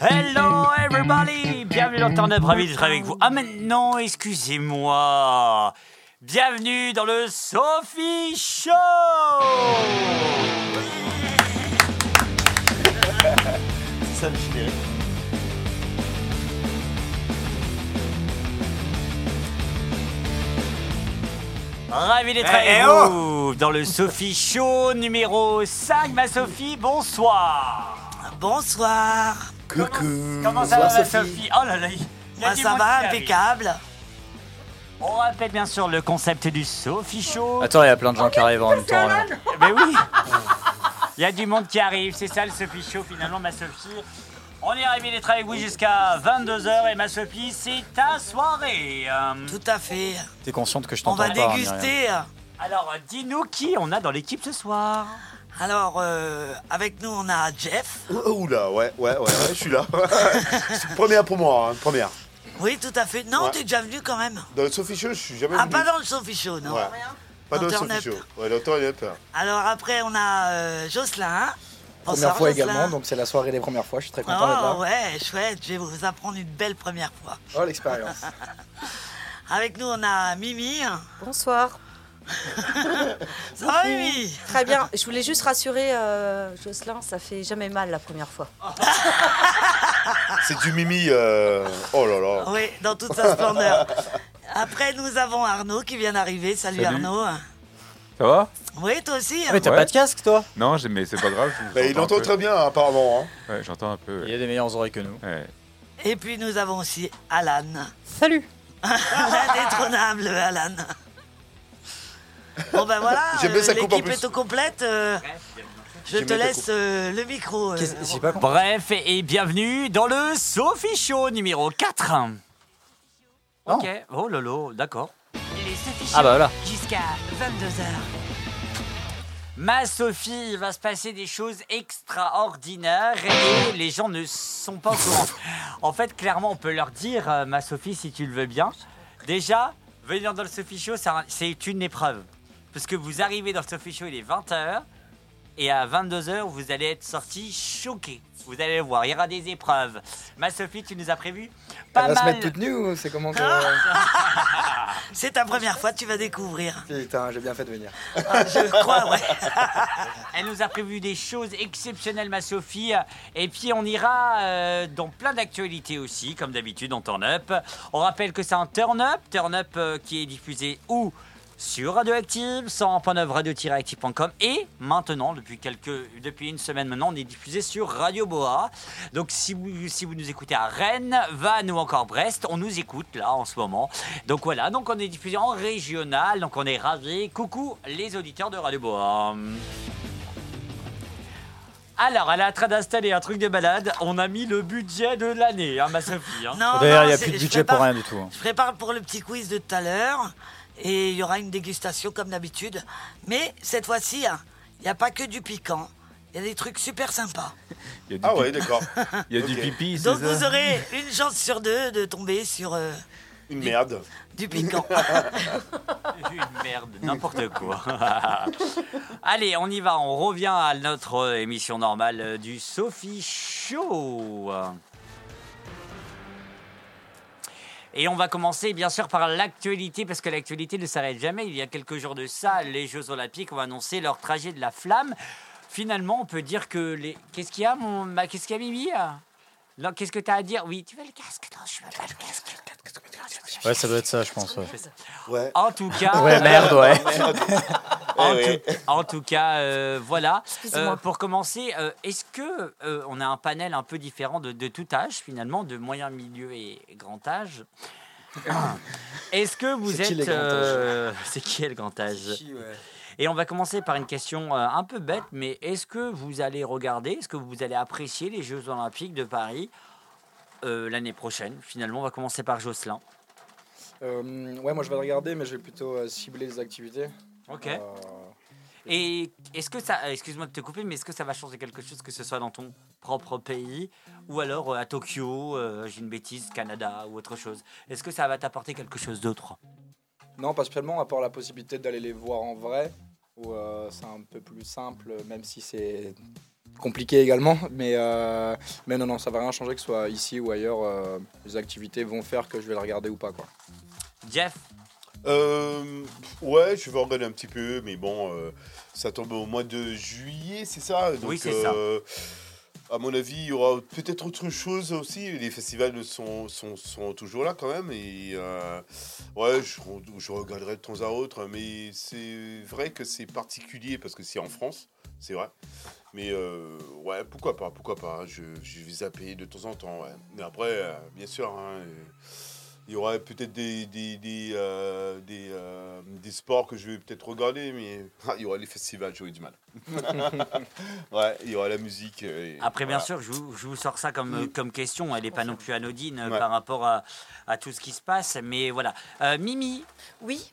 Hello everybody Bienvenue dans Turn Up, ravi d'être avec vous. Ah maintenant, excusez-moi Bienvenue dans le Sophie Show Ça me fait rire. Ravi d'être Eh, avec eh oh vous dans le Sophie Show numéro 5. Ma Sophie, bonsoir Bonsoir. Coucou. Mmh. Comment ça Bonsoir, va, ma Sophie. Sophie Oh là là, il y a Bah, du ça monde qui va, arrive. impeccable. On rappelle bien sûr le concept du Sophie Show. Attends, il y a plein de gens qui arrivent en même Oh, temps. là. Mais oui Il y a du monde qui arrive, c'est ça le Sophie Show finalement, ma Sophie. On est arrivé d'être avec vous jusqu'à 22h et ma Sophie, c'est ta soirée. Euh, Tout à fait. T'es consciente que je On t'entends va pas hein, Myriam. déguster. alors, euh, dis-nous qui on a dans l'équipe ce soir. Alors, euh, avec nous, on a Jeff. Ouh Oula, ouais, ouais, ouais, ouais, je suis là. C'est première pour moi, hein, première. Oui, tout à fait. Non, Ouais. t'es déjà venu quand même. Dans le Sophie Show, je suis jamais Ah, venu. pas dans le Sophie Show, non Ouais. Pas dans le Dans Turn Sophie Up. Show. Ouais, dans Turn Up. Alors, après, on a euh, Jocelyn. Première Oh, Bonsoir, fois Jocelyn. également, donc c'est la soirée des premières fois. Je suis très content Ah, d'être là. Oh, ouais, chouette. Je vais vous apprendre une belle première fois. Oh, l'expérience. Avec nous, on a Mimi. Bonsoir. Ça Ah va, Mimi Très bien. Je voulais juste rassurer euh, Jocelyn, ça fait jamais mal la première fois. Ah. C'est du mimi. euh, Oh là là. Oui, dans toute sa splendeur. Après, nous avons Arnaud qui vient d'arriver. Salut, Salut. Arnaud. Ça va Oui, toi hein. aussi. Ah, mais t'as Ouais. pas de casque, toi Non, j'ai- mais c'est pas grave. je vous Bah, il entends un entend peu. très bien, hein, apparemment. hein. Ouais, j'entends un peu. Il ouais. y a des meilleures oreilles que nous. Ouais. Et puis nous avons aussi Alan, Salut. l'indétrônable Alan. Bon ben voilà, J'aime bien sa coupe en l'équipe plus. est au complète. euh, je J'aime te bien ta laisse euh, le micro. euh, J'ai pas compris. Bref, et bienvenue dans le Sophie Show numéro 4. Oh. Ok, oh lolo, d'accord. Ah bah voilà. Jusqu'à 22h. Ma Sophie, il va se passer des choses extraordinaires et les gens ne sont pas au courant. En fait, clairement, on peut leur dire, euh, ma Sophie, si tu le veux bien. Déjà, venir dans le Sophie Show, ça- c'est une épreuve. Parce que vous arrivez dans le Sophie Show, il est 20h. Et à 22h, vous allez être sortis choqués. Vous allez le voir, il y aura des épreuves. Ma Sophie, tu nous as prévu pas Elle va se mal. mettre toute nue ou c'est comment que... euh, C'est ta première fois, tu vas découvrir. Ah, Putain, j'ai bien fait de venir. Je crois, ouais. Elle nous a prévu des choses exceptionnelles, ma Sophie. Et puis, on ira euh, dans plein d'actualités aussi, comme d'habitude, en Turn Up. On rappelle que c'est un Turn Up, Turn Up euh, qui est diffusé où sur Radioactive, 100.9 radio-active.com et maintenant, depuis, quelques, depuis une semaine maintenant, on est diffusé sur Radio Boa. Donc si vous, si vous nous écoutez à Rennes, Vannes ou encore Brest, on nous écoute là en ce moment. Donc voilà, donc on est diffusé en régional, donc on est ravis. Coucou les auditeurs de Radio Boa. Alors, elle est en train d'installer un truc de balade. On a mis le budget de l'année, hein, ma Sophie. hein. Non, D'ailleurs, il non, n'y a c'est- plus de je budget prépare- pour rien du tout. hein. Je prépare pour le petit quiz de tout à l'heure et il y aura une dégustation comme d'habitude. Mais cette fois-ci, hein, il n'y a pas que du piquant. Il y a des trucs super sympas. Il y a du, Ah pi- ouais, d'accord. il y a du ok. pipi, c'est Donc vous ça aurez une chance sur deux de tomber sur euh, Une merde. du piquant. Une merde, n'importe quoi. Allez, on y va, on revient à notre euh, émission normale euh, du Sophie Show. Et on va commencer bien sûr par l'actualité, parce que l'actualité ne s'arrête jamais. Il y a quelques jours de ça, les Jeux Olympiques ont annoncé leur trajet de la flamme. Finalement, on peut dire que les. Qu'est-ce qu'il y a, mon. ma- Qu'est-ce qu'il y a, Mimi Non, qu'est-ce que tu as à dire Oui, tu veux le casque Non, je veux pas le casque. Ouais, ça doit être ça, je pense. ouais. Ouais. En tout cas. euh, Ouais, merde, ouais. En, Eh ouais. tout, en tout cas, euh, voilà. Excusez-moi. Euh, pour commencer, euh, est-ce que euh, on a un panel un peu différent de, de tout âge finalement, de moyen, milieu et grand âge Est-ce que vous C'est êtes qui les grands âges euh, C'est qui le grand âge Et on va commencer par une question euh, un peu bête, mais est-ce que vous allez regarder, est-ce que vous allez apprécier les Jeux Olympiques de Paris euh, l'année prochaine Finalement, on va commencer par Jocelyn. Euh, ouais, moi je vais le regarder, mais je vais plutôt euh, cibler les activités. Ok. Euh, Et est-ce que ça, euh, excuse-moi de te couper, mais est-ce que ça va changer quelque chose que ce soit dans ton propre pays ou alors euh, à Tokyo, euh, j'ai une bêtise, Canada ou autre chose Est-ce que ça va t'apporter quelque chose d'autre non, pas spécialement, à part la possibilité d'aller les voir en vrai. où euh, c'est un peu plus simple, même si c'est compliqué également. Mais, euh, mais non, non, ça va rien changer que ce soit ici ou ailleurs. euh, les activités vont faire que je vais le regarder ou pas. Quoi. Jeff, Euh, ouais, je vais regarder un petit peu, mais bon, euh, ça tombe au mois de juillet, c'est ça Donc, Oui, c'est ça. euh, À mon avis, il y aura peut-être autre chose aussi. Les festivals sont, sont, sont toujours là quand même. Et euh, ouais, je, je regarderai de temps à autre. Mais c'est vrai que c'est particulier parce que c'est en France, c'est vrai. Mais euh, ouais, pourquoi pas, pourquoi pas. hein, Je, je vais zapper de temps en temps. ouais. Mais après, euh, bien sûr, hein, euh, il y aura peut-être des, des, des, euh, des, euh, des sports que je vais peut-être regarder, mais ah, il y aura les festivals, j'aurai du mal. ouais, il y aura la musique. euh, et après, bien voilà. sûr, je vous, je vous sors ça comme, euh, comme question. Elle n'est pas non plus anodine euh, Ouais. par rapport à, à tout ce qui se passe. Mais voilà. Euh, Mimi, Oui.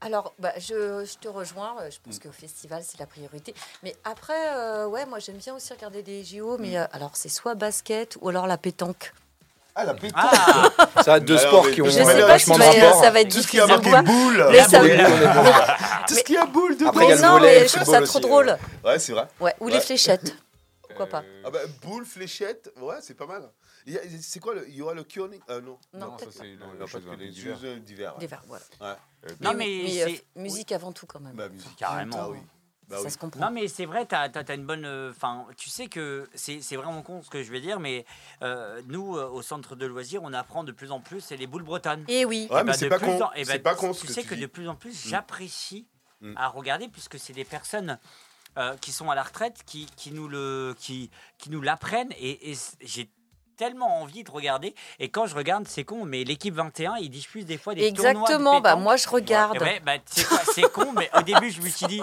Alors, bah, je, je te rejoins. euh, Je Mm. pense qu'au festival, c'est la priorité. Mais après, euh, ouais, moi, j'aime bien aussi regarder des JO. Mais euh, alors, c'est soit basket ou alors la pétanque. Ah, la pétanque ah, Ça, deux Alors, sports mais- qui ont Je Je sais sais euh, pas si vachement de mais, euh, rapport. ça va être Tout ce qui a diffusé ou marqué quoi. boule Mais Ah, ça- on est- on est bon. Tout ce qui a boule dedans Après, il y a Mais le non, volet, mais le je trouve football ça aussi, trop hein. drôle. Ouais, c'est vrai. Ouais, ou Ouais. les fléchettes. Pourquoi pas Ah bah, boule, fléchette, ouais, c'est pas mal. Il y a- C'est quoi le- Il y aura le curling Ah non. Non, Non, ça peut-être c'est Non, le- il le n'y a pas chose que hein, les d'hiver. jeux d'hiver. ouais. Des verres, voilà. Euh, Non, Mais- mais mais, euh, c'est- musique avant tout, quand même. Bah, musique. En même carrément. temps, Ah oui. Bah ça oui. se comprend. Non mais c'est vrai, t'as as, une bonne. euh, Enfin, tu sais que c'est c'est vraiment con ce que je vais dire, mais euh, nous euh, au centre de loisirs, on apprend de plus en plus c'est les boules bretonnes. Et oui. Ouais, Eh ben, mais de c'est pas plus con. en- eh ben, C'est pas con ce Tu que sais tu que de dis. plus en plus, j'apprécie Mm. à regarder puisque c'est des personnes euh, qui sont à la retraite qui, qui nous le qui qui nous l'apprennent et, et c- j'ai tellement envie de regarder et quand je regarde c'est con mais l'équipe 21 ils diffusent des fois des tournois Exactement. de Bah, pétanque. moi, je regarde. Ouais, ouais, bah, tu sais quoi, c'est con, mais au début, je me suis dit.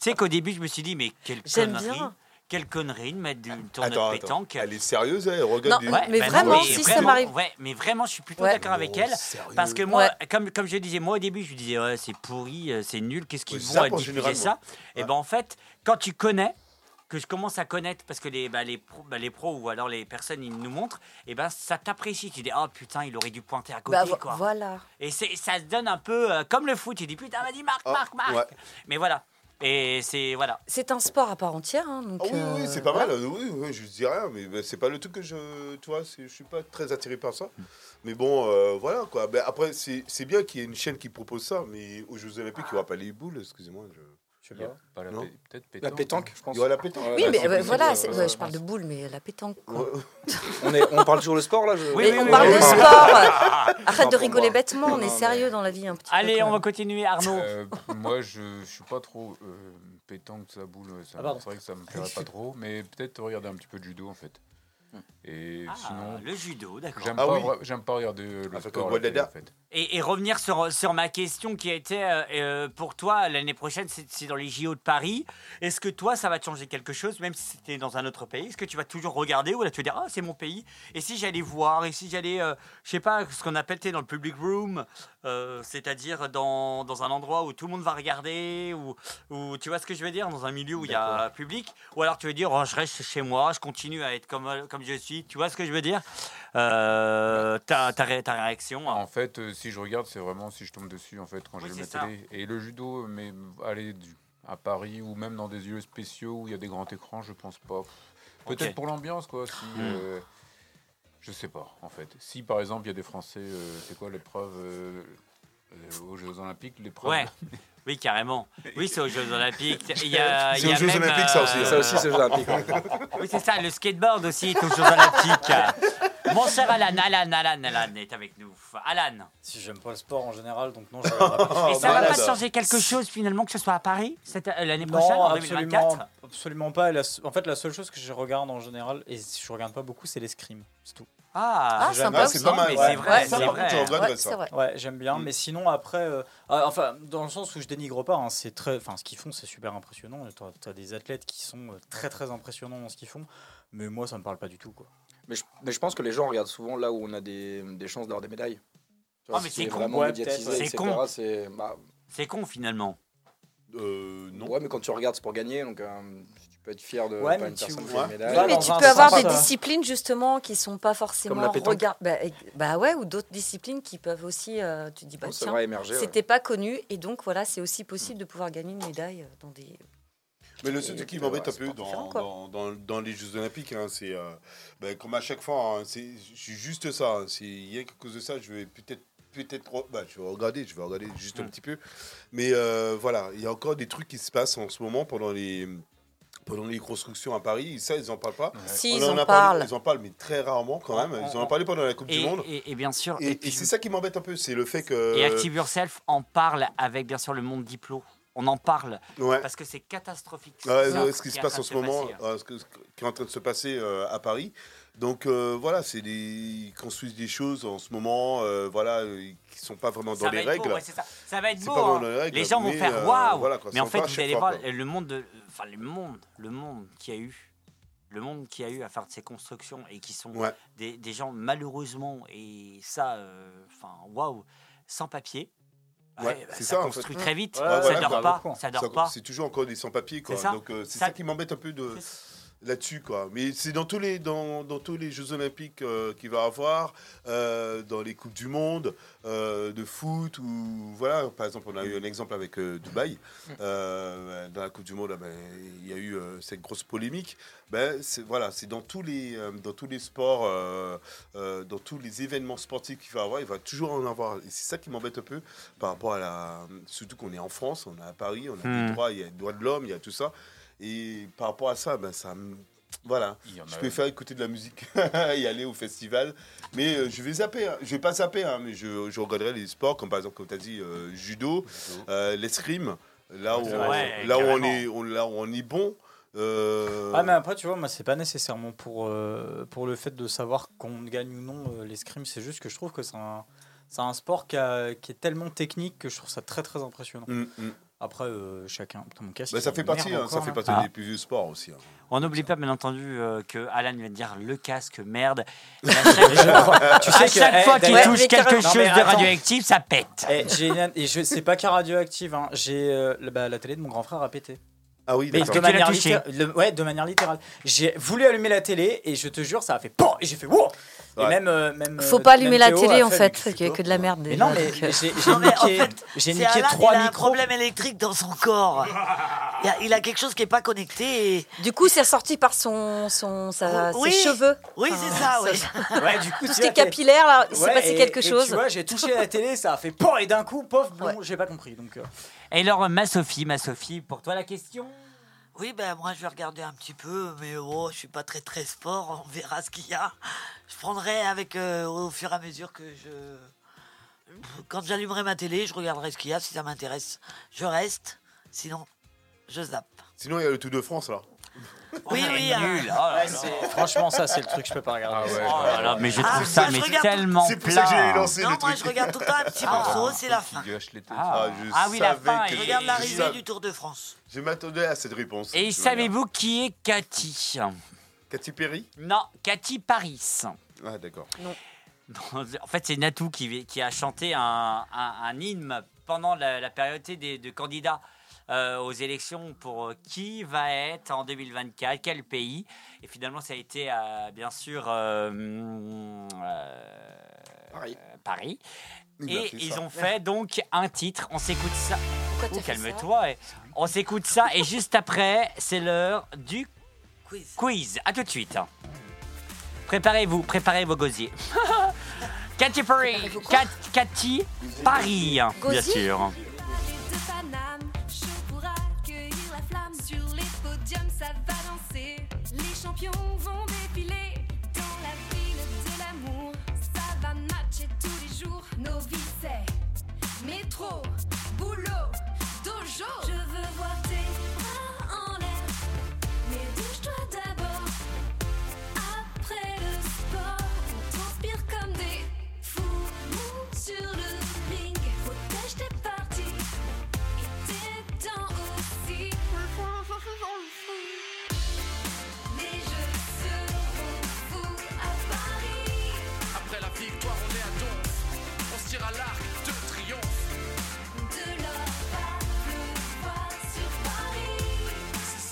Tu sais qu'au début, je me suis dit, mais quelle J'aime connerie. bien. Quelle connerie de mettre du tournoi Attends, de attends. pétanque. Elle est sérieuse, elle regarde Non, du- Ouais, mais vraiment, oui, si, ça vraiment, m'arrive. Ouais, mais vraiment, je suis plutôt Ouais. d'accord avec Oh, elle. sérieux. Parce que moi, comme, comme je disais, moi au début, je disais, ouais, c'est pourri, euh, c'est nul, qu'est-ce qu'ils Ouais, vont ça, à pour diffuser généralement. ça Et Ouais. ben en fait, quand tu connais, que je commence à connaître, parce que les, bah, les, pros, bah, les pros ou alors les personnes, ils nous montrent, et ben ça t'apprécie. Tu dis, oh putain, il aurait dû pointer à côté, Bah, vo- quoi. voilà. Et c'est- ça se donne un peu euh, comme le foot. Tu dis putain, vas-y, marque, Ah, marque, marque. ouais. Mais voilà. Et c'est voilà. C'est un sport à part entière. hein, donc, Ah oui, oui, euh, c'est pas voilà. mal. Oui, oui, je dis rien, mais bah, c'est pas le truc que je. Tu vois, c'est- je suis pas très attiré par ça. Mm. Mais bon, euh, voilà quoi. Ben, après, c'est c'est bien qu'il y ait une chaîne qui propose ça, mais aux Jeux Olympiques, il n'y aura pas les boules, excusez-moi. je- Je sais il y a pas. pas la Non. pé- Peut-être pétanque. La pétanque, je pense. Il y aura la pétanque. Ouais, Oui, bah, mais c'est euh, possible, voilà, euh, c'est- ouais, je parle de boule, mais la pétanque. quoi. Ouais. On, est, on parle toujours le sport là je- Oui, mais oui, on oui, parle oui. de sport. Non, Arrête de pour rigoler moi. bêtement, Non, on est mais- sérieux dans la vie un petit peu. Allez, quand même. on va continuer, Arnaud. Euh, moi, je, je suis pas trop euh, pétanque, ça boule. ça- Ah, pardon. c'est vrai que ça me plairait pas trop, mais peut-être regarder un petit peu de judo en fait. Et Ah, sinon, le judo, d'accord. j'aime Ah pas, oui. Ah, vra- j'aime pas regarder euh, le Avec le sport. à la bois de la télé, en date. fait. Et, et revenir sur, sur ma question qui était euh, euh, pour toi l'année prochaine, c'est c'est dans les JO de Paris. Est-ce que toi, ça va te changer quelque chose, même si c'était dans un autre pays Est-ce que tu vas toujours regarder ou là tu vas dire ah c'est mon pays Et si j'allais voir Et si j'allais, euh, je sais pas, ce qu'on appelle t'es dans le public room, euh, c'est-à-dire dans, dans un endroit où tout le monde va regarder ou ou tu vois ce que je veux dire dans un milieu où il y a public Ou alors tu veux dire oh, je reste chez moi, je continue à être comme comme je suis. Tu vois ce que je veux dire Euh, ta, ta, ré- ta réaction hein. En fait, euh, si je regarde, c'est vraiment si je tombe dessus en fait quand Oui, je c'est mets ça. la télé. Et le judo, mais aller du- à Paris ou même dans des lieux spéciaux où il y a des grands écrans, je pense pas. Peut-être Ok. pour l'ambiance, quoi. Si, Hmm. euh, je sais pas, en fait. Si par exemple il y a des Français, euh, c'est quoi l'épreuve euh, euh, aux Jeux Olympiques, l'épreuve Ouais, oui, carrément. Oui, c'est aux Jeux Olympiques. Il y a, il y C'est a aux Jeux même, Olympiques, ça aussi. euh, Ça aussi, c'est olympique. Oui, c'est ça, le skateboard aussi est aux Jeux Olympiques. Mon cher Alan, Alan, Alan, Alan est avec nous. Alan, Si j'aime pas le sport en général, donc non, je regarderai pas. Ah, et ça Oh, va malade. pas changer quelque chose finalement que ce soit à Paris cette- euh, l'année prochaine, Non, en 2024 absolument, absolument pas. Et la se- en fait, la seule chose que je regarde en général, et je regarde pas beaucoup, c'est l'escrime. C'est tout. Ah, Ah, J'aime- sympa Ah, aussi. c'est pas mal. mais c'est ouais. Ça, vrai, c'est par contre, vrai. je regrette Ouais, ça. c'est vrai. Ouais, j'aime bien, Mm. mais sinon après, euh, ah, enfin dans le sens où je dénigre pas, hein, c'est très, enfin ce qu'ils font c'est super impressionnant. T'as t'as des athlètes qui sont euh, très très impressionnants dans ce qu'ils font, mais moi ça me parle pas du tout quoi. Mais je, mais je pense que les gens regardent souvent là où on a des, des chances d'avoir des médailles. Tu Ah, mais ce qui c'est est con. vraiment Ouais, médiatisé, peut-être, ouais. C'est etc., con. c'est- bah, C'est con finalement. Euh, non. Ouais, mais quand tu regardes, c'est pour gagner. Donc, euh, si tu peux être fier de Ouais, pas mais une tu- personne qui ouais. a une médaille. Bah, mais dans tu un peux avoir sens, des euh, disciplines justement qui sont pas forcément pétanque. regard- bah, ex- bah ouais ou d'autres disciplines qui peuvent aussi euh, tu te dis bah Bon, ça tiens va émerger. ouais. c'était pas connu et donc voilà c'est aussi possible de pouvoir gagner une médaille euh, dans des Mais le Et seul truc qui puis, m'embête ouais, un c'est peu pas différent, dans, quoi. dans, dans, dans les Jeux Olympiques, hein, c'est euh, ben, comme à chaque fois, hein, c'est c'est juste ça. hein, c'est rien qu'à cause de ça, je vais peut-être peut-être re- ben, je vais regarder, je vais regarder juste un petit peu. Mais euh, voilà, il y a encore des trucs qui se passent en ce moment pendant les pendant les constructions à Paris. Ça, ils en parlent pas. si On ils en en, a parlé- parlent Ils en parlent, mais très rarement quand même. Ils en ont parlé pendant la Coupe du Et, Monde. et- et bien sûr, Et, et, et puis- c'est ça qui m'embête un peu, c'est le fait que. et Active Yourself en parle avec bien sûr le monde diplo. On en parle Ouais. parce que c'est catastrophique. Ah Ouais, Ça, ouais, ce qui se est passe train en de ce moment, passer. hein. euh, ce, que- ce qui est en train de se passer euh, à Paris. Donc euh, voilà, c'est des ils construisent des choses en ce moment, euh, voilà, euh, qui sont pas vraiment dans Ça va les être beau, règles. ouais, c'est ça. Ça va être C'est beau. pas vraiment hein. dans les règles, les gens vont mais, faire euh, waouh. voilà, quoi, mais en c'est fait, pas à vous chaque allez fois, voir quoi. le monde, de, enfin le monde, le monde qui a eu, le monde qui a eu à faire de ces constructions et qui sont Ouais. des, des gens malheureusement et ça, euh, enfin waouh, sans papier. Ouais, bah, c'est ça, ça, en construit fait. très vite. Ouais, ça, voilà, dort grave. pas, ça Ça, dort pas. C'est toujours encore des sans-papiers, quoi. C'est ça. Donc euh, c'est Ça- ça, qui m'embête un peu de C'est là-dessus, quoi. Mais c'est dans tous les dans, dans tous les Jeux Olympiques euh, qu'il va avoir, euh, dans les coupes du monde euh, de foot ou voilà. Par exemple, on a eu un exemple avec euh, Dubaï. Euh, dans la Coupe du Monde, là, ben, il y a eu euh, cette grosse polémique. Ben c'est voilà, c'est dans tous les euh, dans tous les sports, euh, euh, dans tous les événements sportifs qu'il va avoir, il va toujours en avoir. Et c'est ça qui m'embête un peu par rapport à la. Surtout qu'on est en France, on est à Paris, on a Hmm. des droits, il y a les droits de l'homme, il y a tout ça. Et par rapport à ça, ben ça me. Voilà, Il y en je a- préfère écouter de la musique et aller au festival. Mais euh, je vais zapper, hein. je vais pas zapper, hein, mais je, je regarderai les sports comme par exemple, comme tu as dit, euh, judo, euh, l'escrime, là où, Ouais, on, là, où on carrément. est, on- là où on est bon. euh, Ah mais après tu vois moi c'est pas nécessairement pour euh, pour le fait de savoir qu'on gagne ou non euh, l'escrime c'est juste que je trouve que c'est un c'est un sport qui, a- qui est tellement technique que je trouve ça très très impressionnant. mm, mm. Après euh, chacun putain, mon casque, Bah, ça il fait merde partie, hein, ça encore, fait là. partie Ah. des plus vieux sports aussi. hein. On n'oublie pas bien entendu euh, que Alan vient de dire le casque merde. Et je- tu sais à que chaque eh, fois qu'il d'ailleurs- touche quelque Non, chose mais de attends. radioactif, ça pète. Eh, j'ai une an- et je c'est pas qu'à radioactive hein, j'ai euh, la- bah, la télé de mon grand frère a pété. Ah oui, Mais d'accord. de Tu l'as manière, touché. littér- le- ouais, de manière littérale. J'ai voulu allumer la télé et je te jure, ça a fait POM Et j'ai fait wow Et Ouais. même, euh, même, faut euh, pas même allumer la Théo télé a en fait parce qu'il y a que de la merde Mais déjà, non, mais donc, euh, j'ai j'ai Non, mais en niqué, fait, j'ai C'est niqué Alain, trois il a un micros. problème électrique dans son corps. Il a, il a quelque chose qui n'est pas connecté. et- Euh, du coup c'est ressorti par son son sa- Oh, Oui. ses cheveux Oui, Enfin, c'est ça. ce- Oui. Ouais, du tout coup, tu ce vois, qui est capillaire là il s'est ouais, passé et- quelque et chose Tu vois, j'ai touché la télé, ça a fait POM Et d'un coup, pof, blond, j'ai pas compris. Donc, euh, Et alors, ma Sophie, ma Sophie, pour toi la question Oui, ben moi je vais regarder un petit peu, mais oh, je suis pas très très sport, on verra ce qu'il y a. Je prendrai avec euh, au fur et à mesure que je. Quand j'allumerai ma télé, je regarderai ce qu'il y a, si ça m'intéresse. Je reste, sinon je zappe. Sinon, il y a le Tour de France, là. Oui, Elle est oui, hein. nulle. Oh là ouais, là. c'est- franchement, ça, c'est le truc que je peux pas Ah regarder. ouais. Oh là là, mais je Ah, trouve ça, ça je mais regarde tout- tellement C'est pour plat. ça que j'ai lancé Non, le moi truc. je regarde tout le temps un petit morceau, c'est la fin. Qui gâche l'été. Ah, Ah, je Ah oui, la savais fin. que- et- Je regarde l'arrivée savais. du Tour de France. Je m'attendais à cette réponse. Et tu vois bien. savez-vous qui est Cathy Katy Perry Non, Cathy Paris. Ah, d'accord. Non, En fait, c'est Natou qui, qui a chanté un, un, un hymne pendant la, la période des, de candidats euh, aux élections pour euh, qui va être en 2024, quel pays. Et finalement, ça a été, euh, bien sûr, euh, hum, euh, Paris. Paris. Il m'a Et fait ils ça. ont fait donc un titre. On s'écoute ça. Pourquoi Oh, t'as fait ça Calme-toi. eh. On s'écoute ça. Et juste après, c'est l'heure du Quiz. quiz. À tout de suite. Préparez-vous, préparez vos gosiers. Cathy Perry, Préparez-vous quoi Cat- Cathy Paris, bien Gosier sûr. de Paname, chaud pour accueillir la flamme. Sur les podiums, ça va danser. Les champions vont défiler dans la ville de l'amour. Ça va matcher tous les jours. Nos vies, c'est métro, boulot, dojo. Je veux voir tes bras en l'air, mais bouge-toi d'abord. Après le sport, on transpire comme des fous. Monte sur le ring, protège tes parties et tes dents aussi. Les jeux seront fous à Paris. Après la victoire, on est à Donf. On se tire à l'arc de triomphe. De l'or va pleuvoir sur Paris.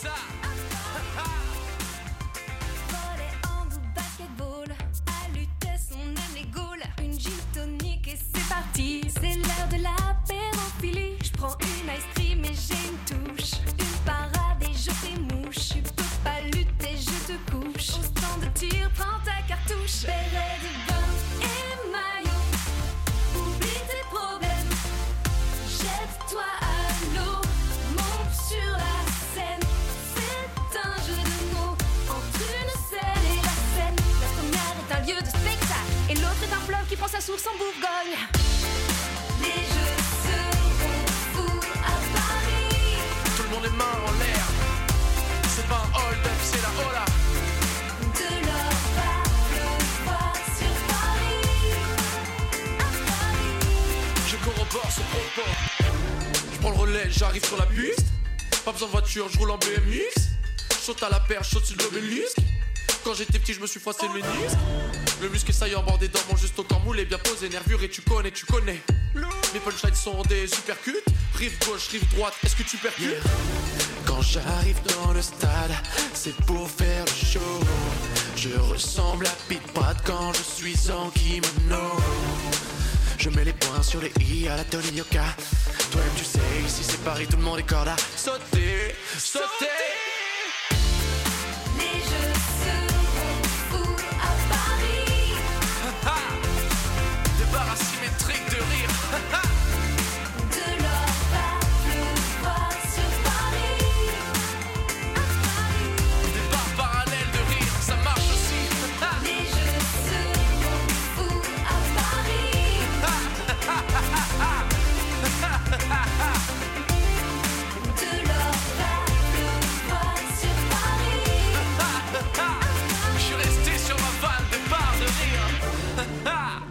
ressources en Bourgogne. Les Jeux seront fous à Paris. Tout le monde est main en l'air. C'est pas un hold-up, c'est la hola. De l'or va pleuvoir sur Paris. À Paris. Je corrobore ce propos. Je prends le relais, j'arrive sur la piste. Pas besoin de voiture, je roule en BMX. Saute à la perche, saute sur l'obélisque. Quand j'étais petit, je me suis froissé le ménisque. Le muscle est en bordé dans mon juste au corps moulé, bien posé, nervure et tu connais, tu connais. Mes punchlines sont des supercutes. Rive gauche, rive droite, est-ce que tu percutes Quand j'arrive dans le stade, c'est pour faire le show. Je ressemble à Pete Pratt quand je suis en kimono. Je mets les points sur les i à la Tony Yoka. Toi-même, tu sais, ici c'est Paris, tout le monde est corps là. Sauter, sauter. Les Jeux seront fous à Paris. Ha Départ asymétrique de rire. Ha, ha. De l'or va pleuvoir sur Paris. À Paris. Départ parallèle de rire, ça marche aussi. Ha, Les Jeux seront fous à Paris. De l'or va pleuvoir sur Paris. ha. Je suis resté sur ma vanne, départ de rire.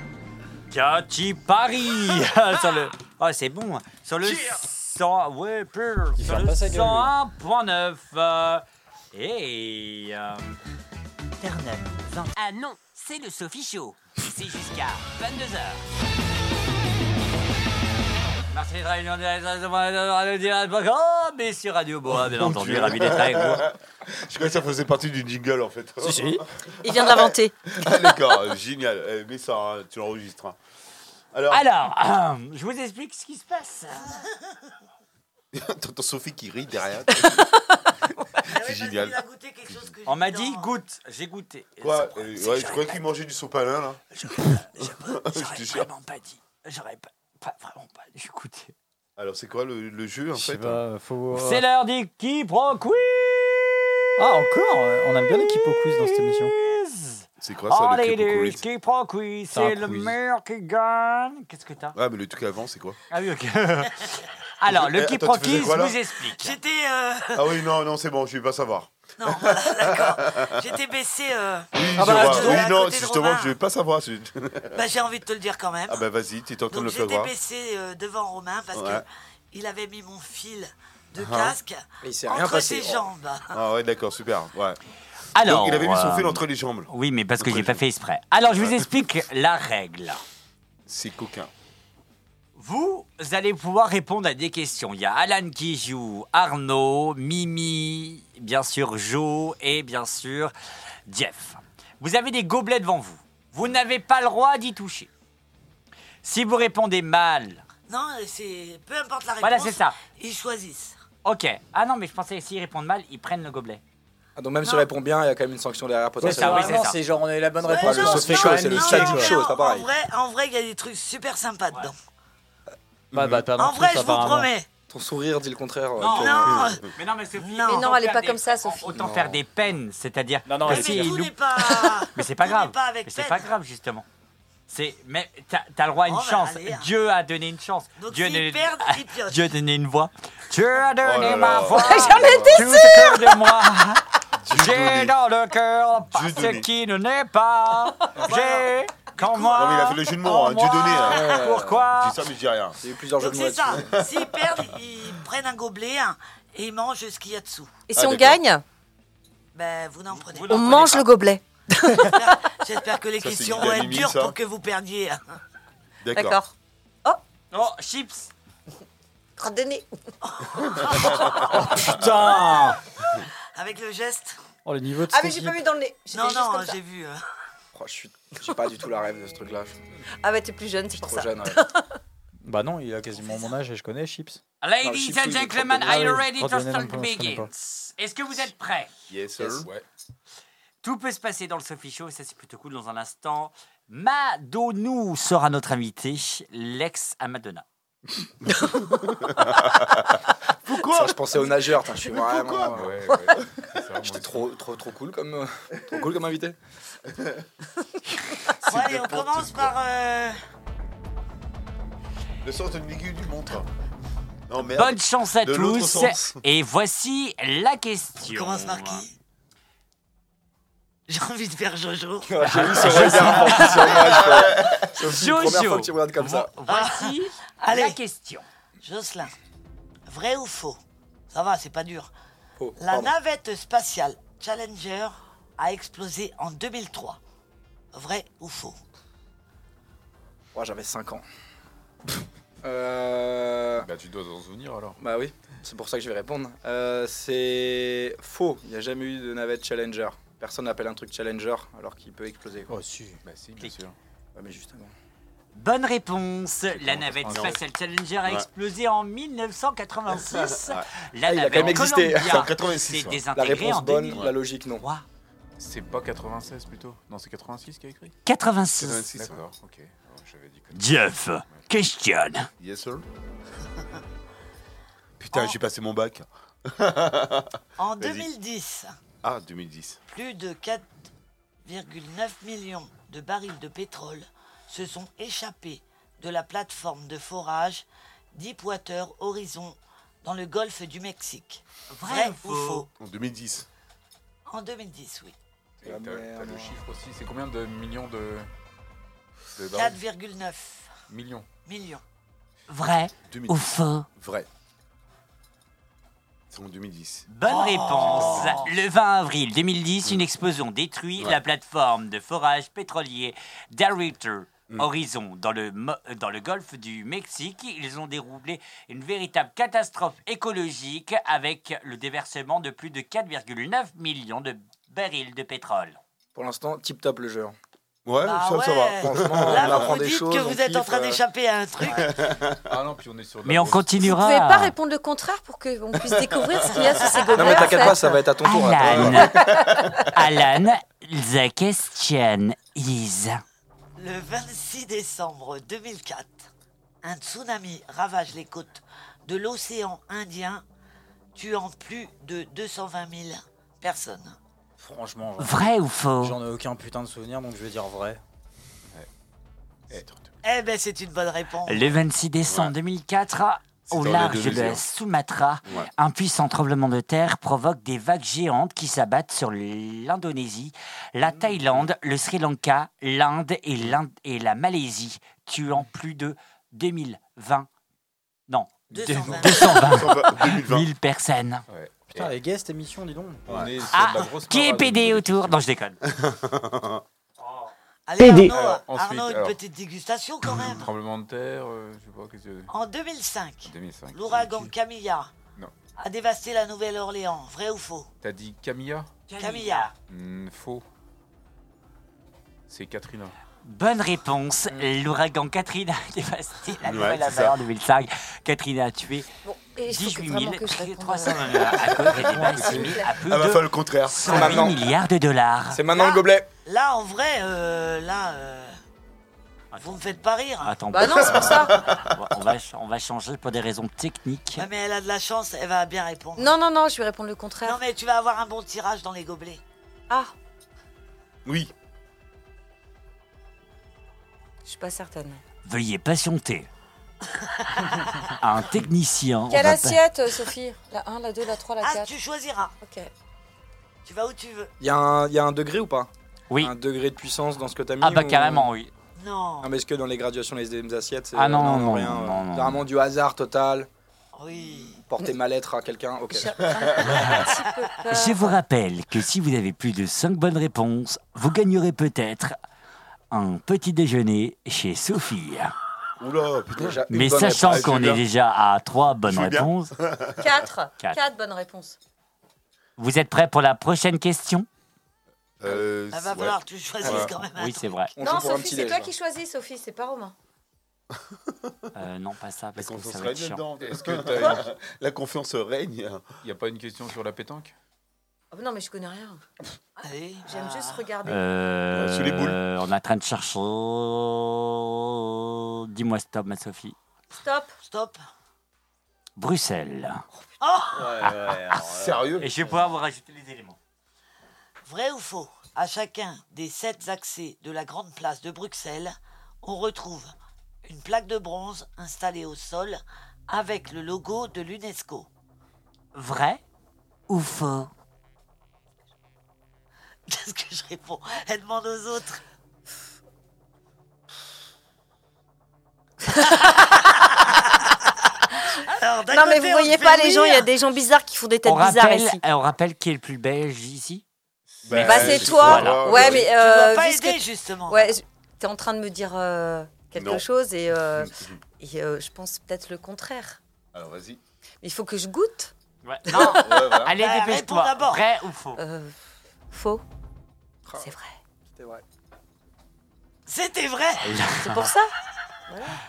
Cathy Paris sur le. Oh, c'est bon. Sur le. Yeah. 100 ouais, purr, Il sur ferme le pas sa gueule, lui. 101.9. euh, et. euh, Terre-Neuve, vingt- Ah non, c'est le Sophie Show. C'est jusqu'à 22h. Merci d'être avec nous, Oh, mais sur Radio Boa, bien entendu, Dieu. ravi d'être avec vous. Je crois que ça faisait partie du jingle en fait. Il vient de l'inventer. Ah, D'accord, euh, génial. Eh, Mais ça, hein, tu l'enregistres. hein. Alors, Alors, euh, je vous explique ce qui se passe. t'entends Sophie qui rit derrière. Ah ouais, parce génial. qu'il a goûté quelque chose que On j'ai m'a mis dit dans- goûte, j'ai goûté. Et ça- Quoi Euh, ouais, Je croyais qu'il mangeait du sopalin là. J'aurais te jure. vraiment pas dit. J'aurais pas, pas- vraiment pas dit. Écoutez. Alors, c'est quoi le, le jeu en Je sais fait hein pas, faut. C'est l'heure du qui prend Ah, encore On aime bien l'équipe au quiz dans cette émission. quiz. C'est quoi ça le Allez, Creep le Correct qui prend quiz, C'est un c'est le quiz. meilleur qui gagne. Qu'est-ce que t'as Ah, mais le truc avant, c'est quoi Ah oui, ok. Alors, le Eh, qui attends, prend tu faisais quiz quoi, là vous explique. J'étais. euh, Ah oui, non, non, c'est bon, je vais pas savoir. Non, voilà, d'accord. J'étais baissé. euh, Oui, Ah je bah, vois. tu dois oui à non, côté de justement, Romain. je vais pas savoir. c'est- Bah, j'ai envie de te le dire quand même. Ah bah vas-y, tu es en train de Donc le j'étais savoir. baissé euh, devant Romain parce Ouais. que il avait mis mon fil de Ah. casque Il s'est rien entre passé. ses jambes. Ah ouais, d'accord, super. Ouais. Alors, Donc, il avait mis son euh, fil entre les jambes. Oui, mais parce que j'ai pas fait exprès. Alors, je vous explique la règle. C'est coquin. Vous allez pouvoir répondre à des questions. Il y a Alan qui joue, Arnaud, Mimi, bien sûr Joe et bien sûr Jeff. Vous avez des gobelets devant vous. Vous n'avez pas le droit d'y toucher. Si vous répondez mal, Non, c'est peu importe la réponse. Voilà, c'est ça. Ah, Ils choisissent. ok. Ah non, mais je pensais que s'ils répondent mal, ils prennent le gobelet. Ah, donc même si Non. on répond bien, il y a quand même une sanction derrière ça, potentiellement. oui, c'est vraiment, ça. c'est genre on a eu la bonne Ouais, réponse. le non, Sophie non, Show, c'est le non, Static non, mais Show, c'est en- pas pareil. En vrai, en vrai, il y a des trucs super sympas dedans. Bah, bah, t'as En un vrai, truc, je vous apparemment. promets. Ton sourire dit le contraire. euh, Non. que- Non, Oh. Mais non, mais Sophie, Mais autant non, elle est faire pas des- comme ça, Sophie. Autant Non. faire des peines, c'est-à-dire. Non, non, Mais elle est si, mais pire. il tout loupe. n'est pas. Mais c'est pas tout grave. n'est pas avec Mais c'est peine. pas grave justement. C'est mais t'as t'as le droit à une Oh, bah, chance. allez, hein. Dieu a donné une chance. Donc Dieu a s'ils donné- perdent, ils piochent. Dieu a donné une voix. Dieu a Oh donné là ma là. voix. J'en Tout ce que de moi. J'ai donné. dans le cœur Dieu parce donné. qui ne n'est pas. J'ai quand moi. Non, mais il a fait le jeu de mots, en hein, Dieu moi. donné, hein. Pourquoi Je dis ça, mais je dis rien. J'ai eu plusieurs jeux Donc de mots c'est ça. là-dessus. S'ils perdent, ils prennent un gobelet hein, et ils mangent ce qu'il y a dessous. Et Ah, si on d'accord. gagne, Ben, vous n'en prenez Vous pas. on n'en mange prenez le gobelet. J'espère que les Ça, c'est questions du vont être gaming, dures ça. pour que vous perdiez. D'accord. D'accord. pas. Oh, chips. Crotte de nez. Oh, Putain Oh, Avec le geste. Oh, le niveau de Ah, cette mais j'ai pas équipe. mis dans le nez. J'étais Non, juste non, comme ça. j'ai vu. euh, Oh, je suis- J'ai pas du tout la rêve de ce truc-là. Je suis Ah, bah, t'es plus jeune, c'est pour trop ça. jeune. ouais. Bah, non, il a quasiment mon âge et je connais Chips. Ah Ladies chips, and oui, les gentlemen, crottes are de you nez. ready to Crottes de nez, start non, je connais pas. begins? Est-ce que vous êtes prêts? Yes, sir. Yes. Ouais. Tout peut se passer dans le Sophie Show, ça c'est plutôt cool dans un instant. Madonou sera notre invité, l'ex à Madonna. Ça, je pensais aux nageurs. putain, Je suis vraiment. euh, Ouais, ouais. C'est ça, moi J'étais aussi. trop, trop, trop cool comme, euh, trop cool comme invité. Bon, allez, on commence par. euh, Le sens de l'aiguille du montre. Non, merde. Bonne chance à De l'autre tous. sens. Et voici la question. Tu commences par qui J'ai envie de faire Jojo. J'ai vu son regard porté sur moi, je crois. Sophie, Jojo. première fois que tu me regardes comme ça. Vo- Voici la Ah. Allez. question. Jocelyn, vrai ou faux Ça va, c'est pas dur. Oh, La pardon. navette spatiale Challenger a explosé en 2003. Vrai ou faux Oh, J'avais 5 ans. euh... Bah, tu dois en souvenir alors. Bah oui, c'est pour ça que je vais répondre. Euh, c'est faux, il n'y a jamais eu de navette Challenger. Personne n'appelle un truc Challenger alors qu'il peut exploser. Oh, si. Bah, si, bien Clique. sûr. Ouais, mais justement. Bonne réponse. La navette Ah, non. spatiale Challenger a Ouais. explosé en 1986. La hein, Ah, il a quand même navette existé. C'est en Columbia 86. s'est ouais. La désintégrée en réponse bonne, 2003. la logique non. C'est pas 96 plutôt Non, c'est 86 qui a écrit 86. 86, ouais. D'accord, ok. Alors, J'avais dit que- Jeff, question. Yes, sir. Putain, Oh. j'ai passé mon bac. En Vas-y. 2010, Ah, 2010. plus de 4,9 millions de barils de pétrole se sont échappés de la plateforme de forage Deepwater Horizon dans le golfe du Mexique. Vrai, ou ou faux En 2010. En 2010, oui. Et T'as t'as le chiffre aussi. C'est combien de millions de. de barils 4,9 Millions. millions. Vrai 2010. ou faux Vrai. C'est en 2010. Bonne Oh. Oh. réponse. Le 20 avril 2010, une explosion détruit la plateforme de forage pétrolier Dariter Horizon dans le, mo- euh, dans le golfe du Mexique. Ils ont déroulé une véritable catastrophe écologique avec le déversement de plus de 4,9 millions de barils de pétrole. Pour l'instant, tip top le jeu. hein. Ouais, Bah ça, ça va. ouais. Franchement, on Là, vous apprend vous des dites choses. que vous on êtes en kiffe, train euh, d'échapper à un truc. Ah non, puis on est sur. de la Mais on grosse- Vous ne continuera. pouvez Ah. pas répondre le contraire pour qu'on puisse découvrir ce qu'il y a sous ces gobelets. Non, mais en t'inquiète fait. pas, ça va être à ton tour. hein. attends. Alan, Alan, the question is. Le 26 décembre 2004, un tsunami ravage les côtes de l'océan Indien, tuant plus de 220 000 personnes. Franchement, j'en- Vrai ou faux j'en ai aucun putain de souvenir, donc je vais dire vrai. Eh, Eh ben, c'est une bonne réponse. Le 26 décembre 2004, au dans les large deux de la mesures. Sumatra, Ouais. un puissant tremblement de terre provoque des vagues géantes qui s'abattent sur l'Indonésie, la Thaïlande, le Sri Lanka, l'Inde et, l'Inde et la Malaisie, tuant plus de 2020. Non, 220. 220 2020. 000 personnes. Putain, les gars, cette émission, dis donc. On est sur Ah, de la grosse. Qui est parade. pédé autour Non, je déconne. Allez, Arnaud, Alors, ensuite, Arnaud, une alors. petite dégustation quand même. Tremblement de terre, euh, je sais pas, qu'est-ce que. En 2005, 2005. l'ouragan Camilla Non. a dévasté la Nouvelle-Orléans. Vrai ou faux T'as dit Camilla Camilla. Hmm, Faux. C'est Katrina. Bonne réponse. L'ouragan Katrina a dévasté Ouais, la c'est Nouvelle-Orléans ça. en 2005. Katrina a tué Bon, et je trouve 18 vraiment que je 000 réponde, 300 euh, à cause Eh des ben, dépenses à plus Ah bah, de enfin, le contraire. 108 maintenant. milliards de dollars. C'est maintenant le gobelet. Là, en vrai, euh, là, euh, vous me faites pas rire. hein. Ah, Attends, Bah non, c'est pour ça. on, va, on va changer pour des raisons techniques. Ouais, Ah, mais elle a de la chance, elle va bien répondre. Non, non, non, je vais répondre le Non, contraire. mais tu vas avoir un bon tirage dans les gobelets. Ah, Oui. je suis pas certaine. Veuillez patienter. Un technicien. on Quelle va pas- assiette, Sophie La 1, la 2, la 3, la Ah, 4. tu choisiras. Ok. Tu vas où tu veux. Il y, a un- il y a un degré ou pas Oui. Un degré de puissance dans ce que t'as mis Ah bah ou- carrément, oui. Non. Ah, mais est-ce que dans les graduations, les des assiettes c'est- Ah non, euh, non, rien, non, euh, non, non. Vraiment du hasard total. Oui. Porter ma lettre à quelqu'un, ok. J'ai un petit peu peur. Je vous rappelle que si vous avez plus de 5 bonnes réponses, vous gagnerez peut-être un petit déjeuner chez Sophie. Oula, putain. Déjà, une Mais bonne sachant réponse. qu'on est déjà à 3 bonnes Ah, Je suis bien. réponses, 4. Quatre. 4 bonnes réponses. vous êtes prêts pour la prochaine question Euh, Elle Ah, va ouais. falloir que tu choisisses Ouais. quand même. Oui, c'est vrai. On joue non, pour un Sophie, petit c'est déj, hein. toi là. qui choisis, Sophie, c'est pas Romain. Euh, non, pas ça, La parce que confiance ça va être règne chiant. dedans. Est-ce que t'as. La confiance règne. Y a pas une question sur la pétanque Ah bah non, mais je connais rien. Allez. J'aime Ah. juste regarder. Euh, Ouais, sous les boules. On est en train de chercher. Dis-moi stop, ma Sophie. Stop. Stop. Oh Bruxelles. Sérieux Et je vais pouvoir vous rajouter les éléments. Vrai ou faux À chacun des sept accès de la grande place de Bruxelles, on retrouve une plaque de bronze installée au sol avec le logo de l'UNESCO. Vrai ou faux Qu'est-ce que je réponds Elle demande aux autres. Alors, d'un Non, mais côté, vous on voyez te pas fait les gens, il y a rire. des gens bizarres qui font des têtes on bizarres rappelle, ici. euh, on rappelle qui est le plus belge ici Bah, Euh, c'est je- toi. voilà. Ouais, mais. Tu euh, dois pas vu ce que aider, tu- justement. Ouais, je- t'es en train de me dire euh, quelque Non. chose et, euh, Mm, Mhm. et, euh, je pense peut-être le contraire. Alors vas-y. Mais il faut que je goûte. Ouais. Non, Ouais, voilà. allez, Bah, réponds dépêche-toi. d'abord. Vrai ou faux Euh, faux. Ah. C'est vrai. C'était vrai. C'était vrai C'est pour ça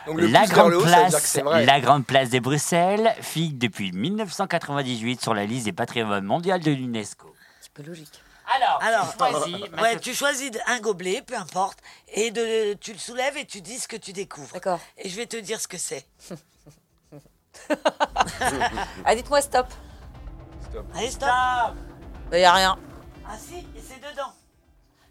Donc le La pouce vers grande, le haut, ça veut dire que place, c'est vrai. la grande place de Bruxelles figure depuis 1998 sur la liste des patrimoines mondiaux de l'UNESCO. Un petit peu logique. Alors, Alors, choisis, Ouais, tu choisis un gobelet, peu importe, et de, tu le soulèves et tu dis ce que tu découvres. D'accord. Et je vais te dire ce que c'est. Ah, dites-moi stop. Allez, stop Il n'y a rien. Ah si, et c'est dedans.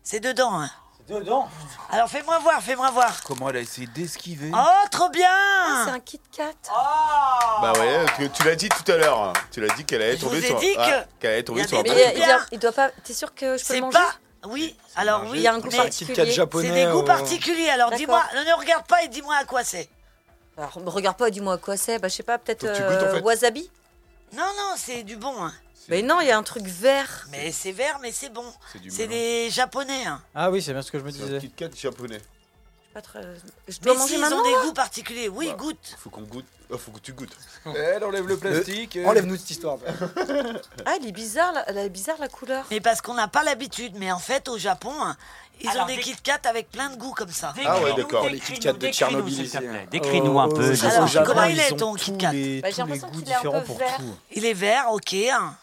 C'est dedans, hein. Dedans Alors fais-moi voir, fais-moi voir. Comment elle a essayé d'esquiver Oh, trop bien Ah, Ah. C'est un Kit Kat. Bah ouais, tu, tu l'as dit tout à l'heure. hein. Tu l'as dit qu'elle allait Je vous tomber ai sur. dit que- ah, qu'elle allait Il y tomber a sur. des un Mais Ah, il, milliers- y bateau. a- il y a- il doit pas. T'es sûr que je peux C'est le manger pas... Oui, alors oui, Il y a un goût mais particulier. Kit Kat c'est japonais. des goûts euh, particuliers. Alors D'accord. dis-moi, ne regarde pas et dis-moi à quoi c'est. Alors, me regarde pas, dis-moi à quoi c'est. Bah, je sais pas, peut-être Faut que tu goûtes, en euh, fait. wasabi. Non, non, c'est du bon. hein. Mais non, il y a un truc vert. Mais c'est vert, mais c'est bon. C'est du C'est melon. des japonais. hein. Ah oui, c'est bien ce que je me C'est un disais. Kit Kat Je japonais. sais pas trop- euh, Je dois Mais manger si, ils maintenant. ont des goûts particuliers. Oui, Bah. goûte. Faut qu'on goûte. Oh, faut que tu goûtes. Elle enlève le plastique. euh, Enlève-nous cette histoire. après. Ah, elle est bizarre, la, elle est bizarre la couleur. Mais parce qu'on n'a pas l'habitude. Mais en fait, au Japon, hein, ils Alors, ont des dé- Kit Kat avec plein de goûts comme ça. Ah ouais, Bah, d'accord. Les Kit Kat de Tchernobyl, s'il te ici, plaît. hein. Décris-nous un Euh, peu. au dis- Alors, Japon, ils comment ont il est, tous ton Kit Kat les- Bah, j'ai tous les l'impression goûts qu'il est un différents peu pour vert. tout. Il est vert, ok. hein.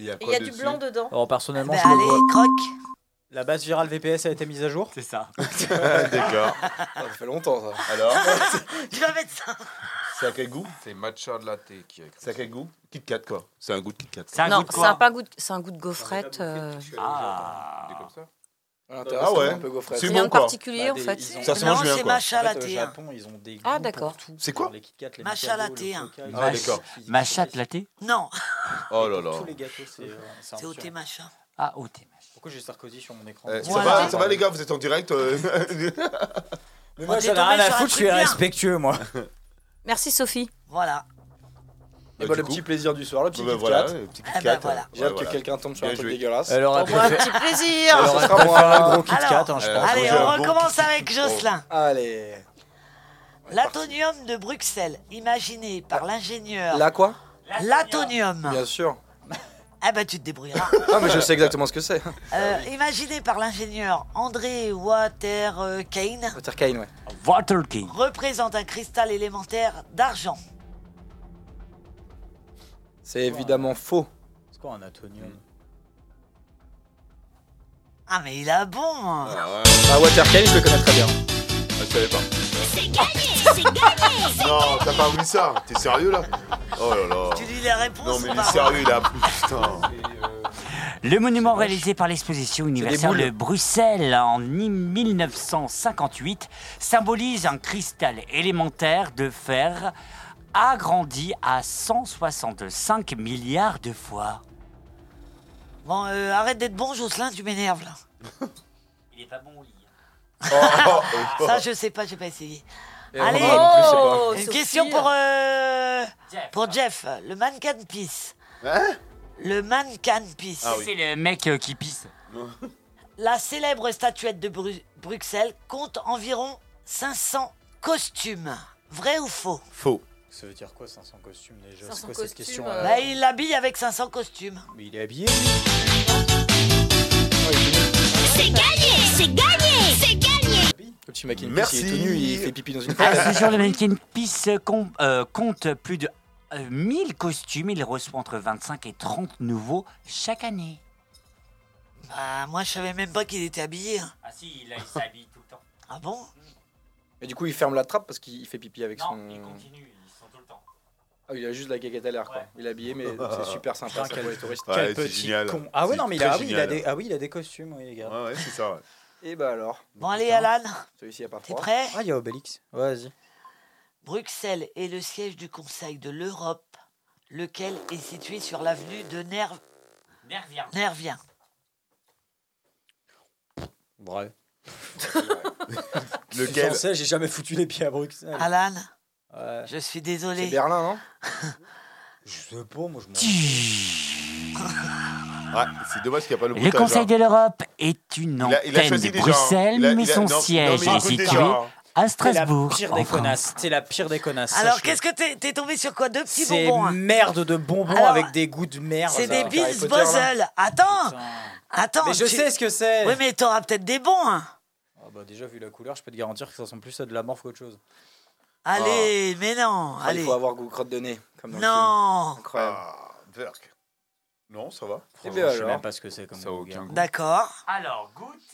Il y a, Et il y a du blanc dedans. Alors Oh, personnellement, Bah, je le allez, vois. croque. La base virale VPS a été mise à jour. C'est ça. D'accord. Ah, Ça fait longtemps ça. Alors, Tu vas mettre ça. c'est à quel goût C'est matcha de latte qui a écrit. C'est à quel goût Kit Kat quoi. C'est un goût de Kit Kat. C'est un non, goût de c'est un, quoi pas un goût de, c'est un goût de gaufrette. euh, Ah. Des comme ça. Ah ouais. Un peu gaufrette. C'est rien bon, de quoi. particulier Bah, en des- fait. ils ont- Ça se non, mange bien c'est quoi. matcha En fait, latte. au hein. Japon, ils ont des goûts Ah, pour d'accord. tout. C'est quoi Genre les Kit Kat, les Matcha Mikado, latte, le hein. Coca, Ah, ils- d'accord. ils- Ma chatte latée Non, Oh là là. Tous les gâteaux, c'est euh, c'est c'est un au petit- thé matcha. Ah, au thé. Pourquoi j'ai Sarkozy sur mon écran Eh, ça, Voilà. va, ça va les gars, vous êtes en direct euh, Mais On moi, est j'en tombé ai rien sur à un foutre, je truc suis bien. respectueux, moi. Eh ben, Merci Sophie. Voilà. Et Bah, bah, du le coup. petit plaisir du soir, le petit bah, Kit voilà, Kat. euh, petit Kit Ah, bah, Kat. voilà. J'ai hâte que quelqu'un tombe sur un Bien truc joué. dégueulasse. Elle aurait Pour un préféré petit plaisir. Alors, ce sera un moi. gros Kit Kat, hein, je Alors, pense. Allez, j'ai on un bon recommence petit- avec Jocelyn. Allez. L'atonium de Bruxelles, imaginé par l'ingénieur. Là quoi L'atonium. Bien sûr. Ah bah tu te débrouilleras. Ah mais je sais exactement ce que c'est. Euh, imaginé par l'ingénieur André Waterkane, Water Kane, ouais. Water King. représente un cristal élémentaire d'argent. C'est évidemment faux. C'est quoi un atonium Ah mais il a bon. Ah ouais, Bah, Ah, Ah Water Kane, je le connais très bien. je savais pas. Non, t'as pas vu ça T'es sérieux là Oh là là. Tu lis les Non réponses mais il ou est pas sérieux là, putain. Le monument réalisé par l'exposition universelle boules. de Bruxelles en 1958 symbolise un cristal élémentaire de fer agrandi à 165 milliards de fois. Bon, euh, arrête d'être bon, Jocelyn, tu m'énerves là. Il est pas bon au lit. Ça, je sais pas, j'ai pas essayé. Et Allez. moi non plus, je sais pas. Oh, Une Sophie. question pour euh, Jeff. pour Jeff, le mannequin Peace. Hein Le mannequin Peace. Ah oui. C'est le mec euh, qui pisse. La célèbre statuette de Bru- Bruxelles compte environ 500 costumes. Vrai ou faux Faux. Ça veut dire quoi 500 costumes déjà 500 C'est quoi cette costumes, question euh, Bah, il l'habille avec 500 costumes. Mais il est habillé lui. Le petit maquin Merci. il est tout nu, il fait pipi dans une À fontaine. Ah, ce jour, le mannequin Peace com- euh, compte plus de euh, 1000 costumes. Il reçoit entre 25 et 30 nouveaux chaque année. Bah, moi, je savais même pas qu'il était habillé. hein. Ah si, il s'habille tout le temps. Ah bon Et du coup, il ferme la trappe parce qu'il fait pipi avec son. continue, ils sont tout le temps. Ah, il a juste la guéguette à l'air, quoi. Ouais. Il est habillé, mais c'est super sympa. Putain, ça quel- pour les touristes. Ouais, Quel c'est petit génial. con. Ah ouais, C'est non, mais il a, très ah oui, il a génial. des, ah oui, il a des costumes, oui, les gars. Ouais, ouais, c'est ça. ouais. Et bah alors, Bon, allez, Alan, celui-ci a pas t'es froid. prêt Ah, il y a Obélix. Ouais, vas-y. Bruxelles est le siège du Conseil de l'Europe, lequel est situé sur l'avenue de Nerv- Nervien. Nervien. Bref. Lequel Je sais, j'ai jamais foutu les pieds à Bruxelles. Alan, Ouais. je suis C'est désolé. Berlin, non Je sais pas, moi je m'en. Ouais, c'est dommage qu'il n'y a pas le hein. Le bouton. Conseil de l'Europe est une Il a- antenne il a choisi de déjà, hein. Bruxelles, Il a- mais il a- son non, non, siège mais est écoute situé déjà, hein. à T'es la Strasbourg. pire en des France. connasses. T'es la pire des connasses. Alors, sache-le. qu'est-ce que t'es t'es tombé sur quoi Deux petits C'est bonbons. hein. merde de bonbons Alors, avec des goûts de merde. C'est là. des Harry Bills Potter, là. Buzzle. Attends, Putain. attends. Mais je tu- sais ce que c'est. Oui, mais t'auras peut-être des bons. hein. Ah bah déjà vu la couleur, je peux te garantir que ça sent plus à de la morphe qu'autre chose. Ah. Allez, mais non. Enfin, allez. Il faut avoir goût crotte de nez, comme dans le Non. film. Incroyable. Ah, Burk. Non, ça va. Eh Franchement, ben je sais alors. même pas ce que c'est comme Ça a goût, aucun gars. goût. D'accord. Alors, goûte.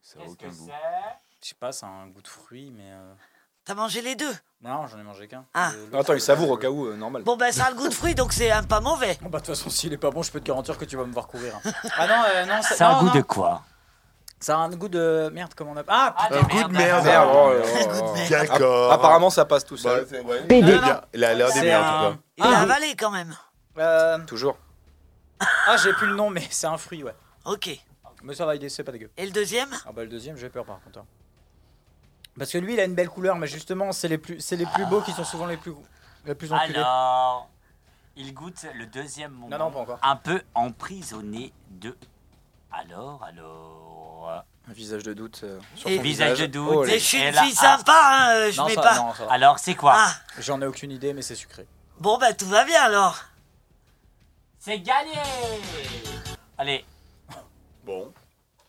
Ça a Qu'est-ce aucun que goût. c'est Je sais pas, ça a un goût de fruit, mais euh, T'as mangé les deux. non, j'en ai mangé qu'un. Ah. Euh, l'autre, Non, Attends, il euh, savoure au cas où, euh, normal. Bon, ben, ça a le goût de fruit, donc c'est un pas mauvais. Bon, bah de toute façon, s'il est pas bon, je peux te garantir que tu vas me voir courir. ah non, euh, non, ça, Ça a non, un goût non. de quoi Ça a un goût de merde, comment on appelle Ah, putain, Un goût de merde. Merde, oh là Un goût de là. merde. D'accord. Apparemment, ça passe tout Bah, seul. c'est- ouais. PD. Il a l'air des c'est merdes, en tout un- cas. Il a avalé quand même. Ah. euh, Toujours. ah, j'ai plus le nom, mais c'est un fruit, ouais. Ok. Et Mais ça va, il est- c'est pas dégueu. le deuxième Ah bah le deuxième, j'ai peur par contre. hein. Parce que lui, il a une belle couleur, mais justement, c'est les plus, c'est les plus beaux qui sont souvent les plus, les plus enculés. Ah, Alors, il goûte le deuxième moment. Non, non, pas encore. Un peu emprisonné de. Alors, alors. Un visage de doute. euh, sur Et son Visage de doute. Oh, Mais les- je suis Et une là, fille ah, sympa, hein, euh, je non, mets ça, pas. non, ça va. Alors, c'est quoi Ah, J'en ai aucune idée, mais c'est sucré. bon, bah tout va bien alors. C'est gagné Allez, Bon.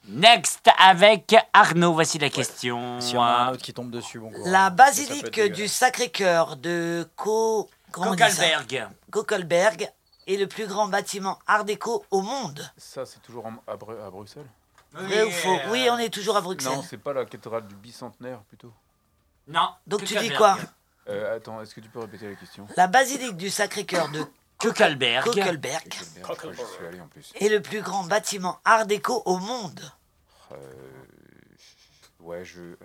next avec Arnaud, voici la question. Euh, Si on a un autre qui tombe dessus, bon courage. La Parce que ça peut être basilique dégueulasse. du Sacré-Cœur de Co... comment on dit ça Kokalberg. Kokelberg est le plus grand bâtiment art déco au monde. Ça, c'est toujours en- à, Bru- à Bruxelles Vrai ou faux Oui, on est toujours à Bruxelles. Non, c'est pas la cathédrale du bicentenaire, plutôt. Non. Donc tu dis Kokalberg. quoi Euh, attends, est-ce que tu peux répéter la question La basilique du Sacré-Cœur de Kokalberg. Kokelberg Merde, je crois que j'y suis allé en plus. est le plus grand bâtiment art déco au monde. Euh, ouais, je,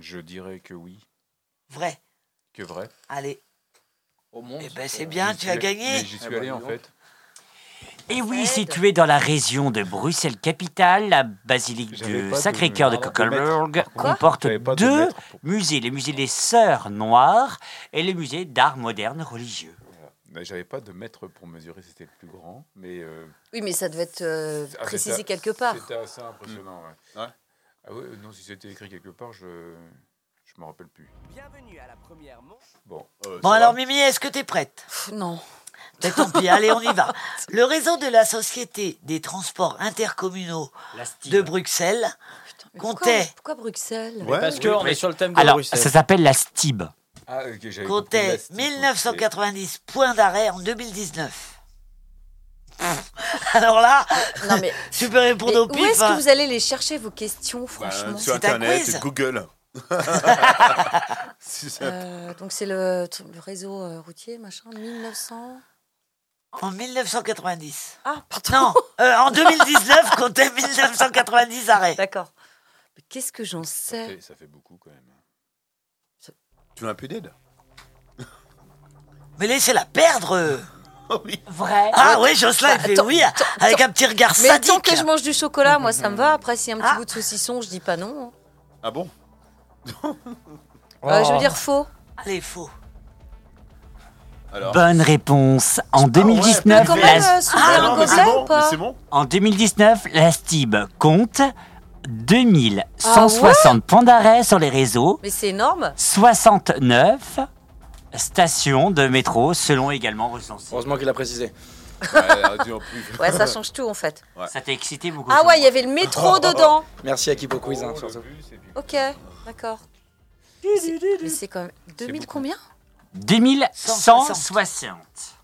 je dirais que oui, Vrai. que vrai. Allez. Au monde. Eh ben c'est bien, J'y tu suis as allé- mais gagné. J'y Eh suis ben, allé dis en donc. fait. Et oui, Fred. située dans la région de Bruxelles-Capitale, la basilique J'avais du pas de- Sacré-Cœur de Pardon, de Kokelberg Quoi comporte J'avais pas de deux mètre pour- musées, le musée des Sœurs Noires et le musée d'art moderne religieux. Mais J'avais pas de mètre pour mesurer si c'était le plus grand, mais euh, Oui, mais ça devait être euh, Ah, précisé c'était- quelque part. C'était assez impressionnant, ouais. Ouais. Ah ouais, euh, non, si c'était écrit quelque part, je je me rappelle plus. Bienvenue Euh, Bon ça alors va. Mimi, est-ce que t'es prête Pff, non. Mais tant pis, allez, on y va. Le réseau de la Société des transports intercommunaux La de Bruxelles Oh, Putain, mais Comptez. Pourquoi, pourquoi Bruxelles Ouais. Parce oui, qu'on mais- est sur le thème de Alors, Bruxelles. ça s'appelle la STIB. à la première. Bon. Ah, ok, j'avais compris la comptait stie, 1990 points d'arrêt en 2019. Pff, Alors là, Non, mais, tu peux mais répondre au où pif. est-ce hein. que vous allez les chercher, vos questions, Bah, franchement sur C'est un internet, quiz. Google. C'est ça. Euh, Donc, c'est le, le réseau euh, routier, machin, 1900. En 1990. Ah, pardon. Non, euh, en 2019 comptait 1990 arrêts. D'accord. Mais qu'est-ce que j'en c'est- Ça sais fait, ça fait beaucoup quand même. Tu veux un peu d'aide Mais laissez-la perdre. euh. Vrai. Ah oui, Jocelyn elle fait attends, oui, avec un petit regard Mais bah, tant sadique. que je mange du chocolat, moi, ça me va. Après, s'il y a un petit Ah. bout de saucisson, je dis pas non. hein. Ah bon Oh. Euh, je veux dire faux. Allez, Ah, faux. Alors. Bonne réponse. Ah En 2019, Mais quand la- même, euh, sous Ah, un non, mais gobelet c'est bon, ou pas mais c'est bon. en 2019, la STIB compte Ah 2160 points d'arrêt sur les réseaux, Mais c'est énorme. 69 stations de métro selon également recensées. Heureusement qu'il a précisé. Ouais, dis en plus. Ouais, ça change tout en fait. Ça t'a excité beaucoup Ah Jean ouais, il y avait le métro dedans. Merci à Kipo Quiz, hein, Oh, le surtout. bus, et puis- Ok, d'accord. Mais c'est quand même 2000 beaucoup. combien 2160. Ah,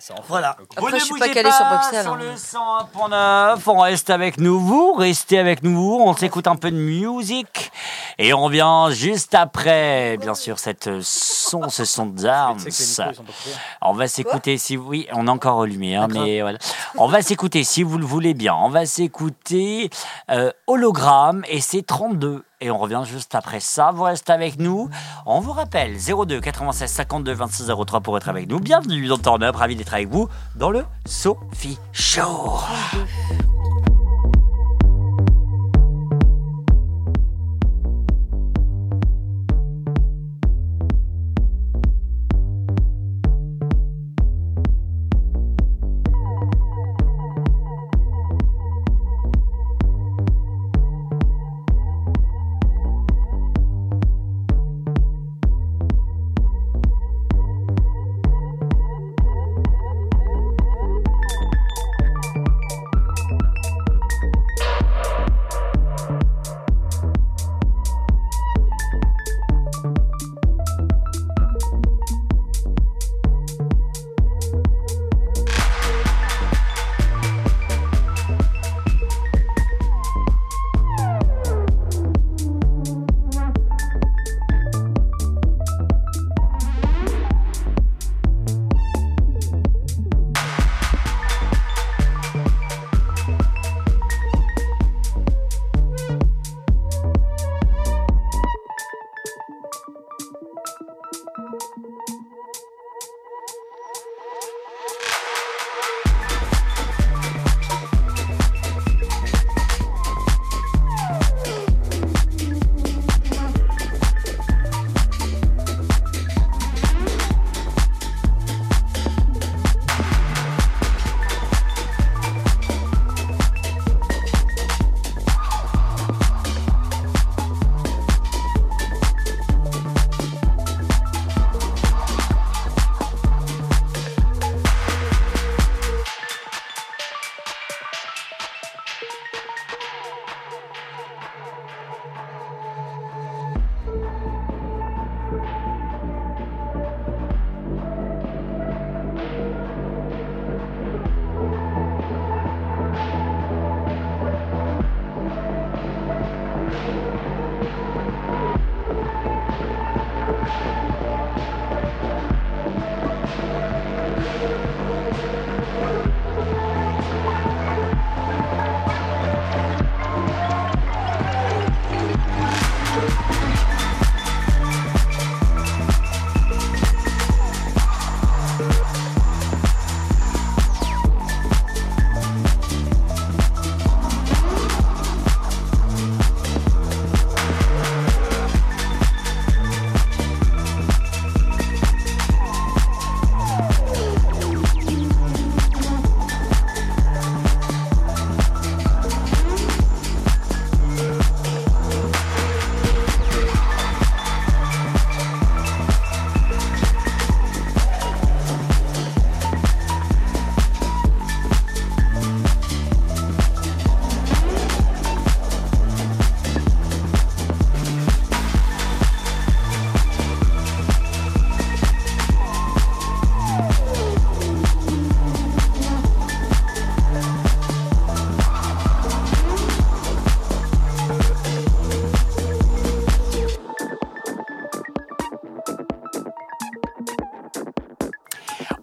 C'est enfin. Voilà. Vous Après, ne je suis bougez pas calée sur Bruxelles, sur hein, le donc. 101.9, on reste avec nous, vous restez avec nous, on s'écoute un peu de musique et on revient juste après, bien sûr, cette son, ce son d'armes. Tu sais que les micros, ils sont pas couverts. On va s'écouter si oui, on est encore hein. aux lumières, D'accord. mais voilà. On va s'écouter si vous le voulez bien. On va s'écouter euh, Hologramme et c'est 32. Et on revient juste après ça. Vous restez avec nous. On vous rappelle 02 96 52 26 03 pour être avec nous. Bienvenue dans Turn Up. Ravi d'être avec vous dans le Sophie Show.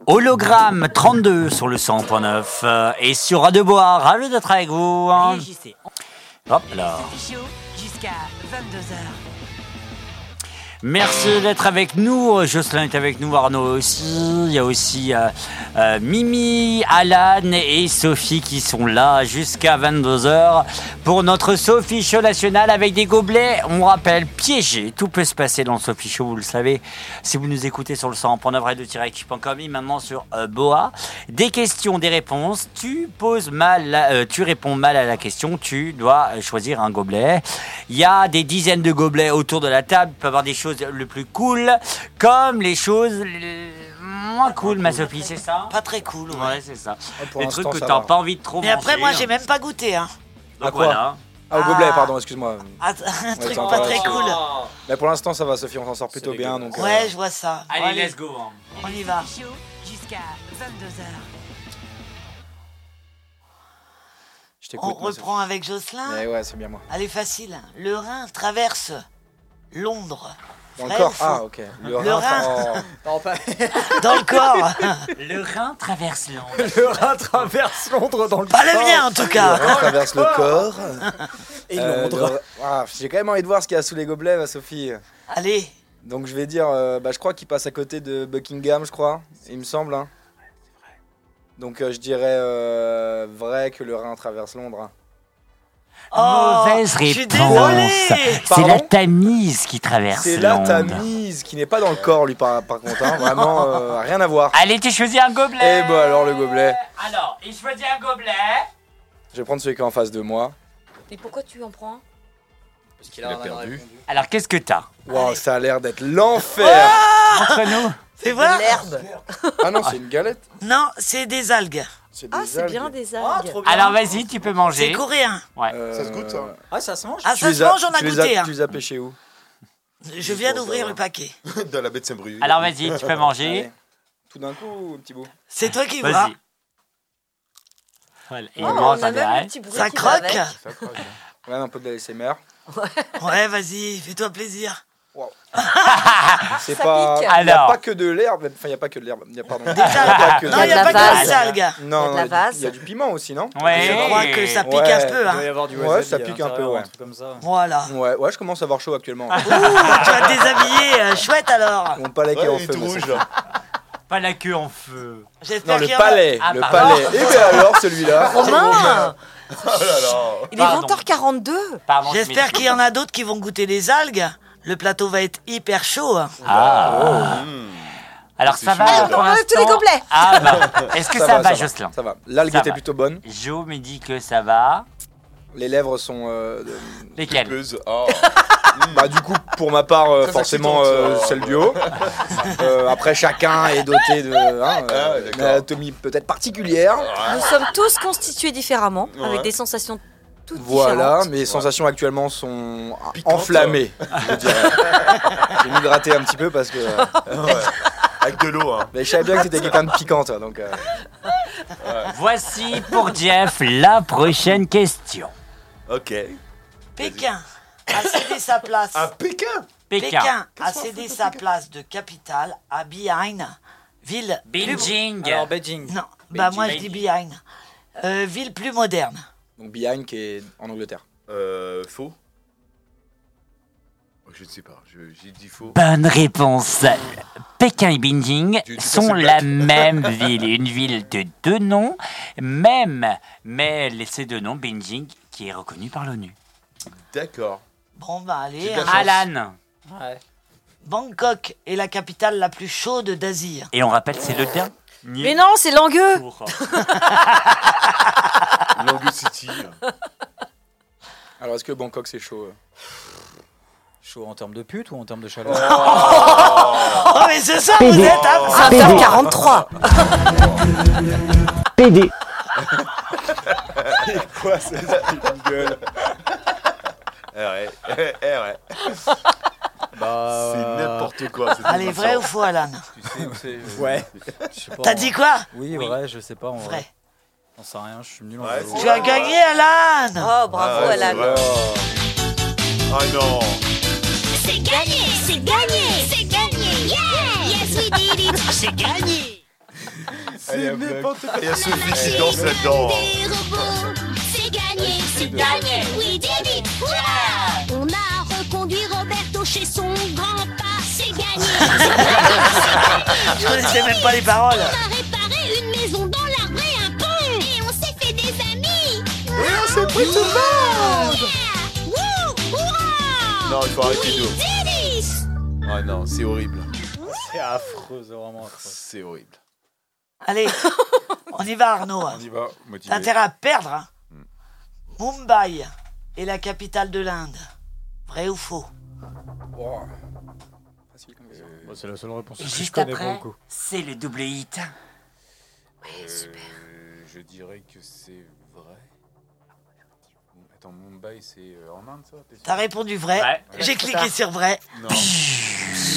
Hologramme 32 sur le 100.9 euh, et sur Radio Bois. Ravi d'être avec vous. Ah. hein. Réagissez. Hop là. jusqu'à 22h. Merci d'être avec nous. Euh, Jocelyn est avec nous, Arnaud aussi. Il y a aussi euh, euh, Mimi, Alan et Sophie qui sont là jusqu'à 22h pour notre Sophie Show national avec des gobelets. On rappelle, piégés. Tout peut se passer dans le Sophie Show, vous le savez. Si vous nous écoutez sur le 100.9 radio-équipe.com et maintenant sur euh, Boa, des questions, des réponses. Tu poses mal, la- euh, tu réponds mal à la question, tu dois euh, choisir un gobelet. Il y a des dizaines de gobelets autour de la table. Il peut y avoir des choses le plus cool, comme les choses les moins cool, ma Sophie, c'est ça Pas très cool. ouais. Ouais, c'est ça. Ah, Pour les trucs l'instant, que ça t'as va. pas envie de trop Mais après, manger. moi, j'ai même pas goûté. Hein. Donc À quoi voilà. Ah, au gobelet, Ah. pardon, excuse-moi. Ah, Un truc ça va. pas très cool. Mais pour l'instant, ça va, Sophie, on s'en sort plutôt bien. Donc, euh, Ouais, je vois ça. Bon, Allez, let's go. hein. On y va. Show jusqu'à 22h. Je t'écoute. On moi, Sophie. reprend avec Jocelyn. Mais ouais, c'est bien moi. Elle est facile. Le Rhin traverse Londres. Dans Vrai le corps. ou faux Ah, ok. Le oh. Le rein. Non, pas... Dans le corps. Le Rhin traverse Londres. le rat traverse Londres dans le Pas le corps. mien en tout Le cas. rein traverse le corps. Et Euh, Londres. le- Ah, J'ai quand même envie de voir ce qu'il y a sous les gobelets, ma Sophie. Allez, Donc je vais dire, euh, bah, je crois qu'il passe à côté de Buckingham, je crois, il me semble. hein. Donc euh, je dirais euh, vrai que le Rhin traverse Londres. hein. Oh, Mauvaise je suis réponse. désolée. C'est la Pardon Tamise qui traverse C'est là ta Londres. mise qui n'est pas dans le corps, lui, par, par contre. hein. Vraiment, euh, rien à voir. Allez, tu choisis un gobelet. Eh ben alors, le gobelet. Alors, il choisit un gobelet. Je vais prendre celui qui est en face de moi. Mais pourquoi tu en prends un Parce qu'il a Il a un perdu. répondu. Alors, qu'est-ce que t'as Wow, ça a l'air d'être l'enfer. Entre nous. C'est vrai L'herbe. Ah non, c'est une galette. Non, c'est des algues. C'est des Ah, c'est algues. bien des Ah, algues. trop bien. Alors, vas-y, tu peux C'est manger. coréen. Euh, Ça se goûte, ça Ah, ça se mange Ah, tu ça les se as- mange, j'en tu ai les as- goûté. hein. Tu les as pêchés où Oh. Je viens pour d'ouvrir savoir. le paquet. Dans la baie de Saint-Brieuc. Alors, vas-y, tu peux manger. Allez. Tout d'un coup ou un petit bout C'est toi qui vois. Vas-y. Voilà, Oh, et il on mange un a même verre. le petit bruit Ça qui va croque. avec. Ça croque, hein. Ouais, un peu de la SMR. Ouais, vas-y, fais-toi plaisir. C'est Ça pas. pique. Il n'y a Alors. pas que de l'herbe. Enfin, il n'y a pas que de l'herbe. Il y a pardon. Il y algues. a que- Non, y il n'y a de pas la que vase. des algues. Non, Il y a de la il y a du- vase. il y a du piment aussi, non Ouais. Je crois que ça pique Ouais. un peu. Il doit y Hein. avoir du Ouais, wasabi ça à pique un peu, l'intérieur, ouais. un truc comme ça. Voilà. Ouais, ouais, je commence à avoir chaud actuellement. Ouh, tu vas te déshabiller. euh, chouette alors. Mon palais qui est Ouais, en il est feu. tout ma rouge, sœur. là. Pas la queue en feu. J'espère Non, qu'il y le en a- palais, Ah, le pardon. palais. Eh Et ben bien alors celui-là. Romain Oh là là. Il est Pardon. 20h42 Pardon. je J'espère m'excuse. qu'il y en a d'autres qui vont goûter les algues. Le plateau va être hyper chaud. hein. Ah. Alors, ça C'est va chaud, pour alors. Eh, On enlève tous les l'instant gobelets. Ah, bah. Est-ce que ça, va, Jocelyn Ça va. L'algue Ça était va. plutôt bonne. Jo me dit que ça va. Les lèvres sont. euh, de- Lesquels Buzz. Ah. Bah, du coup, pour ma part, euh, Très forcément, excitante, euh, euh. celle du haut. Euh, après, chacun est doté de. Hein, Ah, euh, d'accord. une anatomie peut-être particulière. Nous sommes tous constitués différemment, Ouais. avec des sensations toutes Voilà, différentes. mes sensations actuellement sont Piquantes. enflammées, je dirais. J'ai m'hydraté un petit peu parce que. euh, Avec de l'eau, hein. Mais je savais bien que t'étais quelqu'un de piquant, toi, donc. euh, Voici pour Jeff la prochaine question. Ok. Pékin a cédé sa place. À Pékin Pékin. Pékin a cédé sa place de capitale à Bihain, ville. Beijing. Alors, Beijing. Non, bah moi je Beijing. dis Bihain. Euh, ville plus moderne. Donc, Behind qui est en Angleterre. Euh, faux. Je ne sais pas, je- j'ai dit faux. Bonne réponse. Pékin et Beijing Tu- tu sont passes une la même ville, une ville de deux noms, même, mais les- ces deux noms, Beijing, qui est reconnu par l'ONU. D'accord. Bon bah allez. J'ai de la hein. chance. Alan. Ouais. Bangkok est la capitale la plus chaude d'Asie. Et on rappelle, c'est le dernier. Mais non, c'est langueux tour. euh, Langue City. hein. Alors, est-ce que Bangkok c'est chaud euh Chaud en termes de pute ou en termes de chaleur Oh mais ce soir vous êtes à... 20h43 Quoi, c'est une gueule Eh ouais, eh ouais. Bah, C'est n'importe quoi. cette Allez, émission. vrai ou faux Alan Tu sais où c'est euh, Ouais. Je sais pas. T'as dit quoi Oui, vrai, je sais pas. En vrai. Vrai. J'en sais rien, je suis nul en Ouais, géo. c'est- Tu as gagné Alan Oh, bravo, Ah ouais, Alan c'est vrai. Ah non. C'est gagné, c'est gagné, c'est gagné. Yeah! Yes, we did it. C'est gagné. C'est n'importe quoi. Il y a Sophie qui C'est danse là-dedans. Des robots. C'est gagné, c'est gagné. We did it. Yeah! On a reconduit Roberto chez son grand-père. C'est gagné. C'est gagné, Je c'est gagné. connaissais même pas les paroles. On a Ah. réparé une maison dans l'arbre et un pont. Et on s'est fait des amis. Et on s'est pris tout le monde. Yeah! Wouh! Hurrah! Non, il faut arrêter We de- did it. Ah non, c'est horrible. C'est affreux, c'est vraiment affreux. C'est horrible. Allez, on y va Arnaud. On y va, motivé. T'as Hmm. intérêt à perdre. hein. Mumbai est la capitale de l'Inde. Vrai ou faux Oh. Wow. Facile comme question. c'est la seule réponse Et juste après, c'est le double hit. Euh, Je dirais que c'est vrai. Attends, Mumbai, c'est euh, en Inde, ça t'es sûr euh, T'as répondu vrai. Ouais. J'ai Ouais, trop cliqué tard. sur vrai. Non.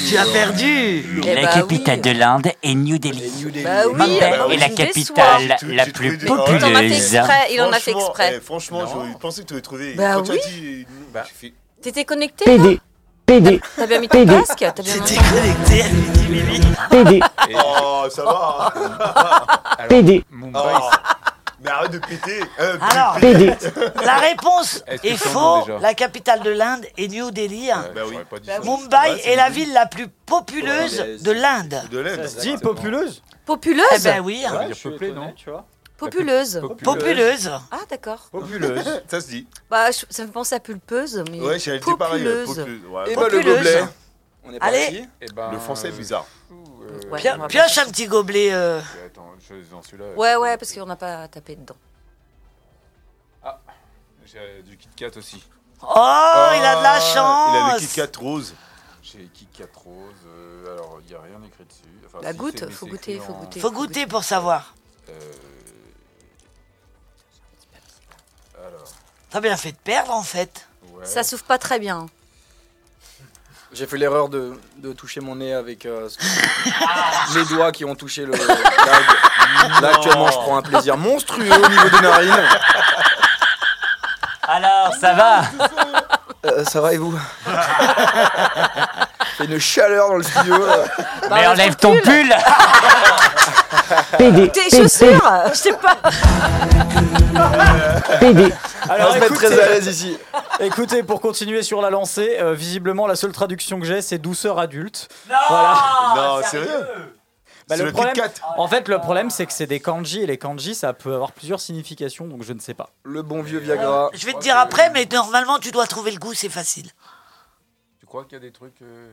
Tu as perdu. Eh La bah capitale oui. de l'Inde est New Delhi. Bah oui, Mumbai alors, est je la me capitale déçois. J'ai tout- la j'ai plus Oh, trouvé des- Il en a fait populeuse. exprès, Ah, il en a fait exprès. eh, franchement, Non. j'aurais pensé que tu avais trouvé. Bah Quand tu as oui. dit. Bah. j'ai fait- T'étais connecté PD. PD. T'as bien mis ton casque T'as bien C'était mis connecté à midi, Mimi. Et- Oh, ça va. hein. alors, Mumbai, Oh. Mais arrête de péter. Euh, Alors, la réponse Est-ce que est c'est en faux. bon, déjà La capitale de l'Inde est New Delhi. euh, bah oui. j'aurais pas dit Bah ça. oui. Mumbai Ouais, c'est est la New Delhi. ville la plus populeuse Ouais, mais de c'est- l'Inde. de l'aide. Ça se dit populeuse Populeuse Eh ben oui, Ça veut Ouais, dire je suis peuplé, étonné, non tu vois. Populeuse. populeuse. Ah d'accord. Populeuse. Ça se dit. Bah, je- ça me pense à pulpeuse, mais Ouais, j'allais dire pareil. euh, populeuse. populeuse. Ouais, Et bon, bah le Populeuse. gobelet. On est parti. Allez. Eh ben, le français est bizarre. euh, Ouais. Pio- on va Pioche un petit gobelet. euh, Attends, je dans celui-là. Ouais, ouais, parce qu'on n'a pas tapé dedans. J'ai euh, du Kit Kat aussi. Ah, Oh, il a de la chance. Oh, Il a le Kit Kat rose. J'ai Kit Kat rose. euh, alors, il n'y a rien écrit dessus. Enfin, La si, goutte, c'est- mais Bah, faut c'est goûter, écrit faut en- goûter. Faut goûter pour savoir. Euh, Alors, T'as bien fait de perdre en fait. ouais. Ça s'ouvre pas très bien. J'ai fait l'erreur de, de toucher mon nez avec euh, ce- les doigts qui ont touché le. Là, là, actuellement, je prends un plaisir monstrueux au niveau des narines. Alors, ça va Euh, ça va et vous Il y a une chaleur dans le studio. euh. Bah, Mais on enlève recule. ton pull Tes chaussures Je sais pas. On va Alors, se mettre écoutez, très à l'aise ici. écoutez, pour continuer sur la lancée, euh, visiblement, la seule traduction que j'ai, c'est douceur adulte. Non Ah, Ah, Non, sérieux sérieux Bah, C'est le le Kit problème- Kat. En fait, le problème, c'est que c'est des kanji et les kanji, ça peut avoir plusieurs significations, donc je ne sais pas. Le bon vieux Viagra. Euh, Je vais te dire après, mais normalement tu dois trouver le goût, c'est facile. Tu crois qu'il y a des trucs. euh,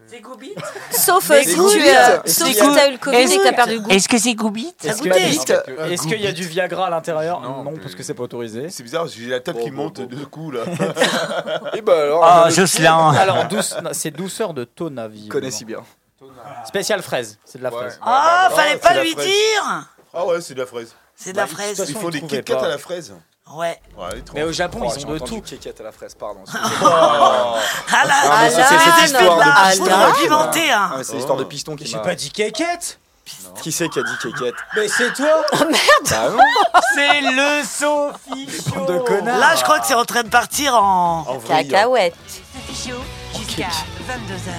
Sauf Mais euh, si goûte. tu as, Est-ce sauf que- si t'as eu le Covid et que t'as Goûte. perdu le goût. Est-ce que c'est Goubit T'as Est-ce que- goûté non, Bisque. parce que- Est-ce qu'il y a du Viagra à l'intérieur Non, Non, mais- parce que c'est pas autorisé. C'est bizarre, j'ai la table Bon, qui bon, monte bon, de coup là. Et bah alors. Ah, Oh, je Jocelyn Alors, douce- non, c'est douceur de tonavi. connais si bien. Spécial fraise, c'est de la Ouais. fraise. Ah, bah, fallait c'est pas la lui fraise. dire. Ah ouais, c'est de la fraise. C'est de la Bah, fraise. toute Ils façon, font ils des Kit trouvaient Kat pas. à la fraise. Ouais. Ouais, elle est trop Mais au Japon, Oh, ils j'ai ont de entendu tout. Kékette à la fraise, pardon. Ah là Ah, là, mais ça, c'est t'as cette fait histoire de la de poudre piston. pimentée, hein. Ah, mais c'est l'histoire de piston qui J'ai m'a- pas dit kékette Qui c'est qui a dit Kékette Mais c'est toi Ah, Bah non C'est le Sophie Show de connards. Là, je crois que c'est en train de partir en. En vrai, Cacahuète. Jusqu'à 22h.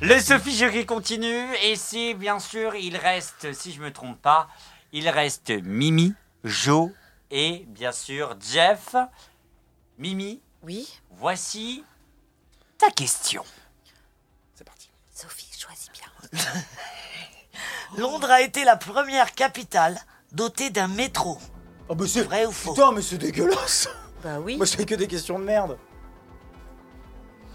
Le Sophie Show qui continue, et c'est bien sûr, il reste, si je me trompe pas, il reste Mimi, Jo et bien sûr Jeff. Mimi, Oui, voici ta question. C'est parti. Sophie, choisis bien. Londres a été la première capitale dotée d'un métro. Oh, mais c'est. Vrai ou faux Putain, mais c'est dégueulasse Bah oui. Moi, je fais que des questions de merde.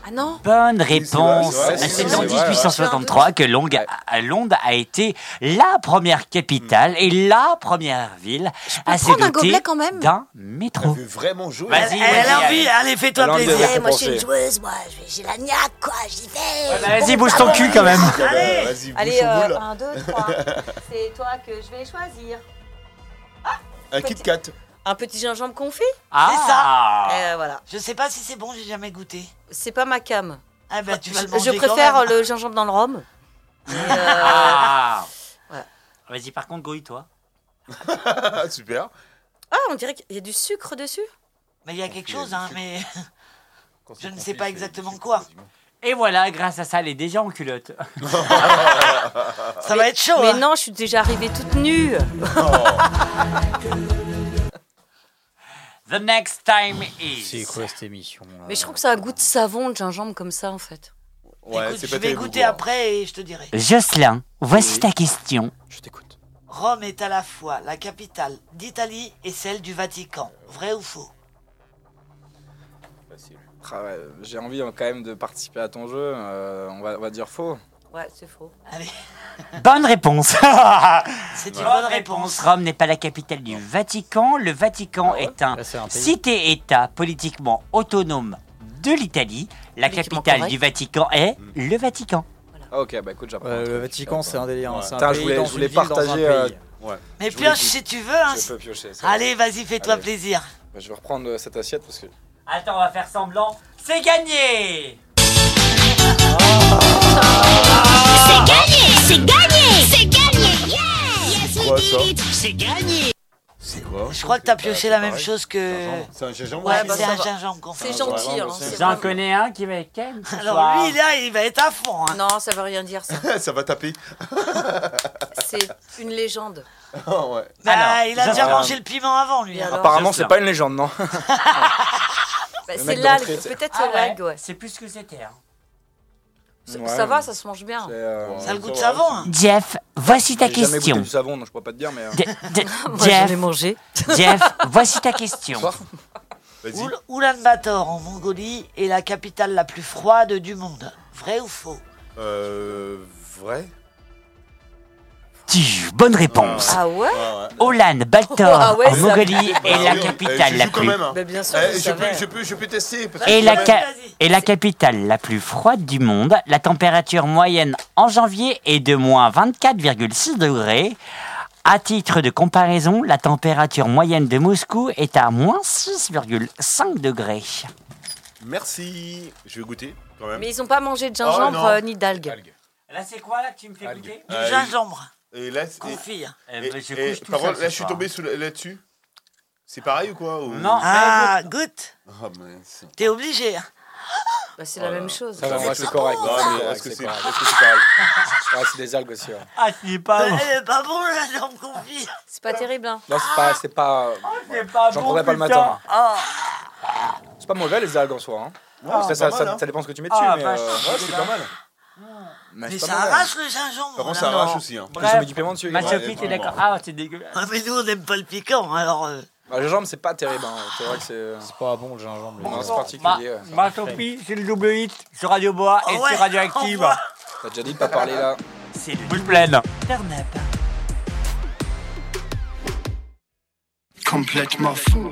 Ah non Bonne c'est vrai, réponse. c'est vrai, C'est, c'est en vrai, 1863 que Londres, a- Londres a été la première capitale et la première ville à se prendre un doter gobelet quand même d'un Elle métro. veut vraiment jouer. Elle, Vas-y, vas-y, elle a envie, allez, fais-toi Alors, on plaisir. devait- Eh, moi, je suis une joueuse, moi, j'ai la niaque, quoi, j'y vais bah, Vas-y, bouge ton cul quand même. Allez. Vas-y, bouge Allez, euh, au boule. 1, 2, 3. C'est toi que je vais choisir. Un Kit Kat. Un petit gingembre confit Ah, Euh, Voilà. Je sais pas si c'est bon, j'ai jamais goûté. C'est pas ma cam. Ah bah, tu vas le Je- manger je quand préfère même. le gingembre dans le rhum. Mais, euh, Ah. Voilà. Vas-y, par contre, grouille toi. Ah, super. Ah, on dirait qu'il y a du sucre dessus. Mais il y a quelque chose, hein, mais. quand Je c'est ne confit, sais pas c'est- exactement c'est quoi. quasiment. Et voilà, grâce à ça, elle est déjà en culotte. Ça va être chaud, Mais hein. non, je suis déjà arrivée toute nue. Oh. The next time is. C'est quoi cette émission Mais je trouve que ça a un goût de savon, de gingembre comme ça en fait. Ouais, Écoute, c'est je pas vais terrible. goûter quoi. après et je te dirai. Jocelyn, voici ta question. Je t'écoute. Rome est à la fois la capitale d'Italie et celle du Vatican. Vrai ou faux Facile. Ah ouais, J'ai envie hein, quand même de participer à ton jeu. euh, on, va, on va dire faux. Ouais, c'est faux. Ah Bonne réponse. C'est une Bonne bonne réponse. Rome n'est pas la capitale du Vatican. Le Vatican est un Là, c'est un pays. cité-État politiquement autonome de l'Italie. La Politiquement capitale correct. du Vatican est le Vatican. Ah ok, bah écoute, j'apprends. un Ouais, truc, Euh, le Vatican, je c'est un délire. hein. Ouais. C'est un Putain, je pays voulais- dans je une voulais ville, dans un partager, euh, pays. Mais Je pioche voulais- si tu veux. hein. sais pas. Je peux piocher. ça. Allez, vas-y, fais-toi Allez. plaisir. Bah, je vais reprendre euh, cette assiette parce que. Attends, on va faire semblant. C'est gagné C'est gagné C'est gagné C'est gagné Yes Quoi, ça C'est gagné C'est quoi Je crois que t'as C'est pioché pas la même pareil. chose que. C'est un gingembre Ouais, Ouais, bah, c'est ça un va. gingembre qu'on C'est fait. gentil. hein, c'est J'en vraiment- connais un qui va être Ken. ce soir. Alors lui, là, il va être à fond. hein. Non, ça veut rien dire, ça. Ça va taper. C'est une légende. Ah ouais. Bah, Alors, il a déjà ça- mangé le piment avant, lui. hein. Et alors Apparemment, c'est c'est ça. pas une légende, non Bah, Le C'est mec là, d'entrée, c'est- peut-être Ah c'est ouais, l'algue, ouais. C'est plus ce que c'était. hein. Ça- Ouais, Ça va, mais- ça se mange bien. C'est, euh, Ouais. Ça a le goût de Ça va, savon. hein. Jeff, voici ta J'ai jamais goûté question. du savon, donc je pourrais pas te dire, mais. euh, De- de- Moi, j'en ai Jeff, mangé. Jeff, voici ta question. Bonsoir. Vas-y. Oul- Oulan-Bator, en Mongolie, est la capitale la plus froide du monde. Vrai ou faux Euh. Vrai Tige, Bonne réponse. Ah ouais Ah ouais. Olan Baltor Oh, Ah ouais, en ça- Mongolie est Ah la oui, capitale eh, la je joue quand plus même, hein. Bah, Bien sûr, Eh, je je, peux, savais. je, peux, je peux tester. Bah, Parce Et que la quand même- ca- Vas-y. est la capitale la plus froide du monde. La température moyenne en janvier est de moins 24,6 degrés. À titre de comparaison, la température moyenne de Moscou est à moins 6,5 degrés. Merci. Je vais goûter quand même. Mais ils ont pas mangé de Oh, gingembre non. euh, ni d'algue. Algue. Là, c'est quoi là que tu me fais Algue. goûter Du Euh, gingembre, Et là, c'est- et- confit. Eh, bah, et- et- par contre, là, je suis tombé sous la- là-dessus. C'est pareil ou quoi ou- Non. Ah, goûte Ah, mince. T'es obligé. hein. Bah, Oh c'est la même chose. Ça va, moi, c'est correct. Non, c'est mais correct, est-ce que c'est c'est correct. est-ce que c'est pareil Ouais, c'est des algues aussi. hein. ouais. Ah, c'est pas Euh, elle est pas bon, la Oh, gingembre confit. C'est pas terrible, hein. Non, c'est pas. C'est pas, euh, C'est pas J'en prendrais pas le matin. hein. Oh, C'est pas mauvais, les algues en soi. hein. Ouais, ça, Ah, c'est ça, pas mal, ça- hein. ça dépend ce que tu mets dessus. Ah, mais, vache. euh, Ouais, c'est pas mal. mais mais c'est ça pas mauvais. arrache le gingembre. Par contre, là. ça non. arrache aussi. hein. Ils ont mis du piment dessus. Ma également. Sophie, t'es d'accord Ah, c'est dégueulasse. Ouais, mais nous, on n'aime pas le piquant, alors. euh, Ah, le gingembre, c'est pas terrible. hein. C'est vrai que c'est. C'est pas bon le gingembre. Non, les c'est gars. Ma, particulier. ouais. ma Sophie, c'est le double hit sur Radio Bois et Ah ouais, sur Radioactive. au revoir. T'as déjà dit de pas parler là. C'est le double pleine. Ternap. Complètement fou.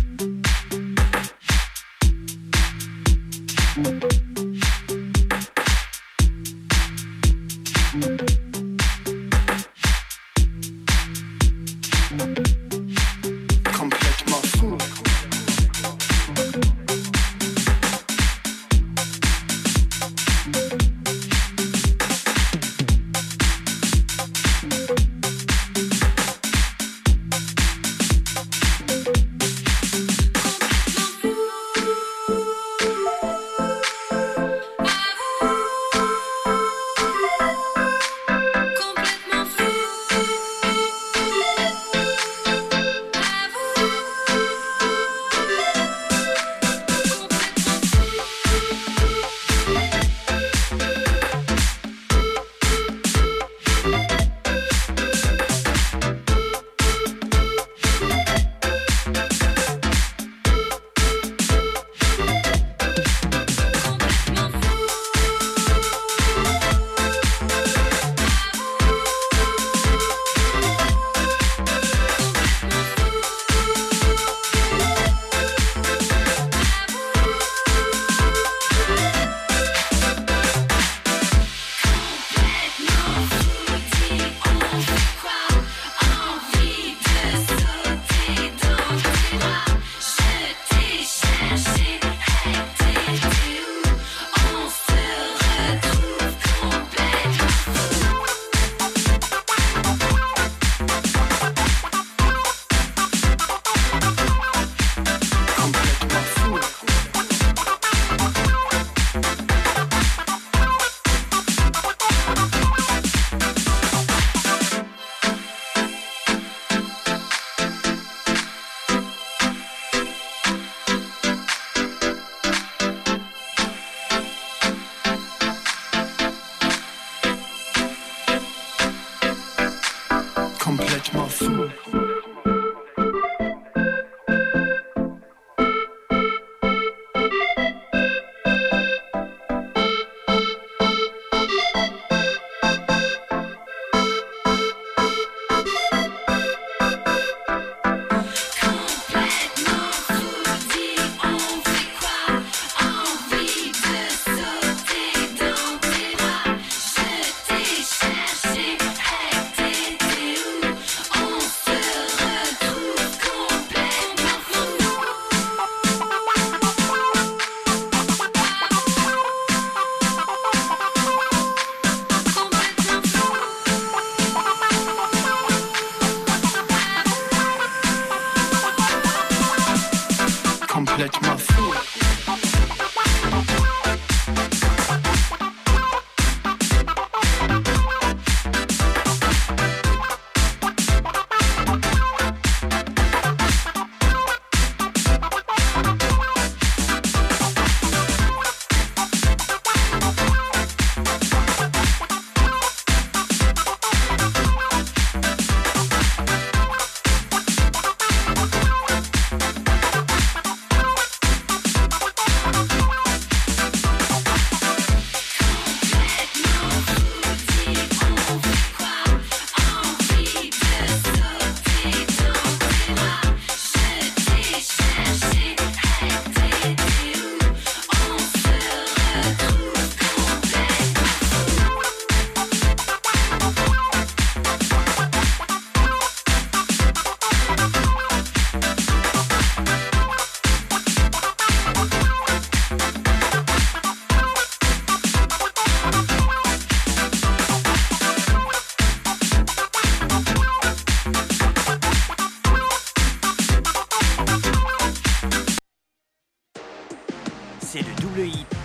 Complètement fou. Complètement fou. À vous. Envie de sauter dans tes bras, je t'ai cherché, t'es où On se retrouve complètement fou. Complètement fou. Complètement fou.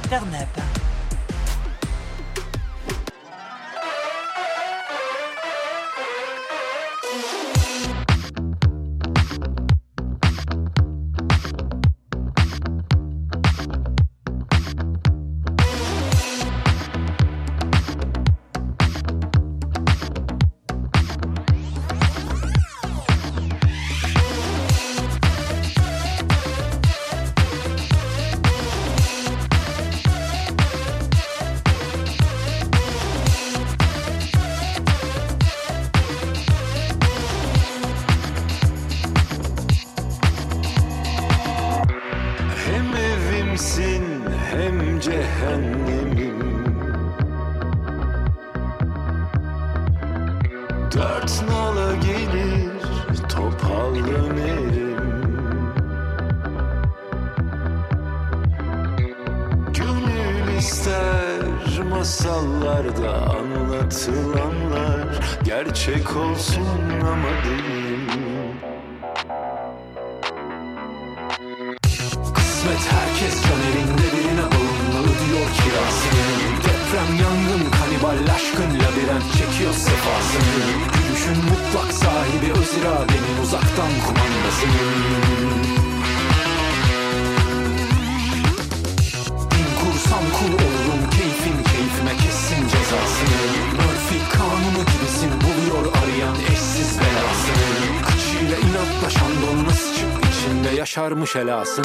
Turn-up. Hem evimsin hem cehennemim Dört nala gelir topal dönerim Gönül ister masallarda anlatılanlar Gerçek olsun ama değil Kısmet herkes can elinde birine bağımlı diyor kirasını Deprem yangın kanibal aşkın labirent çekiyor sefasını Gülüşün mutlak sahibi öz iradenin uzaktan kumandasını Din kursam kul olurum keyfin keyfime kessin cezasını Murphy kanunu gibisin buluyor arayan eşsiz belasını Kıçıyla inatlaşan donmaz çık içinde yaşarmış helasını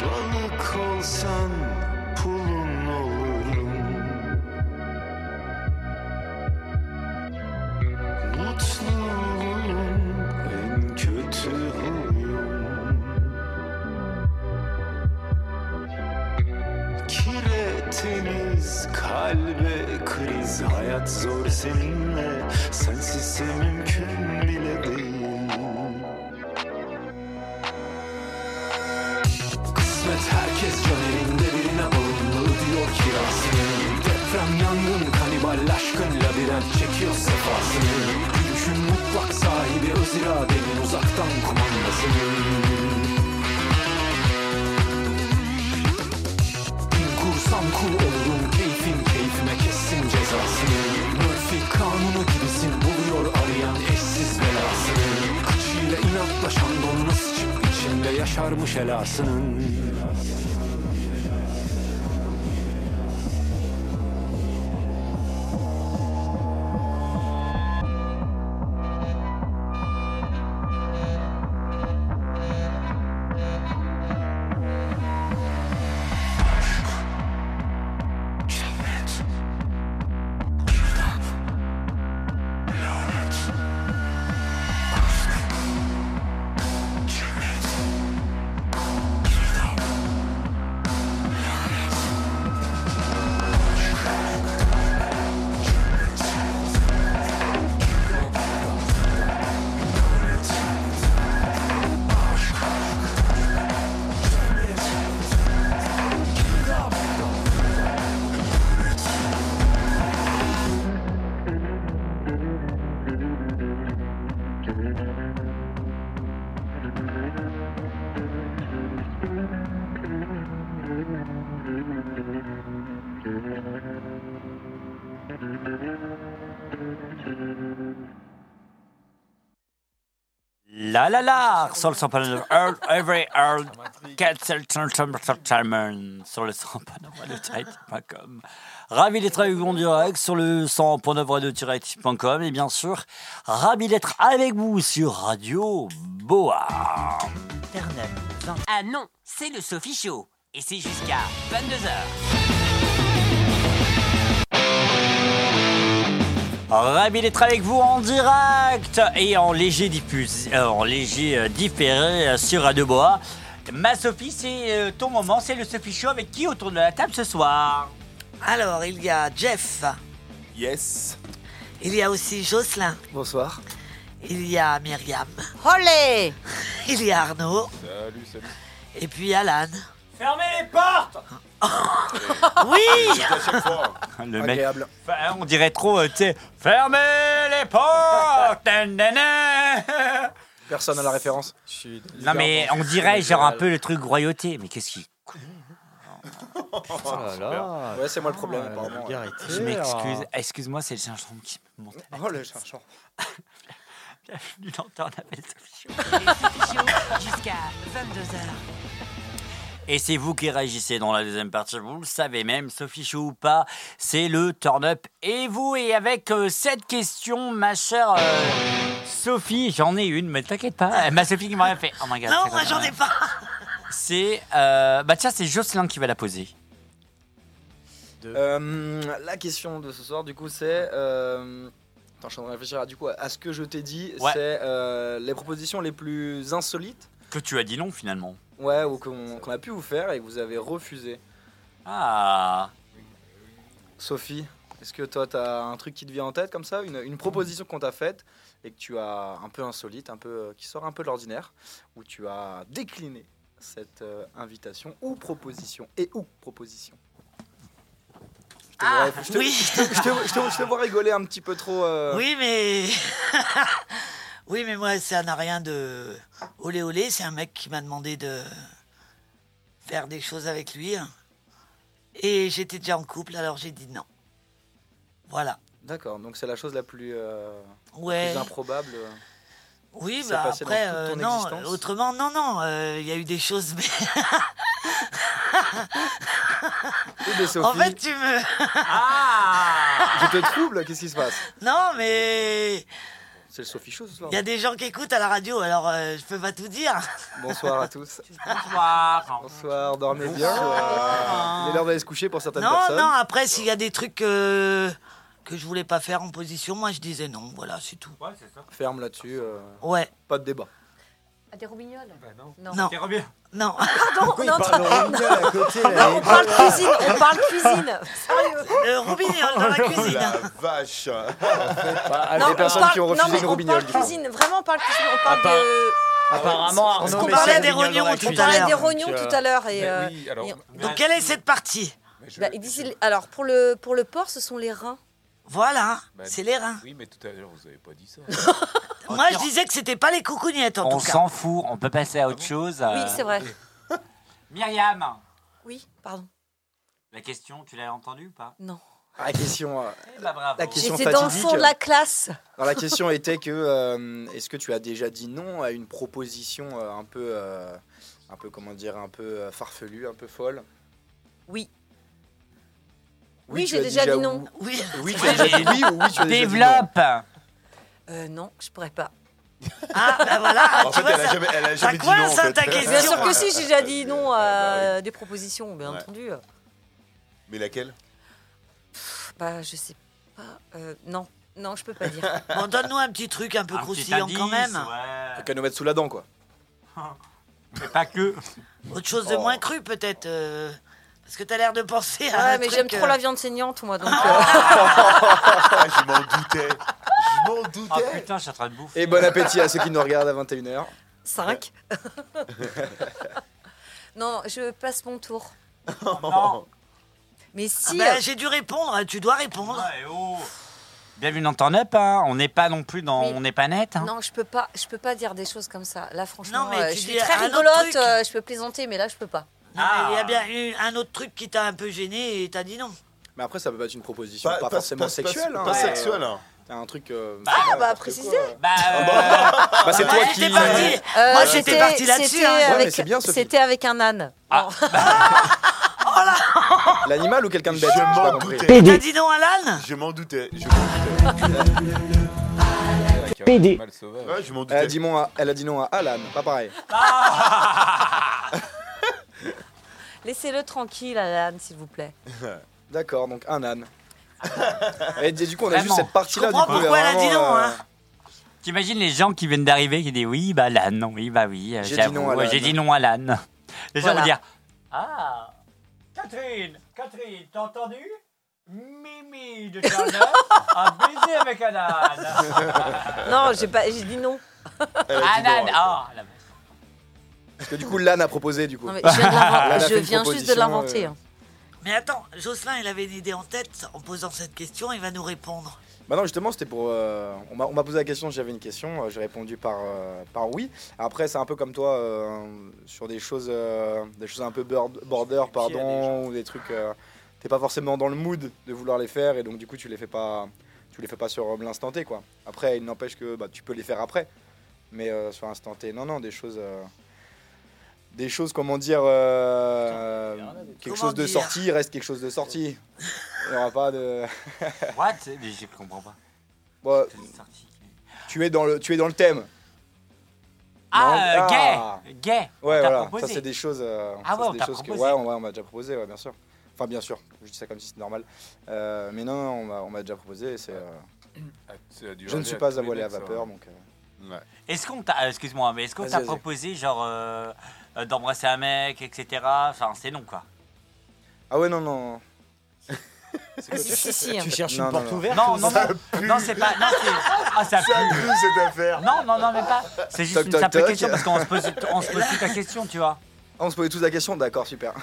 Balık olsan pulun olurum Mutlu olurum en kötü huyum Kiretiniz kalbe kriz Hayat zor seninle Sensizse mümkün bile değil Kısmet herkes can elinde birine bağımlı diyor kirasını Deprem yangın kanibal aşkın labirent çekiyor sefasını Gülüşün mutlak sahibi öz iradenin uzaktan kumandasını Din kursam kul olurum keyfin keyfime kessin cezasını Murphy kanunu gibisin buluyor arayan eşsiz belasını Kıçıyla inatlaşan donmaz çık içinde yaşarmış helasının La la la sur le sample Earl Every Earl Cancel sur le sample.com. Ravi d'être avec vous en direct sur le 100.9radio-com et bien sûr, ravi d'être avec vous sur Radio Boa. Ah non, c'est le Sophie Show et c'est jusqu'à 22h. Ravi d'être avec vous en direct et en léger, diffus- euh, en léger euh, différé euh, sur Radio Boa. Ma Sophie, c'est euh, ton moment, c'est le Sophie Show avec qui autour de la table ce soir Alors, il y a Jeff. Yes. Il y a aussi Jocelyn. Bonsoir. Il y a Myriam. Olé Il y a Arnaud. Salut, salut. Et puis Alan. Fermez les portes Ah. Oui Le mec, Enfin, on dirait trop, euh, tu sais, fermez les portes nanana. Personne à la référence. Non mais on dirait genre un peu le truc royauté, mais qu'est-ce qui... Ouais, c'est moi le problème, Ah, apparemment. Je m'excuse, excuse-moi, c'est le gingembre qui me monte. Oh, le chercheur. Bienvenue dans Turn Up et Sophie Show. Jusqu'à 22h. Et c'est vous qui réagissez dans la deuxième partie, vous le savez même, Sophie Chou ou pas, c'est le turn up. Et vous, et avec euh, cette question, ma chère euh, Sophie, j'en ai une, mais t'inquiète pas, Euh, ma Sophie qui m'a rien fait. Oh my god. Non, c'est moi quoi, j'en ai ouais. pas. C'est. euh, bah tiens, c'est Jocelyn qui va la poser. Euh, la question de ce soir, du coup, c'est. euh, Attends, je suis en train de réfléchir. à- Du coup, à ce que je t'ai dit, Ouais. c'est euh, les propositions les plus insolites, Que tu as dit non finalement. ouais, ou qu'on qu'on a pu vous faire et que vous avez refusé. Ah. Sophie, est-ce que toi, t'as un truc qui te vient en tête comme ça, une, une proposition qu'on t'a faite et que tu as un peu insolite, un peu euh, qui sort un peu de l'ordinaire, où tu as décliné cette euh, invitation ou proposition et ou proposition. Je te vois- Ah, je te- oui. je te- je te- je te- je te vois rigoler un petit peu trop. euh, Oui, mais. oui, mais moi, ça n'a rien de. Olé, olé, c'est un mec qui m'a demandé de faire des choses avec lui. Et j'étais déjà en couple, alors j'ai dit non. Voilà. D'accord, donc c'est la chose la plus, euh, la Ouais. plus improbable. euh, Oui, qui s'est bah passée dans après, toute euh, ton non, existence. autrement, non, non, euh, il y a eu des choses, mais. en fait, tu me. Je Ah te trouble, qu'est-ce qui se passe non, mais. C'est le Sophie Show ce soir. Il y a des gens qui écoutent à la radio, alors euh, je peux pas tout dire. Bonsoir à tous. Bonsoir. Bonsoir, dormez bien. Bonsoir. Euh, Il est l'heure d'aller se coucher pour certaines Non, personnes. non, après, s'il y a des trucs euh, que je voulais pas faire en position, moi je disais non, voilà, c'est tout. Ouais, c'est ça. Ferme là-dessus. euh, Ouais. Pas de débat. Ah, Des roubignoles non. Non. Non. Ah, Pardon, on est en train- On parle cuisine, on parle cuisine. Sérieux. Le robignol dans la cuisine. Oh, La vache. Ah, les personnes qui ont non, refusé mais une on robignole. parle du coup. cuisine, vraiment on parle cuisine, on parle part- de... Apparemment, Parce Arnaud qu'on met parlait cinq des rognons rognons dans la tout à cuisine. l'heure. On parlait des Donc, rognons euh, tout à l'heure et, mais euh, oui, alors- et- Donc, quelle est cette partie Bah, ils disent- alors pour le pour le porc, ce sont les reins. Voilà, hein, Bah, c'est les reins. Oui, mais tout à l'heure, vous avez pas dit ça. Moi je disais que c'était pas les coucougnettes en On tout cas. s'en fout, on peut passer à autre chose. euh, Oui, c'est vrai. Myriam, Oui, pardon. la question, tu l'as entendue ou pas Non. Ah, la question. euh, bah, bravo. La question J'étais dans le fatidique. fond de la classe. Alors, la question était que euh, est-ce que tu as déjà dit non à une proposition euh, un peu, euh, un peu comment dire, un peu euh, farfelue, un peu folle Oui. Oui, Oui, tu j'ai as déjà déjà dit non. Oui. Oui, tu as déjà dit oui ou oui, tu as déjà dit non Développe Euh, non, je pourrais pas. Ah, bah voilà. En fait, elle a jamais, elle a jamais dit non. en coince, fait. hein, ta Bien sûr que si, j'ai déjà dit non Eh ben à des propositions, bien Ouais. entendu. Mais laquelle Pff, Bah, je sais pas. Euh, non, non, je peux pas dire. Bon, donne-nous un petit truc un peu Un petit croustillant quand indice, même. ouais. Qu'à nous mettre sous la dent, quoi. Mais pas que. Autre chose de Oh. moins cru peut-être. euh, parce que t'as l'air de penser à. Ouais, un mais truc, j'aime trop euh, la viande saignante, moi, donc. euh, Ah, je m'en doutais. Je m'en Oh doutais. putain, je suis en train de bouffer. Et bon appétit à ceux qui nous regardent à 21h. 5. non, non, je passe mon tour. Non. Mais Ah si. bah, euh, j'ai dû répondre, tu dois répondre. Ouais, oh. Bienvenue dans Turn Up, hein. on n'est pas non plus dans. Oui. On n'est pas net. hein. Non, je peux pas, je peux pas dire des choses comme ça. Là, franchement, Non, mais euh, tu je suis dis très un autre rigolote, truc. euh, je peux plaisanter, mais là, je peux pas. Non, Ah. mais Il y a bien eu un autre truc qui t'a un peu gêné et t'as dit non. Mais après, ça peut pas être une proposition, Pas- pas, pas- forcément pas- pas- sexuelle. pas hein, mais, sexuelle, hein. euh, T'as un truc. euh, Ah, bah, n'importe précisez. quoi. Bah, euh, Bah, c'est Moi, toi j'étais qui. parti. Euh, Moi, j'étais c'était- parti là-dessus. c'était hein. Ouais, mais avec- c'est bien, Sophie. C'était avec un âne. Bon. Oh. L'animal ou quelqu'un de bête Je J'ai pas m'en compris. doutais. T'as dit non à l'âne Je m'en doutais. Je m'en doutais. Avec un animal sauvage. Ouais, je m'en Elle a doutais. dit non à, elle a dit non à Alan, pas pareil. Ah. Laissez-le tranquille, Alan, s'il vous plaît. D'accord, donc un âne. Et du coup, on a Vraiment. juste cette partie-là. Je du comprends coup, il y a pourquoi elle a vraiment, dit non, euh, hein. T'imagines les gens qui viennent d'arriver qui disent oui, bah l'âne, oui, bah oui, euh, J'ai dit non à j'avoue, l'âne. j'ai dit non à l'âne. Les gens Voilà. vont dire Ah Catherine, Catherine, t'as entendu Mimi de Turner a baisé avec un âne. Non, j'ai pas, j'ai dit non. Elle a dit non, Anan, elle. ah la- Parce que du coup, l'âne a proposé, du coup. Non, mais je viens de l'inventer- L'âne a je fait une viens juste de proposition, l'inventer, euh, hein. Mais attends, Jocelyn, il avait une idée en tête. En posant cette question, il va nous répondre. Bah non, justement, c'était pour. euh, on m'a on m'a posé la question, j'avais une question, euh, j'ai répondu par, euh, par oui. Après, c'est un peu comme toi euh, sur des choses, euh, des choses un peu bord- border, pardon, ou des trucs. euh, T'es pas forcément dans le mood de vouloir les faire et donc du coup, tu les fais pas, tu les fais pas sur euh, l'instant T, quoi. Après, il n'empêche que bah, tu peux les faire après, mais euh, sur l'instant T, non, non, des choses. euh, des choses, comment dire, euh, quelque Comment chose de dire sorti il reste quelque chose de sorti. Il n'y aura pas de. What Mais je comprends pas. Bon, tu es dans le, tu es dans le thème. Ah, Non, ah. euh, gay Gay on Ouais, t'a voilà. proposé. Ça c'est des choses. euh, Ah ça, ouais, c'est on des t'a choses que- proposé. ouais, on, ouais, on m'a déjà proposé, ouais, bien sûr. Enfin, bien sûr. Je dis ça comme si c'était normal. Euh, mais non, non, on m'a- on m'a déjà proposé. et C'est. euh, ça a dû je ne aller suis à pas tous à les voilée à deux, ça, hein. vapeur, ouais. donc. Est-ce qu'on t'a, euh, excuse-moi, mais est-ce qu'on Vas-y, t'a vas-y. proposé genre euh, euh, d'embrasser un mec, etc. Enfin, c'est non quoi. Ah ouais, non, non. quoi, Si, tu- si, si. Tu cherches Non, une non, porte non. ouverte Non, ou- non, non. Non, c'est pas. Non, c'est. Ah, ça pue. cette affaire. Non, non, non, mais pas. C'est juste Toc, une toc, simple toc. question parce qu'on se pose, on se pose toute la question, tu vois. Ah, on se posait tous la question, d'accord, super. non,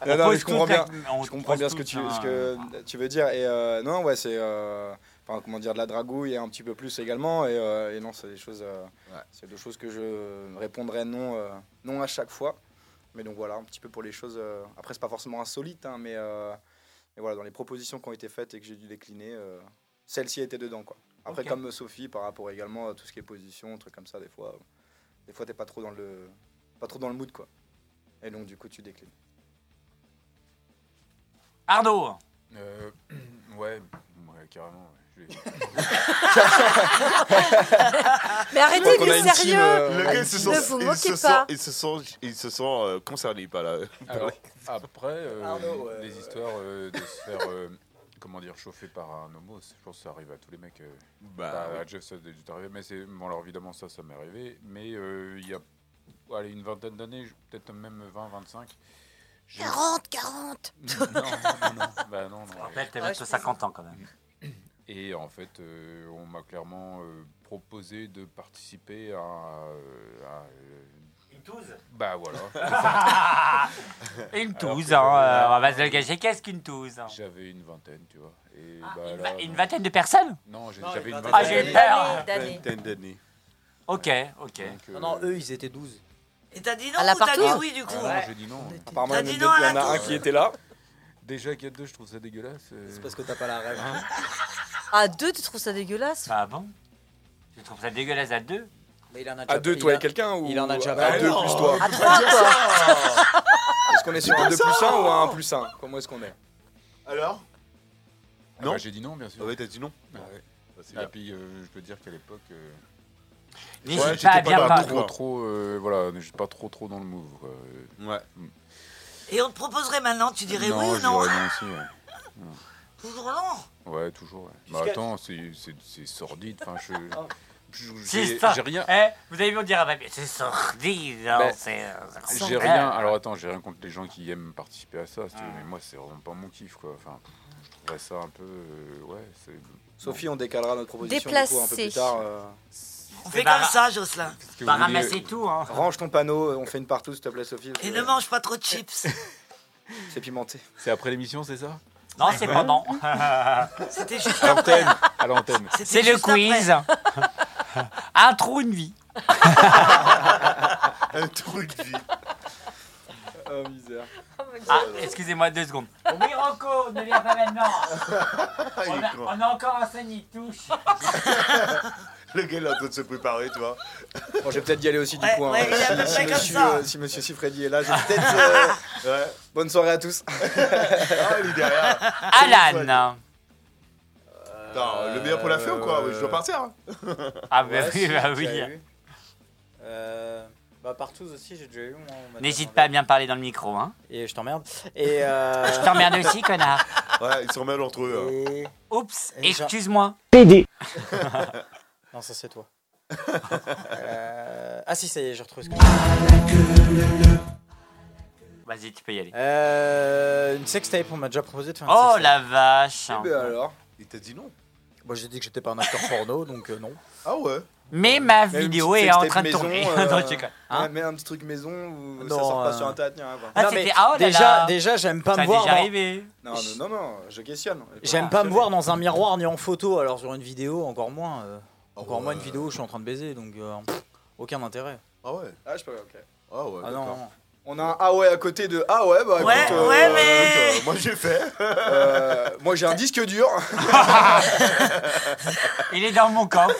On non, mais pose je comprends toute la- bien. on Je comprends pose bien ce que toute tu, la- ce que hein. tu veux dire. Et euh, non, ouais, c'est. euh, Enfin, comment dire, de la dragouille et un petit peu plus également. Et, euh, et non, c'est des choses. euh, C'est des choses que je répondrais non, euh, non à chaque fois. Mais donc voilà, un petit peu pour les choses. euh, après, c'est pas forcément insolite, hein, mais, euh, mais voilà, dans les propositions qui ont été faites et que j'ai dû décliner, euh, celle-ci était dedans, quoi. Après, Ok. comme Sophie, par rapport également à tout ce qui est position, trucs comme ça, des fois, euh, des fois, t'es pas trop dans le, pas trop dans le mood, quoi. Et donc, du coup, tu déclines. Arnaud. Euh, ouais, ouais, carrément. ouais, je l'ai- Mais arrêtez, Donc, on a mais une team, sérieux euh, le gars, Ne ils se sont- vous ils moquez se pas sont- Ils se sont, ils se sont euh, concernés par la. par Alors, la- après, euh, Arnaud, ouais, les ouais. histoires euh, de se faire, euh, comment dire, chauffer par un homo, c'est- je pense que ça arrive à tous les mecs. euh. Bah, à Jeff, ça a dû t'arriver. Mais c'est, bon, alors évidemment, ça, ça m'est arrivé. Mais euh, il y a allez, une vingtaine d'années, je- peut-être même 20, 25. j'ai- 40, 40. Non, non, non, bah non, non. Rappelle, t'as bientôt 50 ans quand même. Et en fait, euh, on m'a clairement euh, proposé de participer à. euh, à, euh, Une touze Bah voilà. Une Alors touze, que hein, j'avais- euh, on va se le cacher. Qu'est-ce qu'une touze hein J'avais une vingtaine, tu vois. Et Ah, bah une là, va- une non. vingtaine de personnes Non, j'ai- Non, j'avais une une vingtaine vingtaine. Ah, j'ai eu peur. d'années. Vingtaine d'années. Ok, ok. Donc, euh, Non, non, eux, ils étaient 12. Et t'as dit À non la ou t'as partout. dit oui, du coup Ah non, j'ai dit non. Apparemment, T'as il y en a dit deux- non à il y en la a un touche. qui était là. Déjà qu'il y a deux, je trouve ça dégueulasse. euh. C'est parce que t'as pas la rêve. hein. À Ah, deux, tu trouves ça dégueulasse Ah bon Tu trouves ça dégueulasse à deux Mais il en a déjà À deux, il toi a- et quelqu'un ou Il en a déjà Ah, À parlé. deux plus toi. À trois, quoi Est-ce qu'on est sur un 2 plus 1 ou un 1 plus 1 Comment est-ce qu'on est Alors Ah Non bah, j'ai dit non, bien sûr. Ah ouais, t'as dit non Ah ouais. Bah, c'est Et bien. puis, euh, je peux dire qu'à l'époque, euh, N'hésite Ouais, j'étais pas à pas bien dans la parler. troupe. trop, trop, euh, voilà, j'étais pas trop, trop dans le move. quoi. Euh, Ouais. Et on te proposerait maintenant, tu dirais non, oui ou je non hein dirais non aussi, ouais. Mm. Toujours non Ouais, toujours. ouais. Bah Jusqu'à- attends, c'est- c'est c'est sordide. Enfin, je. je- C'est J'ai ça. j'ai rien. Eh, vous avez vu, on dirait un papier. C'est sordide. hein, Ben, c'est- c'est- J'ai rien. Alors attends, j'ai rien contre les gens qui aiment participer à ça, si tu veux, mais moi, c'est vraiment pas mon kiff, quoi. Enfin, je trouverais ça un peu. euh, ouais, c'est. Sophie, on décalera notre proposition du coup, un peu Déplacé. plus tard. euh. On C'est fait pas comme ra- ça, Jocelyn. Est-ce que Pas vous voulez- ramasser tout, hein. Range ton panneau, on fait une partout, s'il te plaît, Sophie. parce Et que ne mange pas trop de chips. C'est pimenté. C'est après l'émission, c'est ça Non, c'est pendant. C'était juste À après. l'antenne. À l'antenne. C'était C'est le juste après. quiz. un trou, une vie. Un truc de vie. Oh, misère. Ah, excusez-moi deux secondes. Oui, Rocco, ne viens pas maintenant. Ah, il est con. a encore un Sonic touche. Le gars, il est en train de se préparer, tu vois. Bon, je vais peut-être y aller aussi, du Ouais, coup. hein. ouais, il est à peu si, près si comme monsieur, ça. euh, si monsieur Sifredi est là, j'ai peut-être. euh, Ouais. Bonne soirée à tous. Ah, il est derrière. Alan. Attends, le meilleur pour la Euh, fin ou quoi Je dois partir. hein. Ah, bah Ouais, oui, si, bah tu oui. l'as eu. Euh, Bah, partout aussi, j'ai déjà eu. moi, on m'a N'hésite demandé. pas à bien parler dans le micro, hein. Et je t'emmerde. Et euh... Je t'emmerde aussi, connard. Ouais, ils sont mal entre eux. hein. Et- Oups, Et genre- excuse-moi. non, ça c'est toi. Euh, Ah si, ça y est, j'ai retrouvé ce que Vas-y, tu peux y aller. Euh, Une sextape, on m'a déjà proposé de faire une Oh sextape. la vache. Eh ben alors. Il t'a dit non. Moi j'ai dit que j'étais pas un acteur porno, donc euh, non. Ah ouais Mais ma Même une vidéo petite est en sextape train de maison, tourner. euh, Non, je déconne. Hein ouais, mais un petit truc maison où Non, ça sort pas euh, sur internet, ni rien, quoi. Ah, Non, c'était- mais ah, oh là déjà, là. déjà j'aime pas Ça me a voir. déjà dans- arrivé. Non, non, non, non, je questionne. J'aime pas me voir dans un miroir ni en photo, alors sur une vidéo encore moins. euh, encore ouais. moins une vidéo où je suis en train de baiser, donc euh, pff, aucun intérêt. Ah ouais Ah, je peux, ok. Ah ouais, Ah non, d'accord. non. On a un ah ouais à côté de ah ouais, bah Ouais, écoute, euh, ouais, mais- Écoute, euh, moi j'ai fait. euh, moi j'ai un disque dur. Il est dans mon coffre.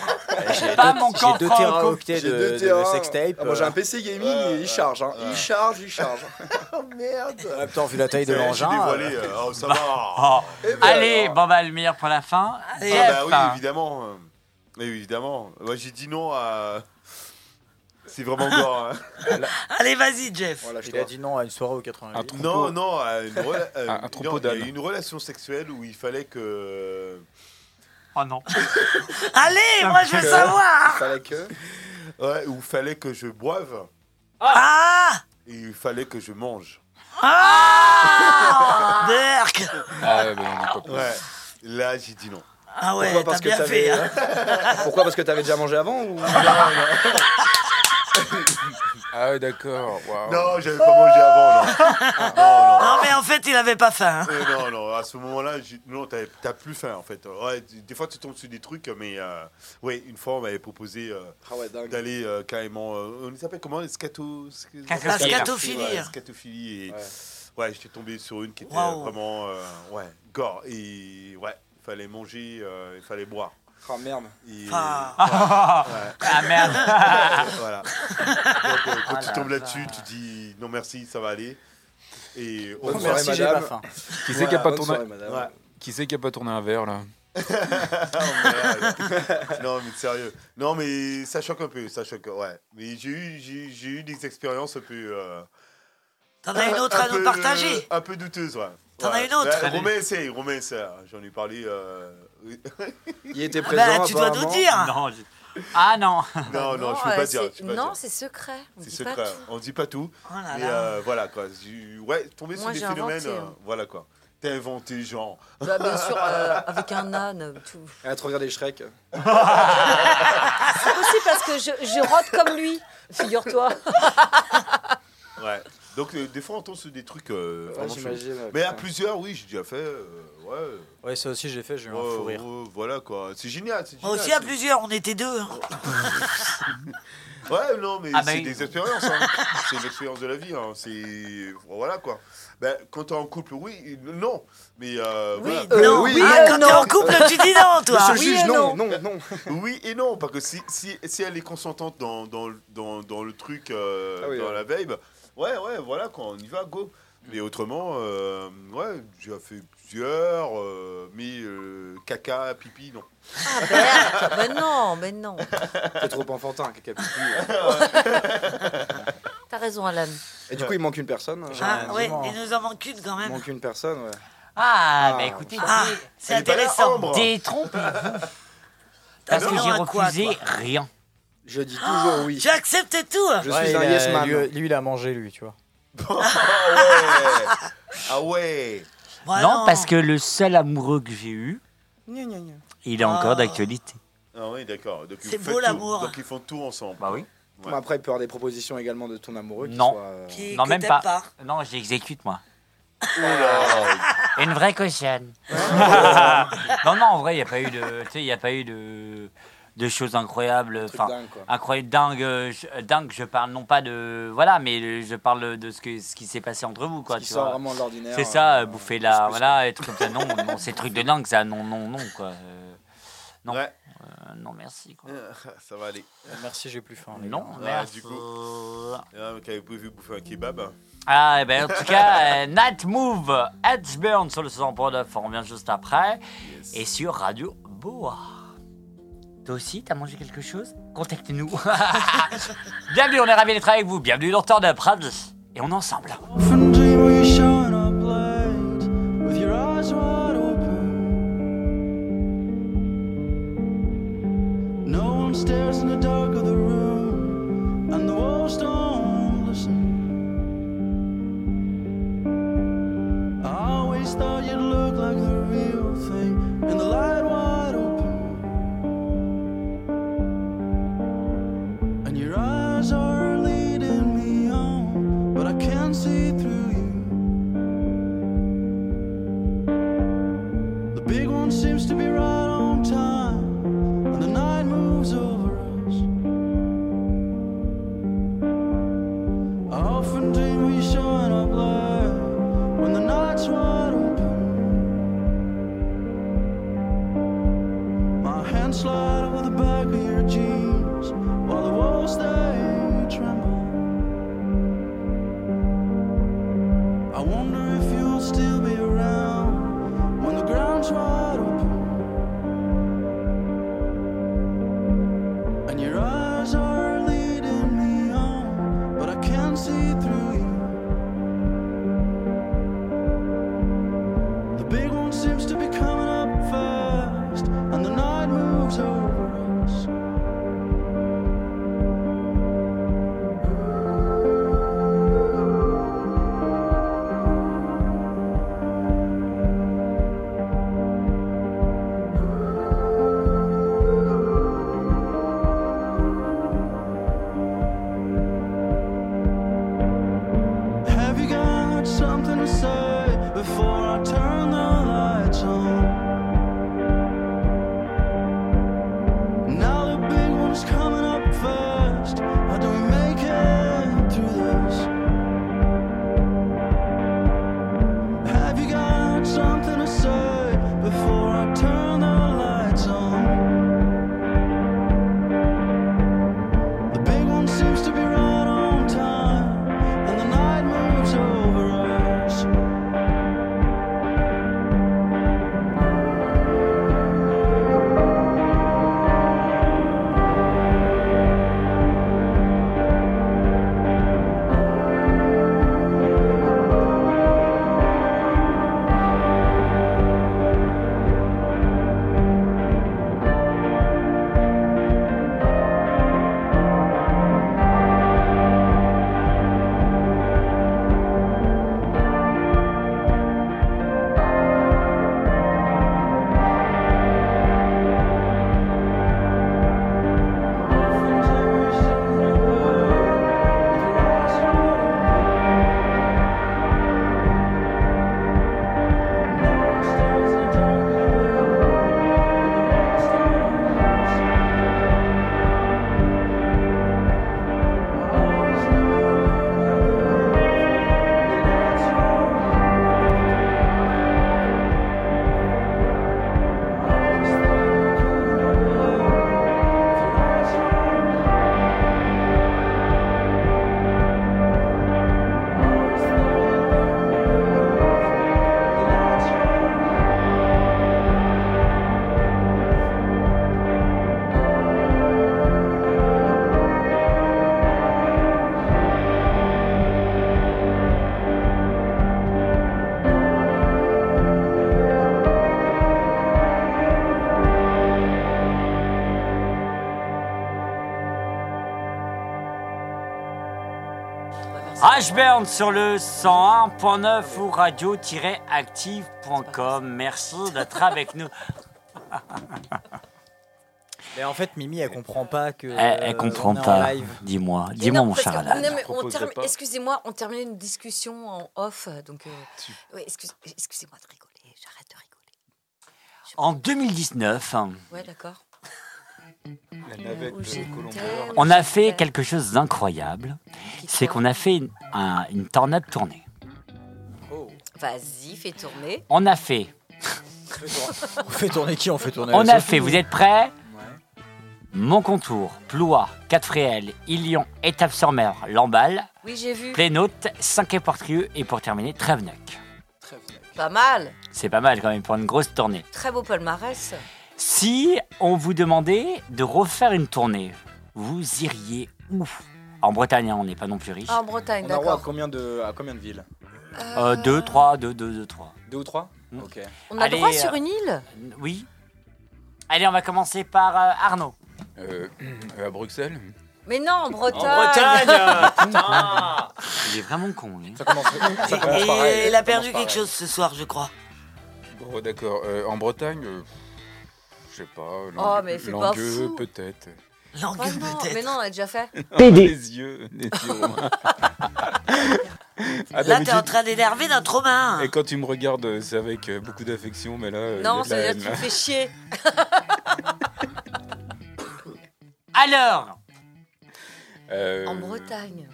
J'ai Pas deux- mon j'ai camp deux franco. téraoctets J'ai de, deux de terrains. sextape. Ah, moi j'ai un euh, PC gaming, Ouais, il charge, hein. ouais. il charge, il charge. Oh merde en même temps, vu la taille de Eh, J'ai l'engin. dévoilé. euh, Oh, ça va. Oh. Eh ben, Allez, alors. bon bah le meilleur pour la fin. Allez. Jeff. Ah bah oui, évidemment. euh, Oui, évidemment. Moi j'ai dit non à. C'est vraiment gore. hein. Allez, vas-y, Jeff. Voilà, je Il a dit non à une soirée au 88. Un Non, troupeau. non, à une, rela- euh, Un- un non, troupeau il y a d'ânes. eu une relation sexuelle où il fallait que. Oh non. Allez, Eh, moi, je veux que- savoir. fallait que. Ouais, où il fallait que je boive Ah et il fallait que je mange. Ah Berk Ah ouais, bah, on est pas plus. Ouais. Là, j'ai dit non. Ah ouais, Pourquoi t'as parce, que bien fait. t'avais... hein. Pourquoi parce que t'avais déjà mangé avant ou... Ah ouais, d'accord. waouh. Non, j'avais pas mangé avant, non. Non, mais en fait, il avait pas faim. hein. Non, non. Euh, non, non, à ce moment-là, j'ai- non, t'as t'as plus faim en fait. Ouais, tu- des fois tu tombes sur des trucs, mais euh, ouais, une fois on m'avait proposé euh, Ah ouais, dingue. d'aller euh, carrément. euh, on les appelle comment Les scato... sc- Scatophiles. scatophiles, Scatophiles. ouais, scatophiles, Et... Ouais. Ouais, j'étais tombé sur une qui était Waouh. vraiment. euh, ouais, gore. Et ouais, il fallait manger, euh, il fallait boire. Oh merde. Et- Ah. Ah merde. voilà. Donc, euh, quand Ah tu la tombes là-dessus, vache. tu dis non merci, ça va aller. Et Bonne au revoir. soirée, Merci, j'ai pas madame. faim. Qui c'est qui a pas Bonne tourné soirée, madame. Ouais. Qui c'est qui a pas tourné un verre là Oh, merde. non mais sérieux. Non mais ça choque un peu, ça choque. Ouais. Mais j'ai eu, j'ai, j'ai eu des expériences un peu. euh, T'en as une autre un à nous peu- euh, partager. Un peu douteuses, ouais. T'en Ouais. as une autre Ouais, Romain essaye, Romain essaye. J'en ai parlé. euh, oui. Il était Ah présent. bah, tu dois nous apparemment. dire. Non. je- Ah non. non, non, je peux pas euh, dire. c'est- je peux pas Non, dire. c'est secret. On c'est dit pas secret. On dit pas tout. Oh là Mais là. euh, voilà quoi. J'ai- Ouais, tomber sur Moi, des j'ai phénomènes. inventé, euh, hein. voilà quoi. T'as inventé genre. tout. Bah, bien sûr, euh, avec un âne. Tout. Arrête de regarder Shrek. C'est possible parce que je, je rote comme lui, figure-toi. Ouais. Donc euh, des fois on tombe sur des trucs. euh, Ouais, vraiment chelous. j'imagine, ouais, Mais à putain. plusieurs, oui, j'ai déjà fait. euh, ouais. Ouais, ça aussi, j'ai fait, j'ai eu un Ouais, fou rire. ouais, voilà quoi, c'est génial. c'est Moi génial, aussi, à c'est- plusieurs, on était deux. hein. Ouais, non, mais Ah, bah c'est ben. oui. des expériences. hein. c'est une expérience de la vie. hein. C'est. Voilà quoi. Ben, quand t'es en couple, oui, non. Mais euh, Oui, voilà. euh, non, oui, ah, euh, quand non. t'es en couple, tu dis non, toi. Monsieur le oui juge, et non, non, non. Oui et non, parce que si, si, si elle est consentante dans, dans, le- dans, dans le truc, euh, Ah oui, dans ouais. la vibe, ouais, ouais, voilà, quand on y va, go. Mais autrement, euh, ouais, j'ai fait plusieurs, euh, mais euh, caca, pipi, non. Ah, merde. Mais non, mais non. T'es trop enfantin, caca pipi. T'as raison, Alan. Et du coup, il manque une personne. hein. Ah, Ouais, ouais, dis-moi. il nous en manque une quand Il même. manque une personne, ouais. Ah bah Ah. écoutez, Ah, c'est Elle est pas là, intéressant. Ambre. détrompez-vous. Parce Ah que non, j'ai à quoi, refusé toi rien. Je dis toujours oui. J'ai accepté tout. Je Ouais, suis il un a- yes man. Lui, lui, il a mangé, lui, tu vois. Ah ouais Ah ouais Ouais, non, parce que le seul amoureux que j'ai eu, Gna, gna, gna. il est encore Ah. d'actualité. Ah oui, d'accord. Donc, C'est vous beau, faites tout. l'amour. Donc ils font tout ensemble. Bah oui. Ouais. Mais Après, il peut y avoir des propositions également de ton amoureux qui Non. soient, euh, Qui- Non, que même t'aimes pas. Non, j'exécute moi. Une vraie cochonne. non, non, en vrai, il n'y a pas eu de, tu sais, il y a pas eu de, de choses incroyables. trucs Enfin, dingues, quoi. incroyable, dingue, euh, je, euh, dingue. Je parle non pas de, voilà, mais euh, je parle de ce que, ce qui s'est passé entre vous, quoi. qui tu sort vois. vraiment de l'ordinaire. C'est ça, euh, euh, bouffer plus, là, plus, voilà, être comme ça. Non, non, c'est truc de dingue, ça. Non, non, non, quoi. Euh, Non. Ouais. euh, non, merci. Quoi. Ah, Ça va aller. Merci, j'ai plus faim. les Non, gars. Ah, merci. du Ah, mais quand vous pouvez bouffer un kebab. hein. Ah, et ben, en tout cas, euh, Nat Move, Edgeburn sur le 100.9, on revient juste après, et sur Radio Boa. Toi aussi, t'as mangé quelque chose Contacte-nous. Bienvenue, on est ravis d'être avec vous. Bienvenue dans Turn Up, Rabs. Et on est ensemble. with your eyes wide open. No one stares in the dark of the room, and the walls don't listen. I always thought you'd look like the real thing in the light wide open, and your eyes are leading me on, but I can't see through you. The big one seems to be right on time, and the night moves over us. I often dream we showing up live when the night's wide open. My hands slide over the back of your jeans while the walls they tremble. I wonder if you'll still be around when the ground's wide open and your eyes are leading me on, but I can't see through you. The big one seems to be coming up fast, and the night moves over us. Have you got something to say before I turn the lights on? Now the big one's coming up fast. How do we make it through this? Have you got something to say before I turn the lights on? The big one seems to be right on time and the night moves over us. Ashburn sur le 101.9 ou radio-active.com. Merci d'être avec nous. Mais en fait, Mimi, elle comprend pas que. euh, Elle, elle comprend pas. Dis-moi, dis-moi Non, mon parce que- cher non, Alan. mais on termine- Excusez-moi, on terminait une discussion en off. Donc, euh, ouais, excuse- excusez-moi de rigoler. J'arrête de rigoler. En 2019, Ouais, d'accord. La navette Où j'ai de Colombo. tellement- on a fait quelque chose d'incroyable. C'est qu'on a fait une, un- une tornade tournée. Vas-y, fais tourner. On a fait On fait tourner qui On fait tourner. On la a Sophie, fait, ou- vous êtes prêts Mon contour, Ploua, Catfréel, Ilion, Étape-sur-Mer, Lamballe, Oui, j'ai vu. Plénaute, 5 et Portrieux et pour terminer, Trévenac. Pas mal. C'est pas mal quand même pour une grosse tournée. Très beau palmarès. Si on vous demandait de refaire une tournée, vous iriez où En Bretagne, hein, on n'est pas non plus riche. En Bretagne, On a droit à d'accord. combien de, à combien de villes Euh, deux, trois, deux, deux, deux, trois. Hmm. Deux ou trois Ok. On a droit Allez, sur euh, une île Oui. Allez, on va commencer par euh, Arnaud. Euh, euh, à Bruxelles Mais non, en Bretagne Il est vraiment con, lui. Ça commence, ça commence Et pareil, hein. il a ça perdu commence quelque pareil. chose ce soir, je crois. Bon, d'accord. Euh, en Bretagne, euh, je sais pas. Oh, Langue- mais c'est pas Langueux, fou. peut-être. Oh non, Mais non, on l'a déjà fait. Non, PD. Les yeux, les yeux. Romain. Ah, Là, t'es d'habitude- en train d'énerver notre Romain. Et quand tu me regardes, euh, c'est avec euh, beaucoup d'affection, mais là. euh, Non, il y a de la c'est-à-dire que tu haine, me là. fais chier. Alors Euh, En Bretagne.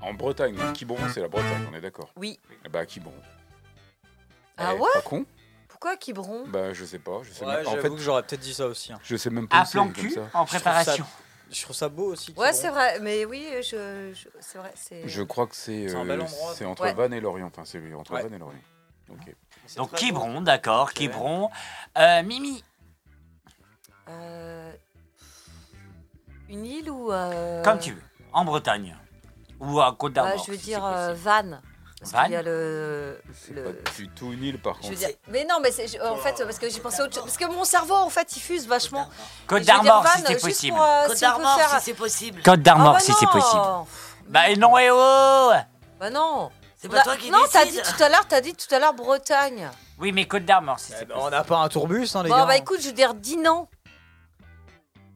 En Bretagne. Quiberon, c'est la Bretagne, on est d'accord Oui. Eh Bah, Quiberon. Ah Eh, ouais Pas con Pourquoi Quiberon Bah, je sais pas. Je sais Ouais, même- en j'avoue fait, que j'aurais peut-être dit ça aussi. hein. je sais même pas. où c'est, comme ça. en Je trouve préparation. ça- Je trouve ça beau aussi. Ouais, c'est vrai. Mais oui, je, je- c'est vrai. c'est- Je crois que c'est C'est un euh, bel endroit. c'est entre Ouais. Vannes et Lorient. Enfin, c'est entre Vannes et Lorient. Ok. Donc Quiberon, d'accord, Quiberon. Euh, Mimi, Euh, Une île ou. euh, comme tu veux, en Bretagne ou à Côte bah, d'Armor. Je veux dire euh, Vannes. Parce qu'il y a Vannes le. C'est le- pas du tout une île, par Je veux contre. dire, mais non, mais c'est, je- en fait, parce que j'ai pensé à autre chose. Parce que mon cerveau, en fait, il fuse vachement. Côte Et je veux dire d'Armor, si Vannes, c'est juste possible. pour, euh, Côte si on peut d'Armor, faire- si c'est possible. Côte d'Armor, Ah bah si c'est non possible. Bah et non, eh oh Bah non. C'est On pas a- toi qui Non, t'as dit décides. tout à l'heure, t'as dit tout à l'heure Bretagne. Oui, mais Côte d'Armor, si c'est possible. On n'a pas un tourbus, hein, les Bon, gars. bah écoute, je veux dire Dinan.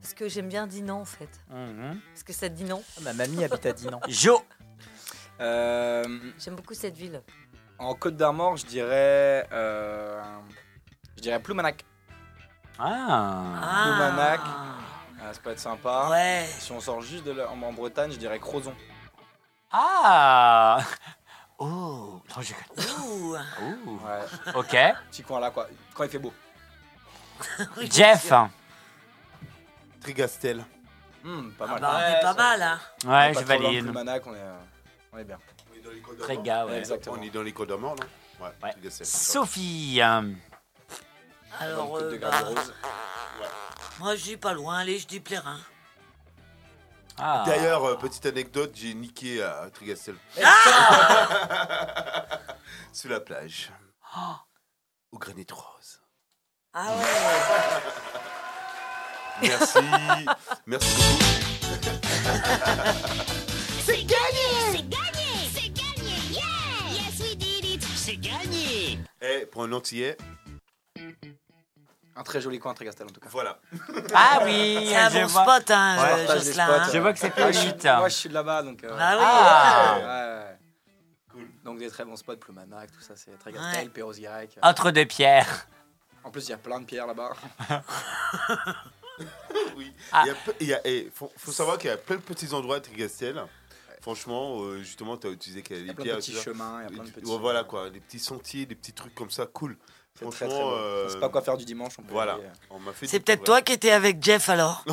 Parce que j'aime bien Dinan, en fait. Mhm. Parce que ça te dit non. Ah, bah. Ma mamie habite à Dinan. Jo Euh, J'aime beaucoup cette ville. en Côte d'Armor, je dirais. euh, je dirais Ploumanac. Ah. Ploumanac. Ah, ça peut être sympa. Ouais. Si on sort juste de la- en, en Bretagne, je dirais Crozon. Ah Oh Non, je Ouh. Ouh. Ouais. Ok. Petit coin là, quoi. Quand il fait beau. Jeff Trigastel. Hmm, pas Ah mal. bah, on est pas mal, hein. On Ouais, est pas je trop loin de valide. Ploumanac, on est, euh, on est bien. Très gars, ouais. Exactement. On est dans les codes d'Armor, non Ouais. Trigastel. Sophie hein. Alors, Dans le euh, truc de bah, Garde Rose. moi, je dis pas loin. Allez, je dis Plérin. Ah. D'ailleurs, euh, petite anecdote, j'ai niqué euh, à Trigastel. Sous la plage. Au granit rose. Ah ouais. Merci. Merci beaucoup. C'est gagné C'est gagné C'est gagné Yeah Yes, we did it C'est gagné Eh, pour un antillais, Un très joli coin, Trégastel en tout cas. Voilà. Ah oui, C'est un je bon vois. spot, hein, Ouais. euh, Jocelyn. hein. Je vois que c'est hein. Bah Ah, je suis- plus Moi, je suis de là-bas, donc. euh, Ah oui. ouais, Cool. Donc des très bons spots, Plumanac, tout ça, c'est Trégastel, Ouais. Perros-Guirec. Entre deux pierres. En plus, il y a plein de pierres là-bas. oui. Il y a peu- il y a- eh, faut, faut savoir qu'il y a plein de petits endroits à Trigastel. Franchement, euh, justement, tu as utilisé qu'il y a des plein de pierres. petits tout ça. chemins, il y a plein de Et tu- petits- Voilà quoi, des petits sentiers, des petits trucs comme ça, cool. C'est Franchement, très, très beau. euh, On sait pas quoi faire du dimanche, on peut Voilà, aller, euh, on m'a fait. C'est découvrir. peut-être toi qui étais avec Jeff alors.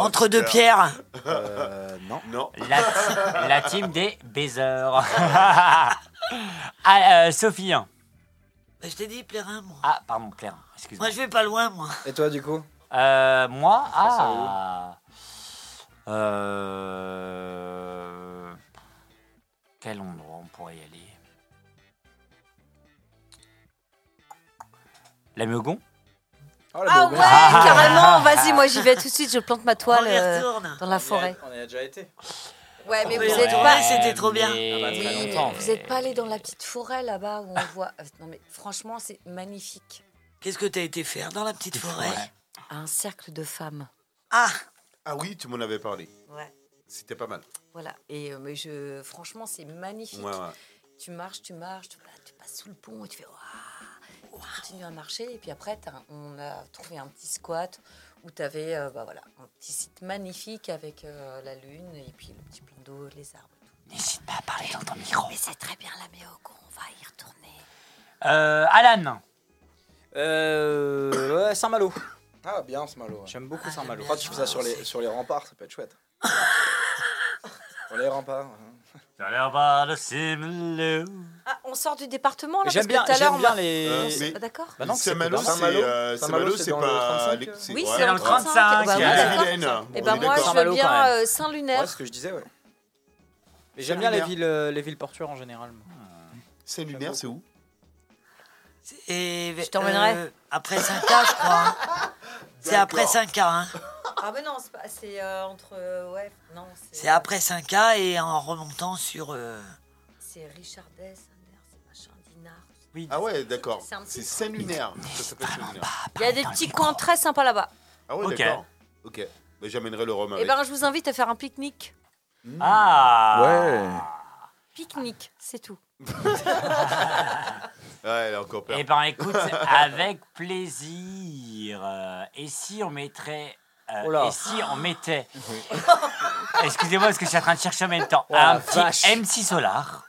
Entre deux Super. pierres. Euh, non. Non. La, ti- la team des baiseurs. ah, euh, Sophie. hein. Bah, je t'ai dit Plérin, moi. Ah, pardon, Claire. Excuse-moi. Moi, je vais pas loin, moi. Et toi, du Oh. coup Euh, moi, penses à ah. Euh... Quel endroit on pourrait y aller La Meugon Oh, la Ah ouais, Bourgogne. carrément. Vas-y, moi j'y vais tout de suite. Je plante ma toile On y euh, retourne. dans On la y a- forêt. On y a déjà été. Ouais, mais on peut vous y êtes retourner, pas. c'était trop bien. Ah, très Oui, longtemps, vous n'êtes pas allé dans la petite forêt là-bas où on voit. euh, Non mais franchement, c'est magnifique. Qu'est-ce que t'as été faire dans la petite forêt Un cercle de femmes. Ah Ah oui, tu m'en avais parlé. Ouais. C'était pas mal. Voilà. Et euh, mais je, franchement, c'est magnifique. Ouais, ouais. Tu marches, tu marches, tu, voilà, tu passes sous le pont et tu fais waouh. Tu continues à marcher et puis après, t'as- on a trouvé un petit squat où tu avais voilà, un petit site magnifique avec euh, la lune et puis le petit plan d'eau, les arbres. et tout. N'hésite pas à parler dans ton micro. Mais c'est très bien la Méogo, on va y retourner. Euh, Alan, Euh, ouais, Saint-Malo. Ah, bien ce malo. ouais. J'aime Ah, beaucoup Saint-Malo. Quand tu fais ça sur les, sur les remparts, ça peut être chouette. sur les remparts. hein. Dans le bas de Saint-Malo. Ah, on on sort du département là J'aime parce bien- que tout à l'heure j'aime on bien va- les- Euh, on s- Mais- Ah, D'accord. Bah non, c'est Saint-Malo, pas dans- c'est euh, Saint-Malo, Saint-Malo, c'est c'est dans le pas. 35, les- c'est- Oui, ouais. c'est dans le 35. C'est Ah, la d'accord. Vilaine. Et On ben est moi, d'accord. je veux Saint-Malo, quand bien même. euh, Saint-Lunaire. Ouais, ce que je disais, ouais. Mais J'aime bien les Saint-Lunaire. villes, euh, les villes portuaires en général. moi. Saint-Lunaire, c'est où Et, euh, Je t'emmènerai. après 5K, je crois. hein. C'est après 5K. hein. Ah ben non, c'est pas- c'est euh, entre euh, ouais, non, c'est C'est après 5K et en remontant sur. euh, c'est Richard Dess, c'est machin Dinard. Ah ouais, d'accord. C'est un petit C'est Saint-Lunaire. Ça s'appelle Saint-Lunaire. Bah, Il y a des petits coins très sympas là-bas. Ah ouais, Ok. d'accord. Ok. Mais j'amènerai le rhum Et avec. ben je vous invite à faire un pique-nique. Hmm. Ah. Ah Pique-nique, c'est tout. Ouais, elle a encore peur. Eh ben écoute, avec plaisir. Euh, Et si on mettrait. euh, Oh là. et si on mettait. Excusez-moi parce que je suis en train de chercher en même temps. Oh la un petit vache. M6 Solar.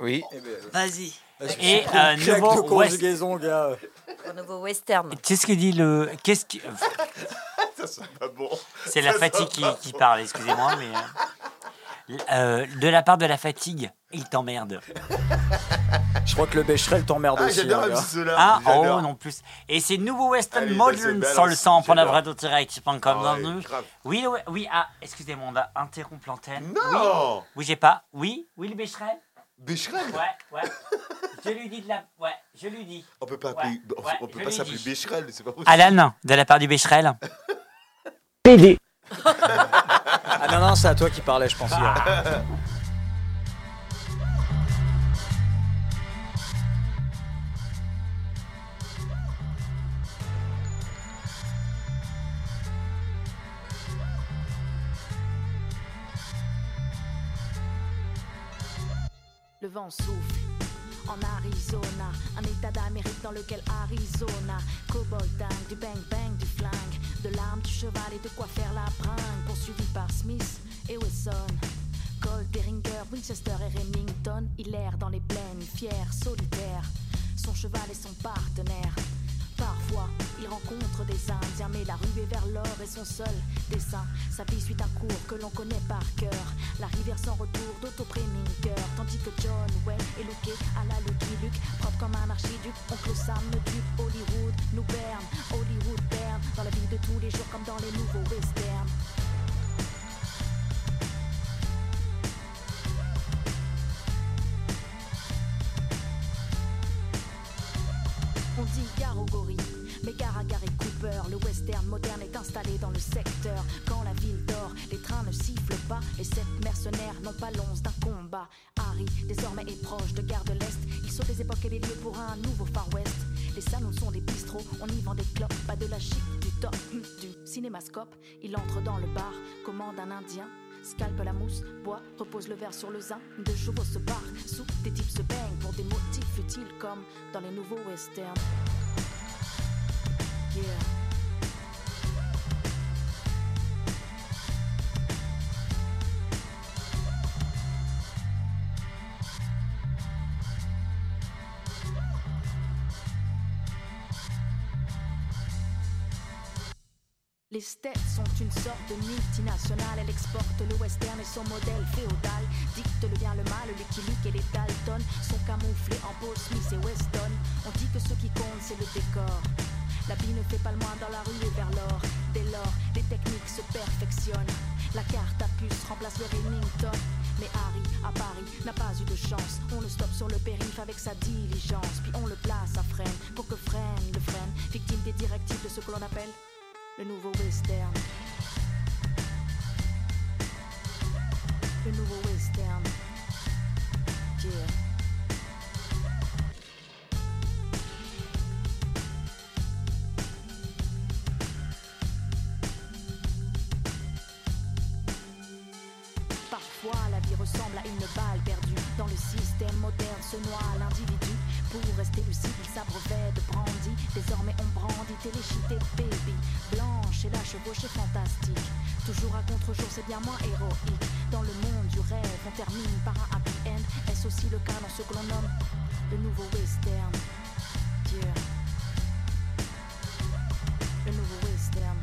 Oui. Eh ben, Vas-y. Ah, Et un nouveau West. Tu conjugaison, gars. Un euh, nouveau western. sais ce que dit le. Qu'est-ce que. Ça, c'est pas bon. C'est la Ça, fatigue c'est qui, pas qui bon. parle, excusez-moi, mais. euh, euh, de la part de la fatigue, il t'emmerde. Je crois que le Becherel t'emmerde Ah, aussi. j'adore hein, MC gars. Solar. Ah, j'adore. oh non plus. Et c'est nouveau Western Allez, Modern balance, sur le sang pour j'adore. navrado-actif.com. Ah ouais, grave. Oui, le- oui, ah, excusez-moi, on a interrompu l'antenne. Oui, Non oui j'ai pas. Oui, oui, le Becherel Becherel Ouais, ouais. je lui dis de la. Ouais, je lui dis. On peut pas appeler- Ouais, on- ouais, on je peut pas lui s'appeler dis. Becherel, Ah, c'est pas possible. Alan, de la part du Becherel. PD. Ah non, non, c'est à toi qui parlais, je pense. hier. Le vent souffle en Arizona, un état d'Amérique dans lequel Arizona, cowboy dingue, du bang bang, du flingue, de l'arme, du cheval et de quoi faire la bringue, poursuivi par Smith et Wesson. Colt, Derringer, Winchester et Remington, il erre dans les plaines, fier, solitaire, son cheval et son partenaire. Parfois, il rencontre des Indiens, mais la rue est vers l'or et son seul dessin. Sa vie suit un cours que l'on connaît par cœur. La rivière sans retour d'Otto Preminger, tandis que John Wayne est looké à la Lucky Luke, propre comme un archiduc. Oncle Sam me tue, Hollywood nous berne, Hollywood berne, dans la vie de tous les jours comme dans les nouveaux westerns. On dit Garogori, mais Garagar et Cooper, le western moderne est installé dans le secteur. Quand la ville dort, les trains ne sifflent pas, les sept mercenaires n'ont pas l'once d'un combat. Harry, désormais est proche de Gare de l'Est, il saute les époques et les lieux pour un nouveau Far West. Les salons sont des bistrots, on y vend des clopes, pas de la chic, du top, hum, du cinémascope. Il entre dans le bar, commande un indien, Scalpe la mousse, bois, repose le verre sur le zin. Deux chevaux se barrent, sous des types se baignent pour des motifs futiles comme dans les nouveaux westerns. Yeah. Les States sont une sorte de multinationale. Elle exporte le western et son modèle féodal. Dicte le bien, le mal, le Lucky Luke et les Dalton sont camouflés en Paul Smith et Weston. On dit que ce qui compte, c'est le décor. La vie ne fait pas le moins dans la rue et vers l'or. Dès lors, les techniques se perfectionnent. La carte à puce remplace le Remington. Mais Harry, à Paris, n'a pas eu de chance. On le stoppe sur le périph' avec sa diligence. Puis on le place à Fresnes pour que Fresnes le freine. Victime des directives de ce que l'on appelle le nouveau western. Le nouveau western. Yeah. Parfois, la vie ressemble à une balle perdue. Dans le système moderne se noie l'individu. Pour rester lucide, il s'abrevait de brandy. Désormais, on brandit téléchité baby. Blanche et la chevauchée fantastique. Toujours à contre-jour, c'est bien moins héroïque. Dans le monde du rêve, on termine par un happy end. Est-ce aussi le cas dans ce que l'on nomme le nouveau western Yeah. Le nouveau western.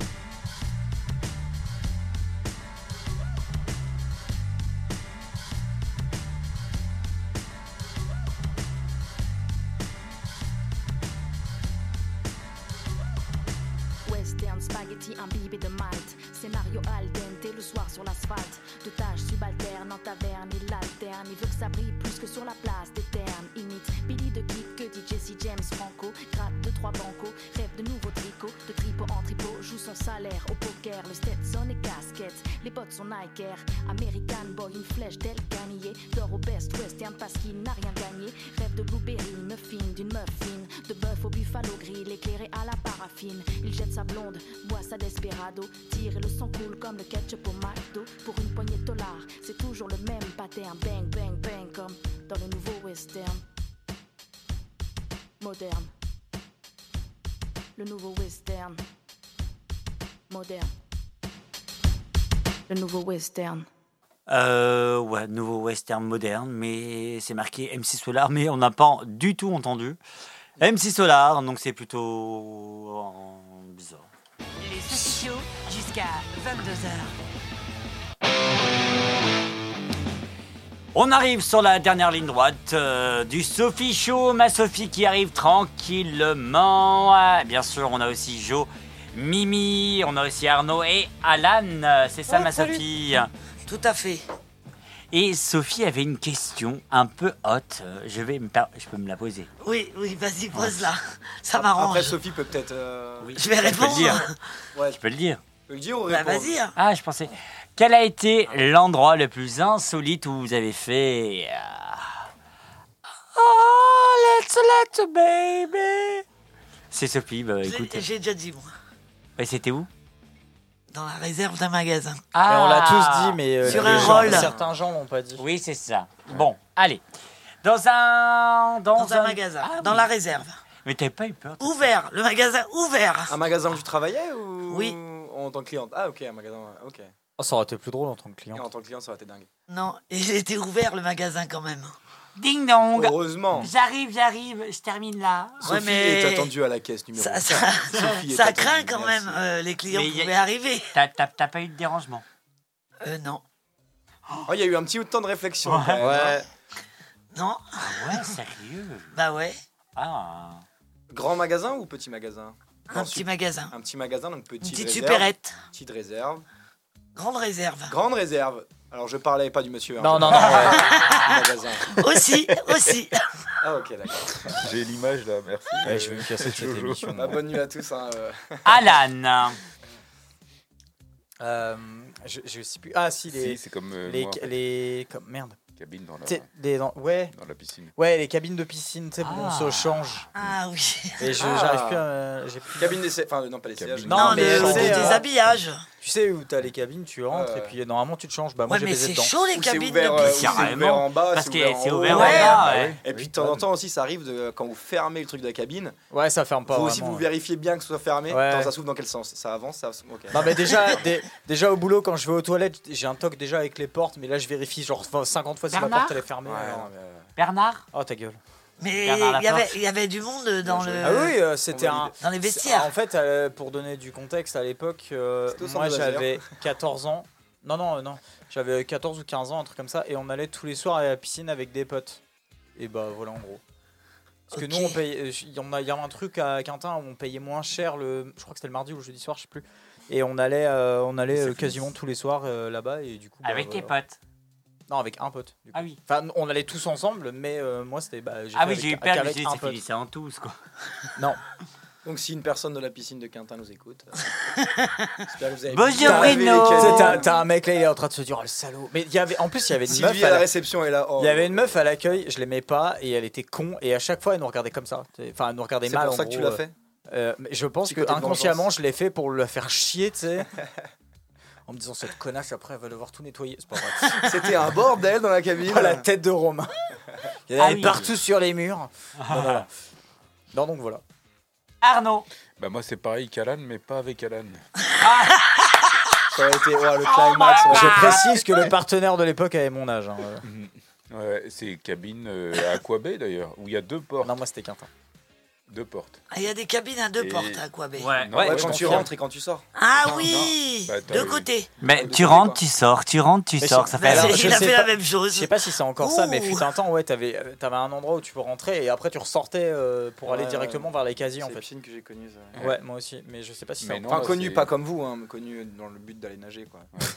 western, spaghetti imbibé de Malte. Scénario al dente, le soir sur l'asphalte. De tâches subalternes en taverne, il l'alterne. Il veut que ça brille plus que sur la place des termes. Imite Billy de Kid que dit Jesse James Franco. Gratte de trois bancos, rêve de nouveaux tricots. De tripot en tripot, joue son salaire au poker. Le Stetson et casquette, les bottes sont Nike Air. American boy, une flèche d'El Canier. Dort au best western parce qu'il n'a rien gagné. Rêve de blueberry, une fine d'une meuf fine. De bœuf au buffalo grill, éclairé à la paraffine. Il jette sa blonde, boit sa desperado. Tire et le sang coule comme le ketchup au McDo. Pour une poignée de dollars, c'est toujours le même pattern. Bang, bang, bang, comme dans le nouveau western. Moderne. Le nouveau western. Moderne. Le nouveau western. Euh, ouais, nouveau western moderne, mais c'est marqué MC Solar, mais on n'a pas du tout entendu. MC Solar, donc c'est plutôt euh, bizarre. Les Saucisses Show jusqu'à 22h. On arrive sur la dernière ligne droite euh, du Sophie Show. Ma Sophie qui arrive tranquillement. Ah, Bien sûr, on a aussi Jo, Mimi, on a aussi Arnaud et Alan. C'est ça, Ouais, ma Oh, salut. Sophie Tout à fait. Et Sophie avait une question un peu haute. Euh, Je, vais me per- je peux me la poser. Oui, oui, vas-y, pose-la. là. Ça m'arrange. Après, Sophie peut peut-être. euh, Je vais Tu peux le répondre. dire. Ouais, Tu peux le dire. peux le dire ou Bah, répondre vas-y, hein. Ah, je pensais. Quel a été l'endroit le plus insolite où vous avez fait. euh, Oh, let's let baby. C'est Sophie, bah écoute. J'ai- J'ai déjà dit, moi. Et c'était où Dans la réserve d'un magasin. Ah. on l'a tous dit, mais euh, Sur les un gens- roll. certains gens l'ont pas dit. Oui, c'est ça. Bon, allez. Dans un. Ah Dans, Dans un magasin. Dans la réserve. Mais t'avais pas eu peur toi Ouvert, le magasin ouvert. Un magasin où tu travaillais ou Oui. En tant que cliente Ah, ok, un magasin. ouais, Ok. Oh, ça aurait été plus drôle en tant que Et client. en tant que cliente, ça aurait été dingue. Non, il était ouvert, le magasin, quand même. Ding dong Heureusement. J'arrive, j'arrive, je termine là. Sophie mais- est attendue à la caisse numéro Ça, ça, cinq. Sophie est ça attendue, craint quand merci. même, euh, les clients Mais y a- pouvaient arriver. T'as t'as- t'as pas eu de dérangement Euh, non. Oh, il y a eu un petit temps de réflexion. Ouais. quand même, hein. Non Ah ouais, sérieux Bah ouais, Ah. Grand magasin ou petit magasin un Non, petit sup- magasin. Un petit magasin, donc petite, Une petite réserve, supérette. Petite réserve. Grande réserve. Grande réserve. Alors, je parlais pas du monsieur. hein, Non, je non, non. parlais ouais. du magasin. Aussi, aussi. Ah, ok, d'accord. J'ai l'image là, merci. Euh, Ouais, je vais me casser de cette Jojo. émission. Bah, bonne nuit à tous. hein, euh. Alan Euh, je, je sais plus. Ah, si, les. Si, c'est comme euh, les, moi, en fait, les- comme- merde. cabine dans la, T'sais, des- dans- ouais, dans la piscine. ouais, les cabines de piscine, tu sais, Ah. on se change. Ah oui. Et je- Ah. j'arrive plus à. me- j'ai plus- Cabine d'essai. Enfin, non, pas les sièges. Cabine. Non, Non, mais le, on le sait, hein. déshabillage. Tu sais où t'as les cabines, tu rentres Ouais. et puis normalement tu te changes. Bah moi Ouais, j'ai mais baisé c'est dedans. chaud les Ou c'est cabines ouvert, de euh, ou piscine. c'est ouvert en bas, Parce c'est que ouvert en c'est haut. ouvert en Ouais. bas. Ah ouais. oui, Et puis oui, de temps en quand temps aussi, ça arrive de, quand vous fermez le truc de la cabine. Ouais, ça ferme pas. vous aussi, vraiment, vous ouais. vérifiez bien que ce soit fermé. Ouais. Attends, ça s'ouvre dans quel sens Ça avance, ça avance. ok. Non mais déjà, dé- déjà au boulot quand je vais aux toilettes, j'ai un toc déjà avec les portes, mais là je vérifie genre 20, 50 fois si ma Bernard porte elle est fermée. Ouais, alors. non, mais, euh, Bernard Oh ta gueule. Mais Bernard il y, Laporte. avait, il y avait du monde dans, le, ah oui, euh, c'était on un. dans les vestiaires. En fait, euh, pour donner du contexte, à l'époque, euh, C'était au centre moi de loisirs. j'avais 14 ans. Non, non, euh, non. J'avais 14 ou 15 ans, un truc comme ça, et on allait tous les soirs à la piscine avec des potes. Et bah voilà en gros. Parce que nous, on Ok. paye. Il y, en a- il y avait un truc à Quintin où on payait moins cher le. Je crois que c'était le mardi ou le jeudi soir, je sais plus. Et on allait, euh, on allait euh, quasiment tous les soirs euh, là-bas et du coup. bah, Avec tes voilà. potes. Non, avec un pote. du coup. Ah oui. Enfin, on allait tous ensemble, mais euh, moi c'était. Bah, Ah fait oui, j'ai eu avec- peur, qu'avec mais un c'est pote. fini, c'est en tous quoi. Donc, si une personne de la piscine de Quintin nous écoute, euh, j'espère que vous avez Bonjour, bien lavé les Bruno. Tu sais, canaux. T'as t'as un mec là, il est en train de se dire oh, le salaud. Mais il y avait, en plus, il y avait une meuf. Sylvie à à la la- réception est là. Oh. Il y avait une meuf à l'accueil, je l'aimais pas et elle était con et à chaque fois elle nous regardait comme ça. Enfin, elle nous regardait C'est mal. pour en ça que tu gros, l'as fait euh, mais je pense Petit que côté de inconsciemment vengeance. je l'ai fait pour la faire chier, tu sais. en me disant cette connasse après elle va devoir tout nettoyer. C'est pas vrai. C'était un bordel dans la cabine. Oh, la tête de Romain. Il y en Ah avait oui. partout sur les murs. Non, voilà. Non, donc voilà. Arnaud Bah moi c'est pareil qu'Alan, mais pas avec Alan. Ça aurait été Oh, ouah, le bah, climax. Ah. ouais. Je précise que le partenaire de l'époque avait mon âge. hein. Mhm. Ouais, c'est cabine euh, à Aquabay d'ailleurs, où il y a deux portes. Non, moi c'était Quentin. Deux portes. Ah, Il y a des cabines à deux Et- portes à Quabec. Non, ouais, quand je tu confirme. rentres et quand tu sors. Ah Non, oui non. Bah, t'as De eu- côté Mais tu rentres, tu sors, tu rentres, tu Mais sors. je- Ça mais fait alors, Alors, je je sais sais pas- pas. Je sais pas si c'est encore ça, mais Ouh. fut un temps, ouais, t'avais euh, t'avais un endroit où tu peux rentrer et après tu ressortais euh, pour aller Ouais, directement ouais. vers les casiers en C'est fait. la piscine que j'ai connue. ça. Ouais, moi aussi, mais je sais pas si c'est Mais encore Enfin, ça. connu pas comme vous, hein, mais connu dans le but d'aller nager. Quoi.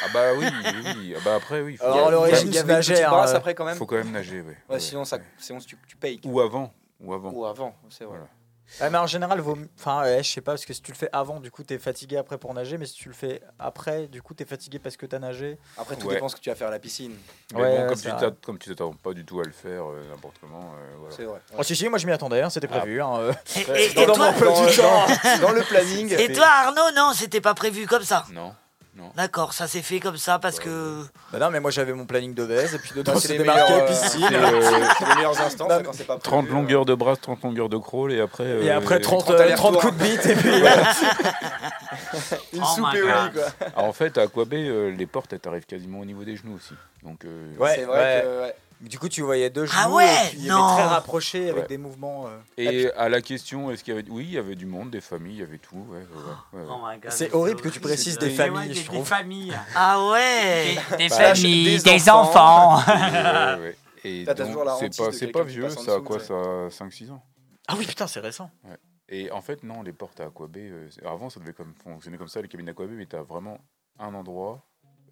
Ah bah oui, oui, oui. Ah bah après, oui. faut- Alors, à l'origine, Il il y y a avait une petite nageur, brasse euh, après, quand même. Faut quand même nager, oui. Ouais, sinon, ça, sinon tu, tu payes. Ou avant. Ou avant. Ou avant, c'est vrai. Ouais, mais en général, vaut... m- enfin, ouais, je sais pas, parce que si tu le fais avant, du coup, t'es fatigué après pour nager, mais si tu le fais après, du coup, t'es fatigué parce que t'as nagé. Après, tout Ouais. dépend ce que tu vas faire à la piscine. Mais Ouais, bon, ouais, comme c'est tu vrai. t'att- comme tu t'attends pas du tout à le faire euh, n'importe comment. euh, voilà. C'est vrai. Oh, si, si, moi je m'y attendais, hein, Ah. c'était prévu. hein, euh. Et- et- et mon toi- emploi du temps. Et toi, Arnaud, non, c'était pas prévu comme ça Non. D'accord, ça s'est fait comme ça parce que. Bah non, mais moi j'avais mon planning de baise, et puis dedans, Bah, c'est c'était les marqué meilleurs, euh, piscine. c'est, euh, c'est les meilleurs instants, Non, ça, mais- quand c'est pas 30 longueurs de bras, 30 longueurs de crawl et après. euh, Et après 30, 30 allers-retours. 30 coups de bite, et puis. Voilà. Une soupe et au lit, quoi. Ah, en fait, à Aquabay, euh, les portes, elles t'arrivent quasiment au niveau des genoux aussi. Donc, euh, Ouais, C'est vrai ouais. que, ouais. Du coup, tu voyais deux genoux Ah ouais, et puis, il y avait non. très rapprochés avec Ouais. des mouvements. euh, Et à la question, est-ce qu'il y avait. Oui, il y avait du monde, des familles, il y avait tout. ouais, ouais, ouais, ouais. Oh my God, C'est mais horrible que tu précises des Mais ouais, familles, des- je Des trouve. familles. Ah ouais Des- Des Bah, familles, des des enfants. Ouais, ouais. Et T'as toujours donc, la c'est hantise pas, de c'est quelqu'un pas qui vieux, passe en ça a dessous, quoi tu sais. Ça a 5-6 ans. Ah oui, putain, c'est récent. Ouais. Et en fait, non, les portes à Aquabé, euh, c'est- avant ça devait comme fonctionner comme ça, les cabines d'Aquabé, mais t'as vraiment un endroit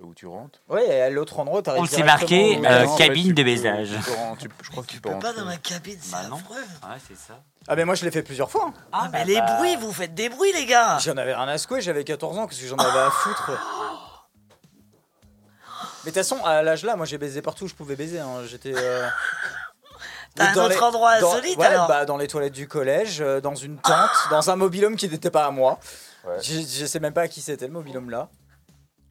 où tu rentres. Ouais, et à l'autre endroit, t'arrives. On s'est directement marqué, au- euh, Non, en fait, cabine tu de peux- baisage. tu peux rentrer- tu peux- Je crois que tu peux Pas rentrer. dans ma cabine, c'est Bah non. affreux. Ouais, c'est ça. Ah, mais moi je l'ai fait plusieurs fois. Ah, mais les bah. bruits, vous faites des bruits, les gars J'en avais rien à secouer, j'avais 14 ans, qu'est-ce que j'en avais à foutre Mais de toute façon, à l'âge là, moi j'ai baisé partout où je pouvais baiser. hein. J'étais. euh, T'as un dans autre endroit dans- insolite, ouais, alors bah, dans les toilettes du collège, euh, dans une tente, dans un mobilhome qui n'était pas à moi. Ouais. Je, je sais même pas à qui c'était le mobilhome là.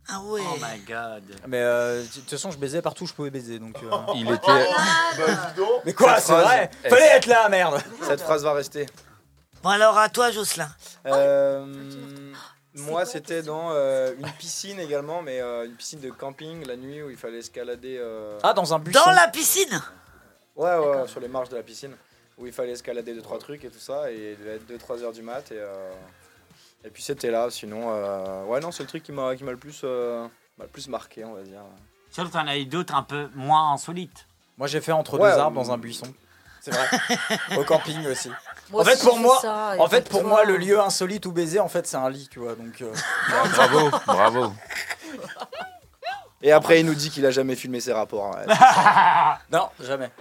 Ah ouais Oh my god. Mais euh, de toute façon, je baisais partout où je pouvais baiser. Donc, euh. Il était. Bah, Mais quoi, Cette c'est phrase, vrai elle- Fallait être là, merde Cette phrase va rester. Bon, alors à toi, Jocelyn. Ah Euh, moi, c'était dans euh, une piscine également, mais euh, une piscine de camping la nuit où il fallait escalader. euh, Ah, dans un buisson. Dans la piscine Ouais, ouais, sur les marches de la piscine, où il fallait escalader deux trois trucs et tout ça, et il devait être 2-3 heures du mat. Et, euh, et puis c'était là, sinon. euh, Ouais, non, c'est le truc qui m'a qui m'a le, plus, euh, m'a le plus marqué, on va dire. Sauf que t'en as eu d'autres un peu moins insolites. Eh, Moi, j'ai fait entre Ouais, deux arbres euh, dans un buisson. C'est vrai. Au camping aussi. Moi en fait, aussi, pour j'ai moi, ça, et en fait, pas pour toi. moi, le lieu insolite où baiser, en fait, c'est un lit, tu vois. Donc, euh, Bravo, bravo. Et après, il nous dit qu'il a jamais filmé ses rapports. hein. non, jamais.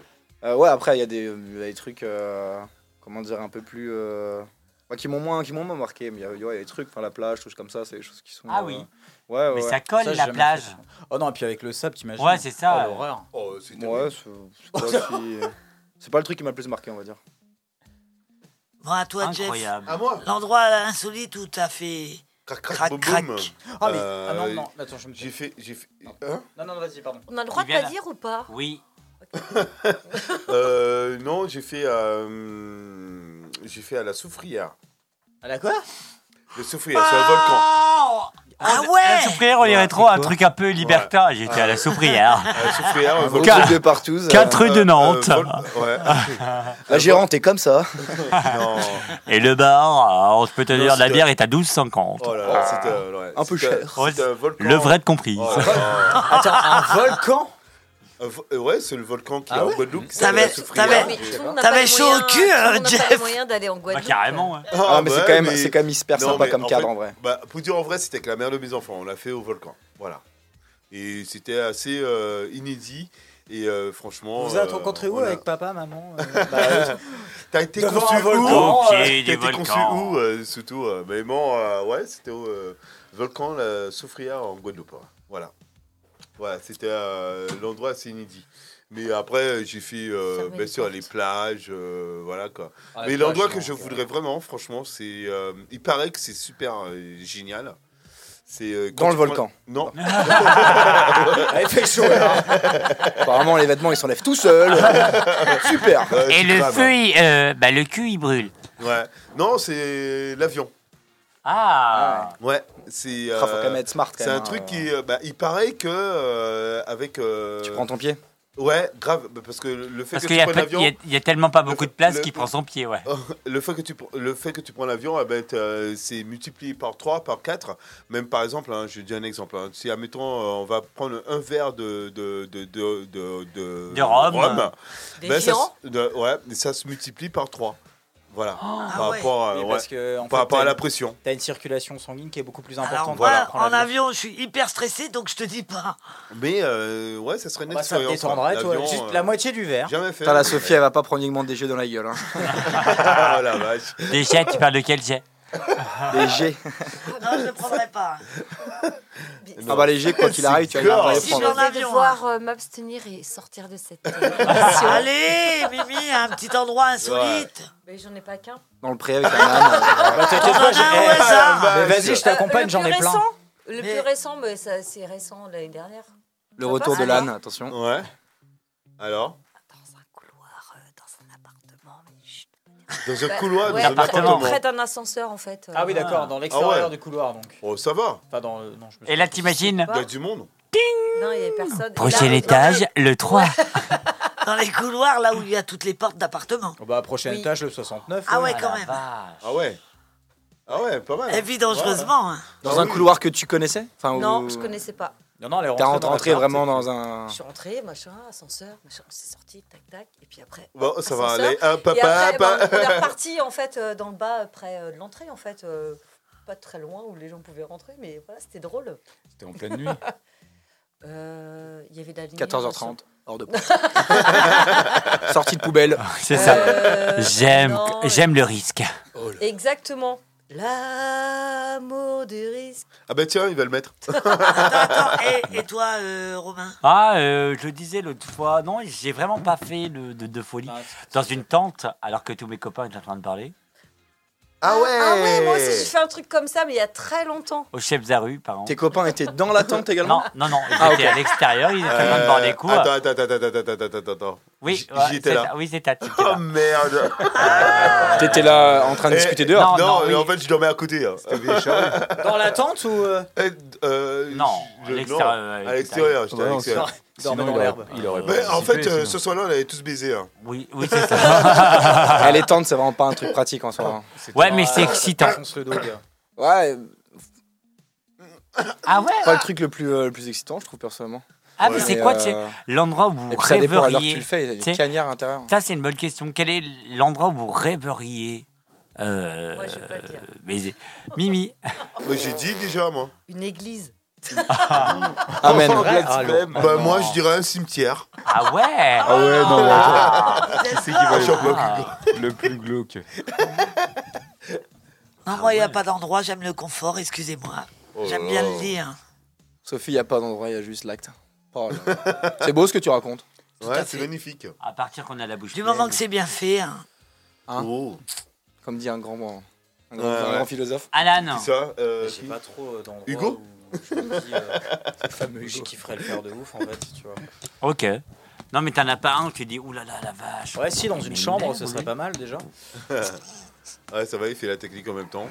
Euh, ouais, après, il y a des, il y a des trucs, euh, comment dire, un peu plus. euh, enfin, qui m'ont moins, qui m'ont moins marqué. Mais il y a- ouais, il y, a des trucs, enfin, la plage, choses comme ça, c'est des choses qui sont. Ah euh, oui. Ouais, ouais. Mais ouais. ça colle Ça, j'ai la jamais plage. fait ça. Oh non, et puis avec le sable, t'imagines Ouais, c'est ça. Oh, l'horreur. Oh, c'est Ouais, c'est c'est pas, si- c'est pas le truc qui m'a le plus marqué, on va dire. Bon, à toi, Jeff. Incroyable. À moi L'endroit insolite où t'as fait. Crac, Crac, crac, boum, crac. boum. Ah, mais- Euh, ah non, non, attends, je me J'ai fait. J'ai fait. hein Non, non, vas-y, pardon. On a le droit Il de vient pas là. dire ou pas Oui. Euh, non, j'ai fait. euh, j'ai fait à la Soufrière. À la quoi Le Soufrière, c'est un volcan. Ah La ouais soufrière, on irait trop un truc un peu libertin. J'étais Ouais. à la hein. soufrière. À la Soufrière, un Gros volcan. truc de partout. ça. 4 rue Euh, de euh, Nantes. vol- Ouais. La gérante est comme ça. non. Et le bar, alors, je peux te Non, dire, la c'est- bière est à 12,50. Oh là là, c'était. euh, ouais, Un peu c'était- cher. C'était un volcan. Le vrai de comprise. Oh là là. Attends, un volcan Un vo- euh, ouais, c'est le volcan qui est Ah en ouais Guadeloupe. qui Ça s'appelle la va- Soufrière. ça va- Ah, mais tout le monde n'a T'avais pas le chaud au moyen- tout hein, cul, le euh, monde n'a pas Jeff. le moyen d'aller en Bah, Guadeloupe. carrément. ouais. Ah, mais bah c'est quand, même- ouais, c'est quand même hyper Non, sympa mais comme en cadre fait, en vrai. Bah, pour dire en vrai, c'était avec la mère de mes enfants. On l'a fait au volcan. Voilà. Et c'était assez euh, inédit. Et euh, franchement. Vous vous êtes euh, rencontrés où on a- avec papa, maman euh, bah, euh, T'as été Devant conçu un volcan. où Au Oh, T'as pied du été conçu volcan. où, euh, surtout euh, Mais bon, euh, ouais, c'était au euh, volcan La Soufrière en Guadeloupe. hein. Voilà. Voilà, c'était euh, l'endroit assez inédit. Mais après, euh, j'ai fait, euh, Fermer bien les sûr, portes. les plages, euh, voilà quoi. à la Mais l'endroit plage, que je donc, euh, voudrais vraiment, franchement, c'est. euh, il paraît que c'est super euh, génial. C'est euh, Dans quand le tu prends- volcan. Non. Ah, il fait chaud là. Apparemment, les vêtements ils s'enlèvent tout seuls. Super. Ouais, c'est Et le grave, feu, il- euh, bah, le cul, il brûle. hein. Ouais. Non, c'est l'avion. Ah, Ouais. C'est. Ah, euh, faut quand même être smart quand c'est un même, hein. truc qui. euh, bah, il paraît que euh, avec. euh, Tu prends ton pied Ouais, grave, bah, parce que le fait Parce que qu'il tu y a prennes peu- l'avion... il y a- il y a tellement pas beaucoup le- de place le- qu'il prend son pied, ouais. Le fait que tu, pr- le fait que tu prends l'avion, eh ben, t'as- c'est multiplié par 3, par 4. Même par exemple, hein, je dis un exemple, hein, si, admettons, euh, on va prendre un verre de... De, de, de, de, De rhum. Des ben, ça, géants. se- de- ouais, ça se multiplie par 3. Voilà. Ah par ouais. rapport, à, Oui, ouais, parce que, en par fait, rapport à t'as la une- pression. T'as une circulation sanguine qui est beaucoup plus importante. Alors, quand moi, tu prends en l'avion. avion, je suis hyper stressé, donc je te dis pas. Mais euh, ouais, ça serait une Bah, ça te expérience. hein. détendrait, toi. L'avion, Juste euh, la moitié du verre. Jamais fait. Putain, la Sophie, elle va pas prendre uniquement des jets dans la gueule. Hein. Ah, la vache. Des jets, tu parles de quel jet Des jets. Non, je ne prendrai pas. Ah bah les jets, quoi qu'il arrive, tu vas D'accord. pas les Si prendre. j'en Je vais avion, devoir euh, m'abstenir et sortir de cette. Allez, Mimi, hein. un petit endroit insolite. Mais j'en ai pas qu'un. Dans le pré avec un âne. Bah, t'inquiète On en pas, a j'ai- un au Eh, hasard. mais vas-y, je Euh, t'accompagne, le j'en plus ai plein. récent, Le Mais- plus récent, bah, ça, c'est récent l'année dernière. Le Ça retour passe, de alors l'âne, attention. Ouais. Alors Dans un couloir, dans Bah, Ouais, un appartement. Près d'un ascenseur en fait. euh, Ah oui, d'accord, dans l'extérieur du couloir, donc. Oh, ça va. Enfin, dans le- non, je me Et là, t'imagines Il y a du monde. Non, il y avait personne. Et Prochain là, étage, le 3. Dans les couloirs, là où il y a toutes les portes d'appartements. Oh, bah, prochain Oui. étage, le 69. Ah ouais, hein. quand même. Ah ouais Ah ouais, pas mal. Elle vit dangereusement. hein. Dans un couloir que tu connaissais enfin, Non, où- je connaissais pas. Non, non, elle est T'es rentrée, dans rentré la vraiment carte. dans un. Je suis rentrée, machin, ascenseur, machin, c'est sorti, tac tac, et puis après. Bon, ça va ascenseur. aller. Hop, hop, Et après, hop. ben, on est reparti en fait euh, dans le bas euh, près euh, de l'entrée en fait, euh, pas très loin où les gens pouvaient rentrer, mais voilà, c'était drôle. C'était en pleine nuit. Euh, Il y avait de la lumière, 14h30, bien sûr. hors de Sortie de poubelle. C'est ça. Euh, J'aime, non, j'aime le risque. Exactement. L'amour du risque. Ah bah tiens, il va le mettre. Attends, et, et toi, euh, Romain Ah, euh, je le disais l'autre fois, non, j'ai vraiment pas fait de, de, de folie. Ah, Dans une tente, alors que tous mes copains étaient en train de parler, Ah ouais Ah ouais, moi aussi j'ai fait un truc comme ça, mais il y a très longtemps. au chef Zaru, par exemple. Tes copains étaient dans la tente également Non, non, non, ils Ah, étaient ok. à l'extérieur, ils étaient en train de boire des coups. Euh, Attends, attends, attends, attends, attends, attends, attends, attends. Oui, J- ouais, j'y étais c'est là. ça, Oui, c'est ta tu étais Oh là. merde T'étais là en train de Eh, discuter dehors Non, Non, mais oui. en fait, je dormais à côté. hein. Dans la tente ou. euh, Eh, euh, Non, je- à l'extérieur, non, euh, À l'extérieur, j'étais à Non, l'extérieur. Dormait Sinon, dans il aurait- l'herbe. Il aurait Mais en participé, fait, euh, sinon. ce soir-là, on avait tous baisé. hein. Oui, oui, c'est ça. Ah, Les tentes, c'est vraiment pas un truc pratique en soi. hein. Ouais, mais c'est excitant. Fonce le dos, gars. Ouais, Ah ouais pas le truc le plus, euh, le plus excitant, je trouve personnellement. Ah, mais c'est quoi, euh, tu sais, l'endroit où Et vous puis ça dépend à l'heure que tu rêveriez le fais, il y a tu sais. des cagnards à l'intérieur. Ça, c'est une bonne question. Quel est l'endroit où vous rêveriez euh, Moi, je vais pas le dire. baiser Mimi. Mais j'ai dit déjà, moi. Une église. Amen. Ah, Ah, Bah, moi, je dirais un cimetière. Ah. Ah ouais Ah. Ah ouais, non, mais attends. Ah, Qui c'est qui va Euh, Je suis un peu être le plus glauque Non, moi, il n'y a pas d'endroit, j'aime le confort, excusez-moi. Oh J'aime là bien là. le hein. dire. Sophie, il n'y a pas d'endroit, il y a juste l'acte. Oh là là. c'est beau ce que tu racontes. Ouais, à c'est fait. magnifique. À partir qu'on a la bouche Du pleine. moment que c'est bien fait. hein. Hein Oh. Comme dit un grand, un grand, Ouais, un ouais. grand philosophe. Alan, Qui ça euh, J'ai pas trop euh, d'endroits Hugo où je me dis, euh, le fameux Hugo qui ferait le faire de ouf en fait, tu vois. ok. Non, mais t'en as pas un où tu dis, oulala, la vache. Ouais, si, dans une Mais chambre, merde, ce serait oui. pas mal déjà. Ouais, ça va, il fait la technique en même temps.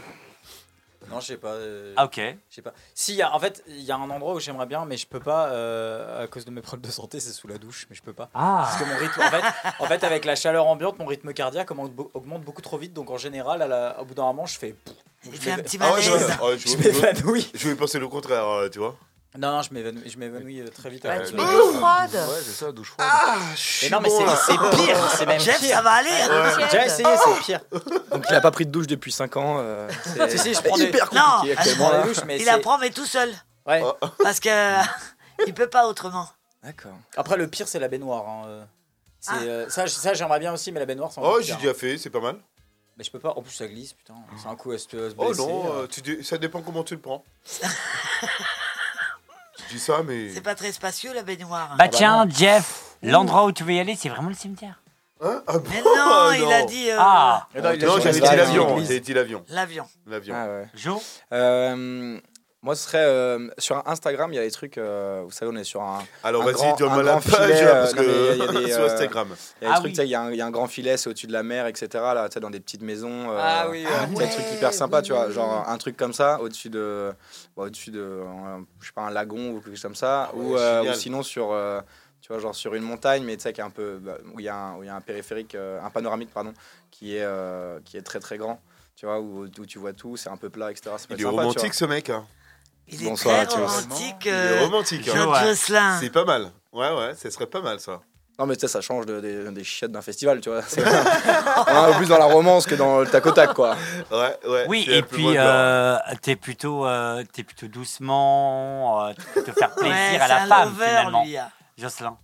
Non, je sais pas. euh, Ah, ok. Je sais pas. Si, y a- en fait, il y a un endroit où j'aimerais bien, mais je peux pas, euh, à cause de mes problèmes de santé, c'est sous la douche, mais je peux pas. Parce Ah que mon rythme, en fait, en fait, avec la chaleur ambiante, mon rythme cardiaque augmente beau- augmente beaucoup trop vite, donc en général, à la- au bout d'un moment, je fais. pouf, Il fait un petit Ah ouais, malaise. je, ouais, je- Je je- m'évanouis. je vais penser le contraire, euh, tu vois. Non, non, je m'évanouis, je m'évanouis euh, très vite. à Bah, cause tu de- mets l'eau froide. Ouais, c'est ça, douche froide. Ah, Mais non, mais c'est c'est pire, c'est même Jeff, ça pire. va aller. hein. Ouais. J'ai déjà essayé, c'est pire. Donc il a pas pris de douche depuis 5 ans. euh, c'est Si, si, je prends des- hyper Non, compliqué je actuellement. Dans la là. Oh. douche, mais Il c'est- apprend, mais tout seul. Ouais. Parce que il peut pas autrement. D'accord. Après, le pire, c'est la baignoire. hein, euh. C'est, Ah. euh, ça, j- ça j'aimerais bien aussi, mais la baignoire, c'est encore Oh, pire, j'ai hein. déjà fait, c'est pas mal. Mais je peux pas. En plus, ça glisse, putain. C'est un coup à se, à se Oh blesser, non, euh. euh, tu dis- ça dépend comment tu le prends. Je dis ça, mais. C'est pas très spacieux la baignoire. Bah Ah, Ah, tiens, Jeff, l'endroit où tu veux y aller, c'est vraiment le cimetière. Hein Ah bon Mais Ah Oh, non, il a dit euh, Ah Ah, il a Eh ben, Non, dit la j'avais dit baignoire, l'avion. l'église. J'avais dit l'avion. l'avion. L'avion. Ah ouais. Jo Euh, moi, ce serait euh, sur Instagram, il y a des trucs. euh, vous savez, on est sur un. Alors Un vas-y, grand- donne-moi un la grand page filet, là, parce euh, non, mais il y a- il y a que des, sur euh, Instagram. Il y a des Ah trucs, oui. tu sais, il y, a un- il y a un grand filet, c'est au-dessus de la mer, etc. Là, tu sais, dans des petites maisons. euh, Ah oui, ah tu sais, ouais, Des trucs hyper sympas, oui, tu vois. oui, Genre un truc comme ça, au-dessus de. bah, au-dessus de. euh, je sais pas, un lagon ou quelque chose comme ça. Ah ou, ouais, euh, génial. ou sinon sur. euh, Tu vois, genre sur une montagne, mais tu sais, qui est un peu. bah, où il y, a un- où il y a un périphérique, euh, un panoramique, pardon, qui est, euh, qui est très très grand. Tu vois, où, où tu vois tout, c'est un peu plat, etc. Ça peut Il être est sympa, tu romantique vois. ce mec. hein. Il est Bonsoir, très tu vois. romantique, Il est euh, romantique. Jean hein. Josselin. C'est pas mal. Ouais, ouais, ce serait pas mal ça. Non, mais tu sais, ça change de- des- des chiottes d'un festival, tu vois. C'est- On est plus dans la romance que dans le tac au tac, quoi. Ouais, ouais. Oui, c'est et un peu moins puis de euh, t'es plutôt, euh, t'es plutôt doucement, euh, tu peux te faire plaisir Ouais, à la c'est un femme lover, finalement. lui, hein. Jocelyn.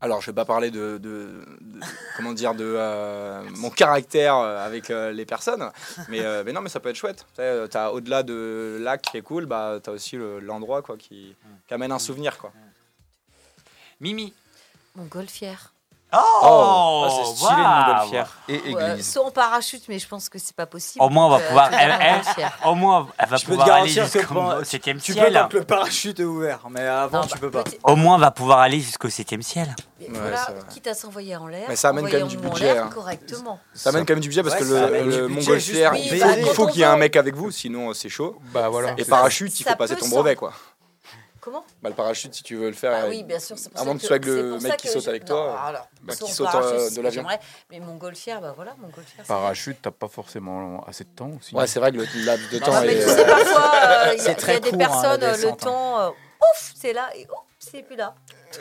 Alors, je vais pas parler de, de- de- comment dire de euh, mon caractère euh, avec euh, les personnes, mais, euh, mais non, mais ça peut être chouette. Tu sais, euh, t'as au-delà de là qui est cool, bah t'as aussi le- l'endroit quoi qui, qui amène un souvenir quoi. Mimi. Montgolfière. Oh, Oh, ça, c'est stylé, une waouh. montgolfière. Et Ou, euh, soit en parachute, mais je pense que c'est pas possible. Au moins, on va Euh, pouvoir. toujours en elle- elle- montgolfière. au moins, elle va Je peux te pouvoir aller garantir que jusqu'au pendant- au septième tu peux ciel. hein. quand le parachute est ouvert, mais avant bah, tu peux pas. Au moins, on va pouvoir aller jusqu'au septième ciel. Mais voilà, quitte à s'envoyer en l'air. Mais ça amène quand même du envoyons-nous en budget, l'air hein. Correctement. Ça amène quand même du budget bah, parce Ouais, que ça le, amène le du budget Montgolfière, juste pour il payer. faut- il faut Quand on qu'il y ait un veut. mec avec vous, sinon euh, c'est chaud. Bah voilà. Et Ça- parachute, il ça faut passer peut ton sans- brevet quoi. Comment Bah, le parachute, si tu veux le faire. Ah euh, oui, bien sûr, c'est pour à moins ça que tu sois que c'est le pour mec ça qui que saute je- avec non, toi, alors, bah, soit qui en saute, euh, parachute, c'est de ce que l'avion. j'aimerais. Mais montgolfière, bah voilà, montgolfière. c'est- Parachute, t'as pas forcément assez de temps aussi. Ouais, c'est vrai que le laps de Non, temps euh, mais est. tu sais, Parfois, euh, il y a, C'est il y a très des court, hein, la personnes, euh, le descente, hein. temps, euh, ouf, c'est là et ouf, c'est plus là.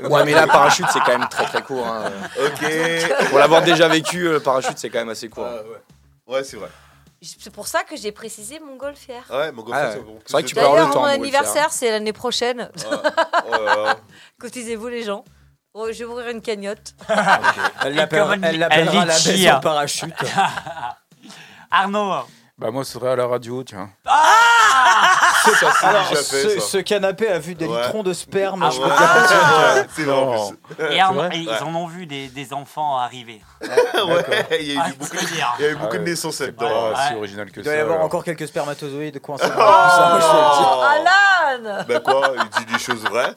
Ouais, mais là, parachute, c'est quand même très très court. hein. Ok. Pour l'avoir déjà vécu, le parachute, c'est quand même assez court. hein. Ouais, c'est vrai. C'est pour ça que j'ai précisé montgolfière. Ouais, mon Ah, gars, ouais. C'est vrai que tu peux avoir le D'ailleurs, temps. hein. en mon gros, de faire. anniversaire, c'est l'année prochaine. Oh Ouais. Cotisez-vous, les gens. Oh, Je vais ouvrir une cagnotte. Elle l'appellera- l'appellera, elle l'appellera la la baisse baisse au parachute. Arnaud. Bah moi, ce serait à la radio, tiens. Alors, déjà fait, ce, ça. ce canapé a vu des Ouais. litrons de sperme. Ah je ouais. peux te dire Ah comme ça. ouais, c'est vrai, en Et plus. Arnaud, C'est vrai ils en ont vu des, des enfants arriver. Ouais, il y a eu Ah, beaucoup je peux dire. il y a eu beaucoup de naissances pas là-dedans. si original que ça. Il doit y avoir alors. encore quelques spermatozoïdes coincés. dans le coussin, je te le dis. Oh. Alan Bah quoi, il dit des choses vraies.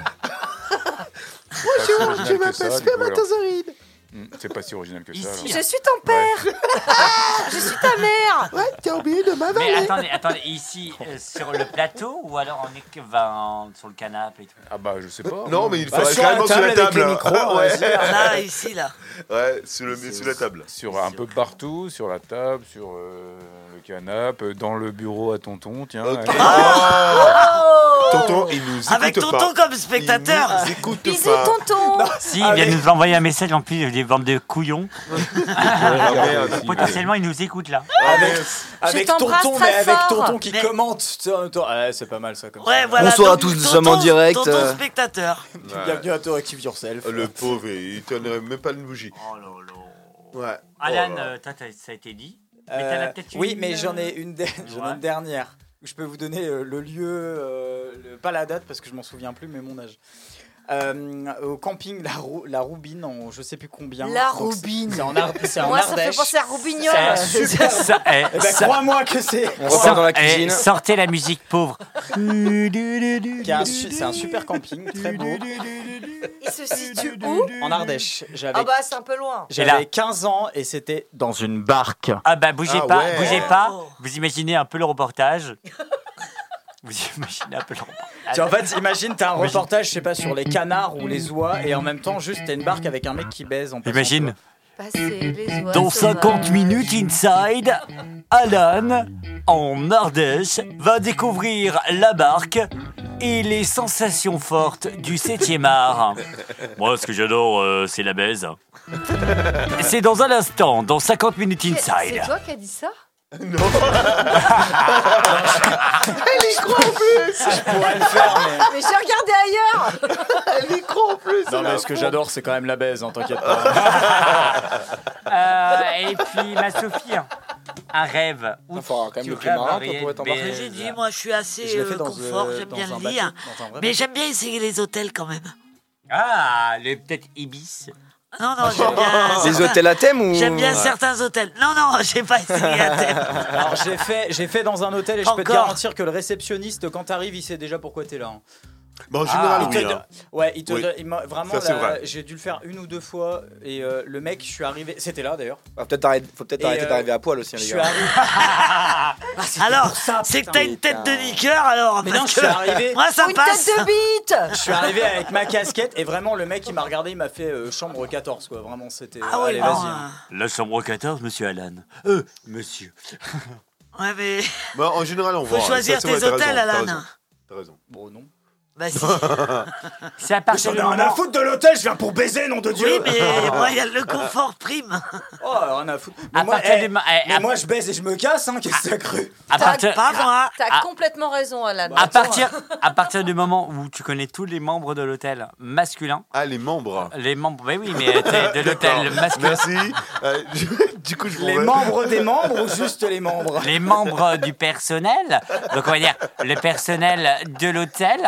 Bonjour, je m'appelle Spermatozoïde. Mm, C'est pas si original que ça. alors. Je suis ton père Ah, Je suis ta mère Ouais, t'es oublié de Ah, bah ma Mais attendez, attendez, ici euh, sur le plateau ou alors on est que 20 sur le canapé et tout. Ah bah je sais pas. Non, mais il Bah, faudrait sur carrément la sur la table avec table. les micros, Ouais. vas-y, alors. Là, ici, là. Ouais, sous, le, sous la table. Sur un peu partout, sur la table, sur euh, le canapé, dans le bureau à tonton, tiens. Ah, Oh. Tonton, il nous écoute Oh. Avec tonton comme spectateur. Il nous écoute Bisous, pas. tonton Si, ils viennent nous envoyer un message en plus des bandes de couillons. Ah, merde. Potentiellement, ils nous écoutent là. Avec, avec t'embrasse Ah, tonton, très mais avec fort. tonton qui commente. Tiens, tonton- Ah, c'est pas mal ça. Comme Ouais, ça. voilà. Bonsoir à donc, tous, nous tonton- sommes en direct, Tonton euh. spectateur. Ouais. Bienvenue à toi, Active Yourself. Le pauvre, il tenait même pas une bougie. Oh là là. Ouais. Alan, Oh là là. euh, toi, t'as- ça a été dit. Euh, Mais t'en as peut-être oui, une, mais j'en ai euh, une, de- j'en ai ouais. une dernière. Je peux vous donner euh, le lieu, euh, le- pas la date parce que je m'en souviens plus, mais mon âge. Euh, au camping La, Rou- la Roubine, en je sais plus combien. La Donc, c'est- Roubine. C'est en, Ar- c'est en Moi, ça Ardèche. fait penser à Roubignol. C'est un super. Ça, eh, Eh ben, ça- crois-moi que c'est. On repart dans la eh, cuisine. sortez la musique pauvre. Qui est un su- C'est un super camping, très beau, Il se situe où en Ardèche. J'avais Ah bah, c'est un peu loin. Et j'avais là. 15 ans et c'était dans une barque. Ah bah bougez Ah pas, ouais. bougez pas. Vous imaginez un peu le reportage. Vous imaginez un peu le reportage. Tu, en fait, imagine, t'as un reportage, je sais pas, sur les canards ou les oies, et en même temps, juste, t'as une barque avec un mec qui baise. En passant, Imagine. Passer les oies Dans sauvages. 50 minutes inside, Alan, en Ardèche, va découvrir la barque et les sensations fortes du 7e art. Moi, ce que j'adore, euh, c'est la baise. c'est dans un instant, dans 50 minutes inside. C'est toi qui as dit ça tu vois. Pourrais le faire, mais- Mais j'ai regardé ailleurs Non, mais ce que j'adore, c'est quand même la baise, hein, t'inquiète pas. Euh, et puis, ma Sophie, un rêve. Où Il faudra quand même tu le plus rêves marrant Ariel pour être Baise. embarqué. J'ai dit, moi, je suis assez euh, confort, j'aime bien le lire. Mais j'aime bien essayer les hôtels quand même. Ah, le peut-être Ibis. Non, non, j'aime bien. Les certains- hôtels à thème ou J'aime bien certains hôtels. Non, non, j'ai pas essayé un thème. Alors, j'ai fait, j'ai fait dans un hôtel, et je peux te Encore. garantir que le réceptionniste, quand t'arrives, il sait déjà pourquoi t'es là. hein. Bah, en général, Ah, oui, il te hein. don- Ouais, il te Oui. don- il m'a- vraiment, Ça, c'est là, vrai. j'ai dû le faire une ou deux fois. Et euh, le mec, je suis arrivé. C'était là d'ailleurs. Ah, peut-être arrêter- faut peut-être Et, arrêter euh, d'arriver à poil aussi, hein, Je les suis gars. arrivé. Ah, alors, c'est que Ah, putain, t'as une tête de niqueur alors Mais parce non, je suis que arrivé. Moi ça Une passe tête de bite Je suis arrivé avec ma casquette et vraiment le mec il m'a regardé, il m'a fait euh, chambre 14 quoi, vraiment c'était Ah ouais, allez non, vas-y. hein. La chambre 14, monsieur Alan. Euh, monsieur. Ouais, mais. Bah, en général, on Faut voit. hein. choisir Ça, c'est tes vrai, t'as hôtels, raison, Alan. T'as raison. Bon non. Vas-y. C'est à partir J'en ai du rien moment- à foutre de l'hôtel, je viens pour baiser nom de dieu. Oui, mais moi, il y a le confort prime. Oh, rien à foutre. Mais À moi, partir eh, du mo- eh, mais à- moi je baise et je me casse hein, qu'est-ce que ça cru À partir, hein. moi. T'as Ah. complètement raison, Alan. à, partir, à partir du moment où tu connais tous les membres de l'hôtel masculin. Ah, les membres Les membres, mais oui, mais t'es de l'hôtel D'accord. masculin. Merci. Euh, du coup, je vous Les re- membres des membres ou juste les membres Les membres du personnel, donc on va dire le personnel de l'hôtel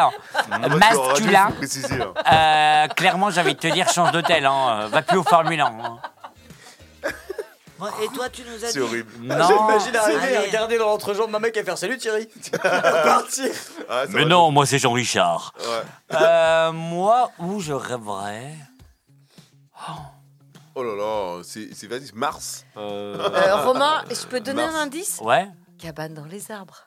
Ah, Moi, je l'aurais dû masculin. vous préciser, hein. Euh, clairement, j'ai envie de te dire, change d'hôtel, hein. Euh, va plus au Formule 1. hein. Bon, Et toi, tu nous as dit. C'est horrible. Non. Ah, J'imagine arriver Allez. et regarder dans l'entrejambe d'un mec et faire salut Thierry. Partir. Ah, c'est Mais vrai. non, moi c'est Jean-Richard. Ouais. Euh, moi, où je rêverais Oh là là, c'est c'est- vas-y, c'est Mars. Euh, Romain, je peux donner Mars. un indice Ouais. Cabane dans les arbres.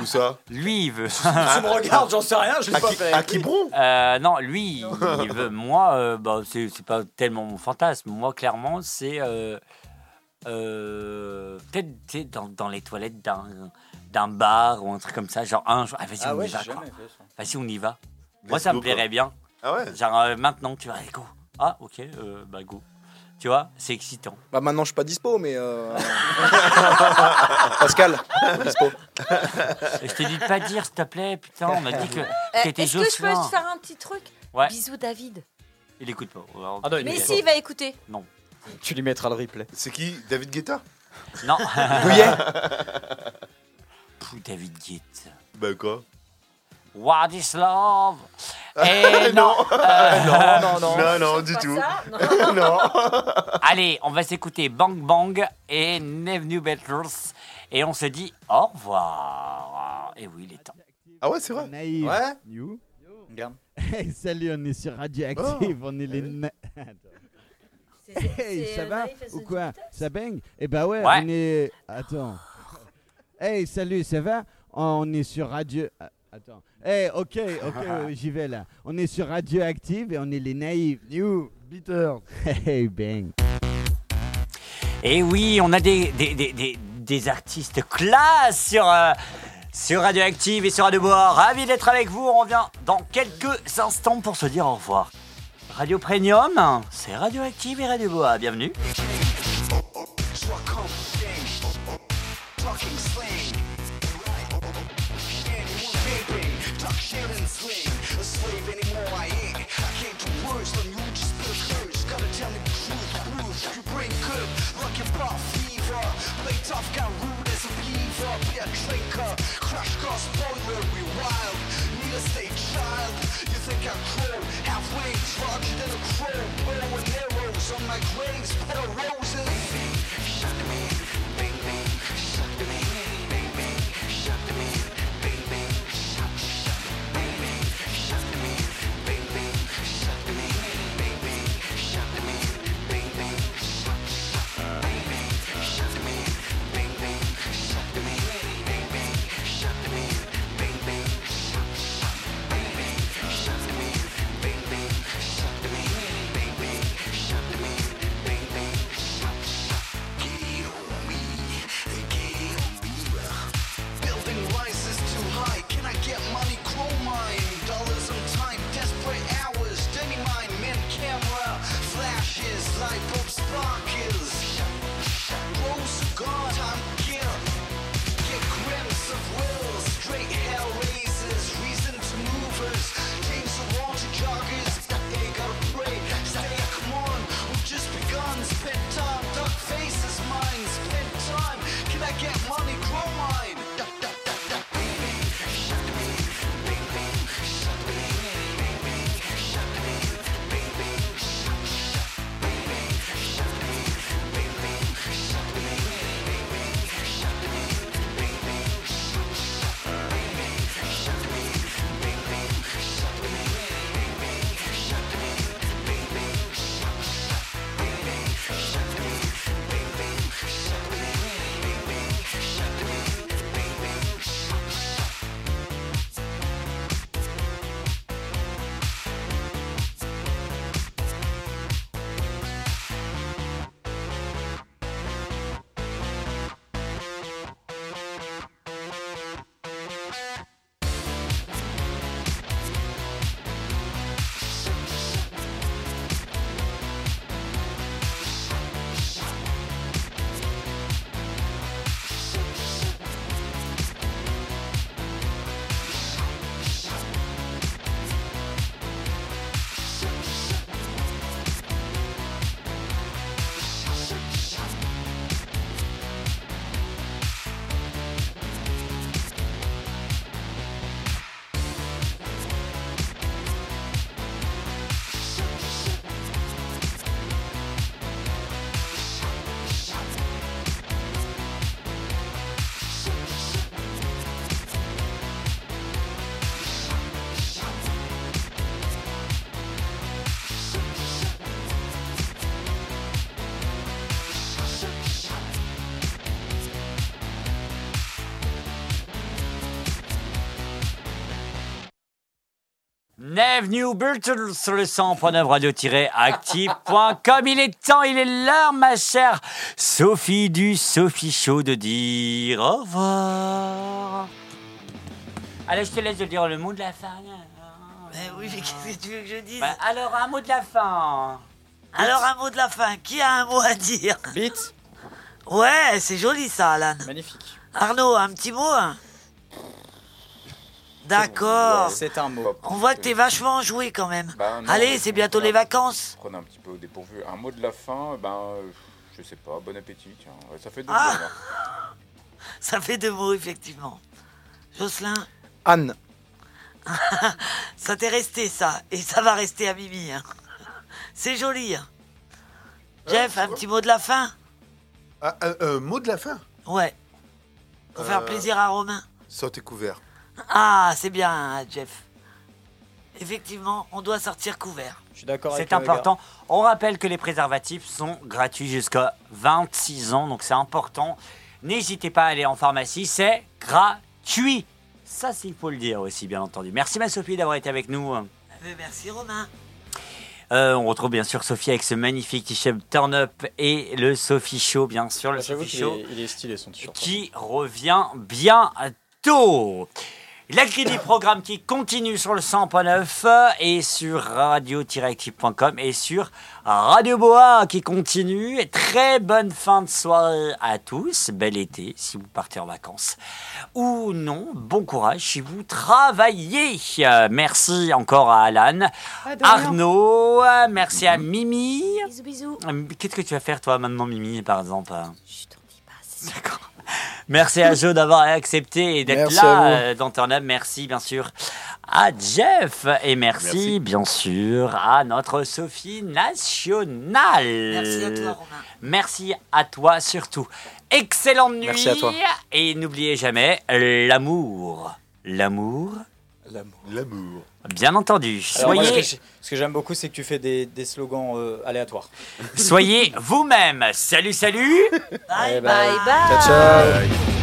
Où ça Ah. lui, il veut. Tu me regardes, j'en sais rien, je l'ai À pas qui- fait. À Quiberon Euh, non, lui, il veut. Moi, euh, bah, c'est c'est pas tellement mon fantasme. Moi, clairement, c'est. euh, euh, Peut-être tu sais, dans, dans les toilettes d'un d'un bar ou un truc comme ça. Genre, un jour. Ah, vas-y, Ah on ouais, y va. j'ai quoi. jamais fait ça. Vas-y, on y va. Moi, Let's ça me go, quoi. plairait bien. Ah ouais Genre, euh, maintenant, tu vas. Allez, go. Ah, ok, euh, bah, go. Tu vois, c'est excitant. Bah maintenant je suis pas dispo mais euh... Pascal, dispo. Je t'ai dit de pas dire, s'il te plaît. Putain, on m'a dit que Euh, t'étais Est-ce que je peux Jocelyn. te faire un petit truc Ouais. Bisous, David. Il écoute pas. Oh, Alors, Ah non, il Mais est- si, il va écouter. Tu lui mettras le replay. C'est qui David Guetta Non. Bouillet Pou David Guetta. Bah quoi What is love? Ah, Et Eh non. Non euh, Eh Ah, non non. Ah, Non, non, Chante du pas tout. ça, non. non. Allez, on va s'écouter Bang Bang et New Battles. Et on se dit au revoir. Et oui, il est temps. Ah ouais, c'est vrai. Naïf. Ouais. You. Regarde. Hey, salut, on est sur Oh. Radioactive, on est les Euh. na- Hey, ça va ou quoi Ça baigne Eh bah ouais, Ouais. on est. Attends. Hey, salut, ça va On est sur Radio. Ah, Attends. Hey, ok, Ah, ok, euh, j'y vais là. On est sur Radioactive et on est les naïfs. New Beaters. Hey, bang. Et Eh oui, on a des, des, des, des- des artistes classe sur, euh, sur Radioactive et sur Radio Bois. Ravi d'être avec vous. On revient dans quelques instants pour se dire au revoir. Radio Premium, c'est Radioactive et Radio Bois. Bienvenue. Bienvenue Burtle sur le 100.9 radio-active.com. Il est temps, il est l'heure, ma chère Sophie du Sophie Show de dire au revoir. Allez, je te laisse de dire le mot de la fin. Mais Eh oui, mais qu'est-ce que tu veux que je dise Bah, alors, un mot de la fin. Alors, un mot de la fin. Qui a un mot à dire Vite. Ouais, c'est joli ça, Alan. Magnifique. Arnaud, un petit mot hein D'accord. C'est un mot. On voit que t'es vachement joué quand même. Bah, non, Allez, c'est bientôt les vacances. Prenez un petit peu au dépourvu. Un mot de la fin, ben, euh, je sais pas, bon appétit, tiens. Ouais, Ça fait deux Ah. jours, hein. là. Ça fait deux mots, effectivement. Jocelyn, Anne. ça t'est resté, ça. Et ça va rester à Mimi. hein. C'est joli. hein. Euh, Jeff, un petit mot de la fin Ah, mot de la fin Ouais. Pour faire Euh. plaisir à Romain. Sortez couvert. Ah, c'est bien, hein, Jeff. Effectivement, on doit sortir couvert. Je suis d'accord C'est important. On rappelle que les préservatifs sont gratuits jusqu'à 26 ans, donc c'est important. N'hésitez pas à aller en pharmacie, c'est gratuit. Ça, c'est- il faut le dire aussi, bien entendu. Merci, ma Sophie, d'avoir été avec nous. Euh, Merci, Romain. Euh, on retrouve bien sûr Sophie avec ce magnifique t-shirt Turn Up et le Sophie Show, bien sûr, le Ah, J'avoue Sophie qu'il Show est, il est stylé son t-shirt. qui revient bientôt. La grille des programmes qui continue sur le 100.9 euh, et sur radio-active.com et sur Radio Boa qui continue. Très bonne fin de soirée à tous. Bel été si vous partez en vacances ou non. Bon courage si vous travaillez. Euh, Merci encore à Alan, Pas Ah, de rien. Arnaud, euh, merci à Mimi. Bisous, bisous. Euh, Qu'est-ce que tu vas faire toi maintenant, Mimi, par exemple euh D'accord. Merci à Joe d'avoir accepté et d'être Merci là à vous. euh, dans Turn Up. Merci bien sûr à Jeff et merci, Merci. bien sûr à notre Sophie nationale. Merci à toi, Romain. Merci à toi surtout. Excellente nuit. Merci à toi. Et n'oubliez jamais l'amour. L'amour. L'amour. L'amour. Bien entendu. Alors, moi, ce que Soyez, j'ai- ce que j'aime beaucoup, c'est que tu fais des, des slogans euh, aléatoires. soyez vous-même. Salut, salut. Bye bye. Ciao, ciao. Bye.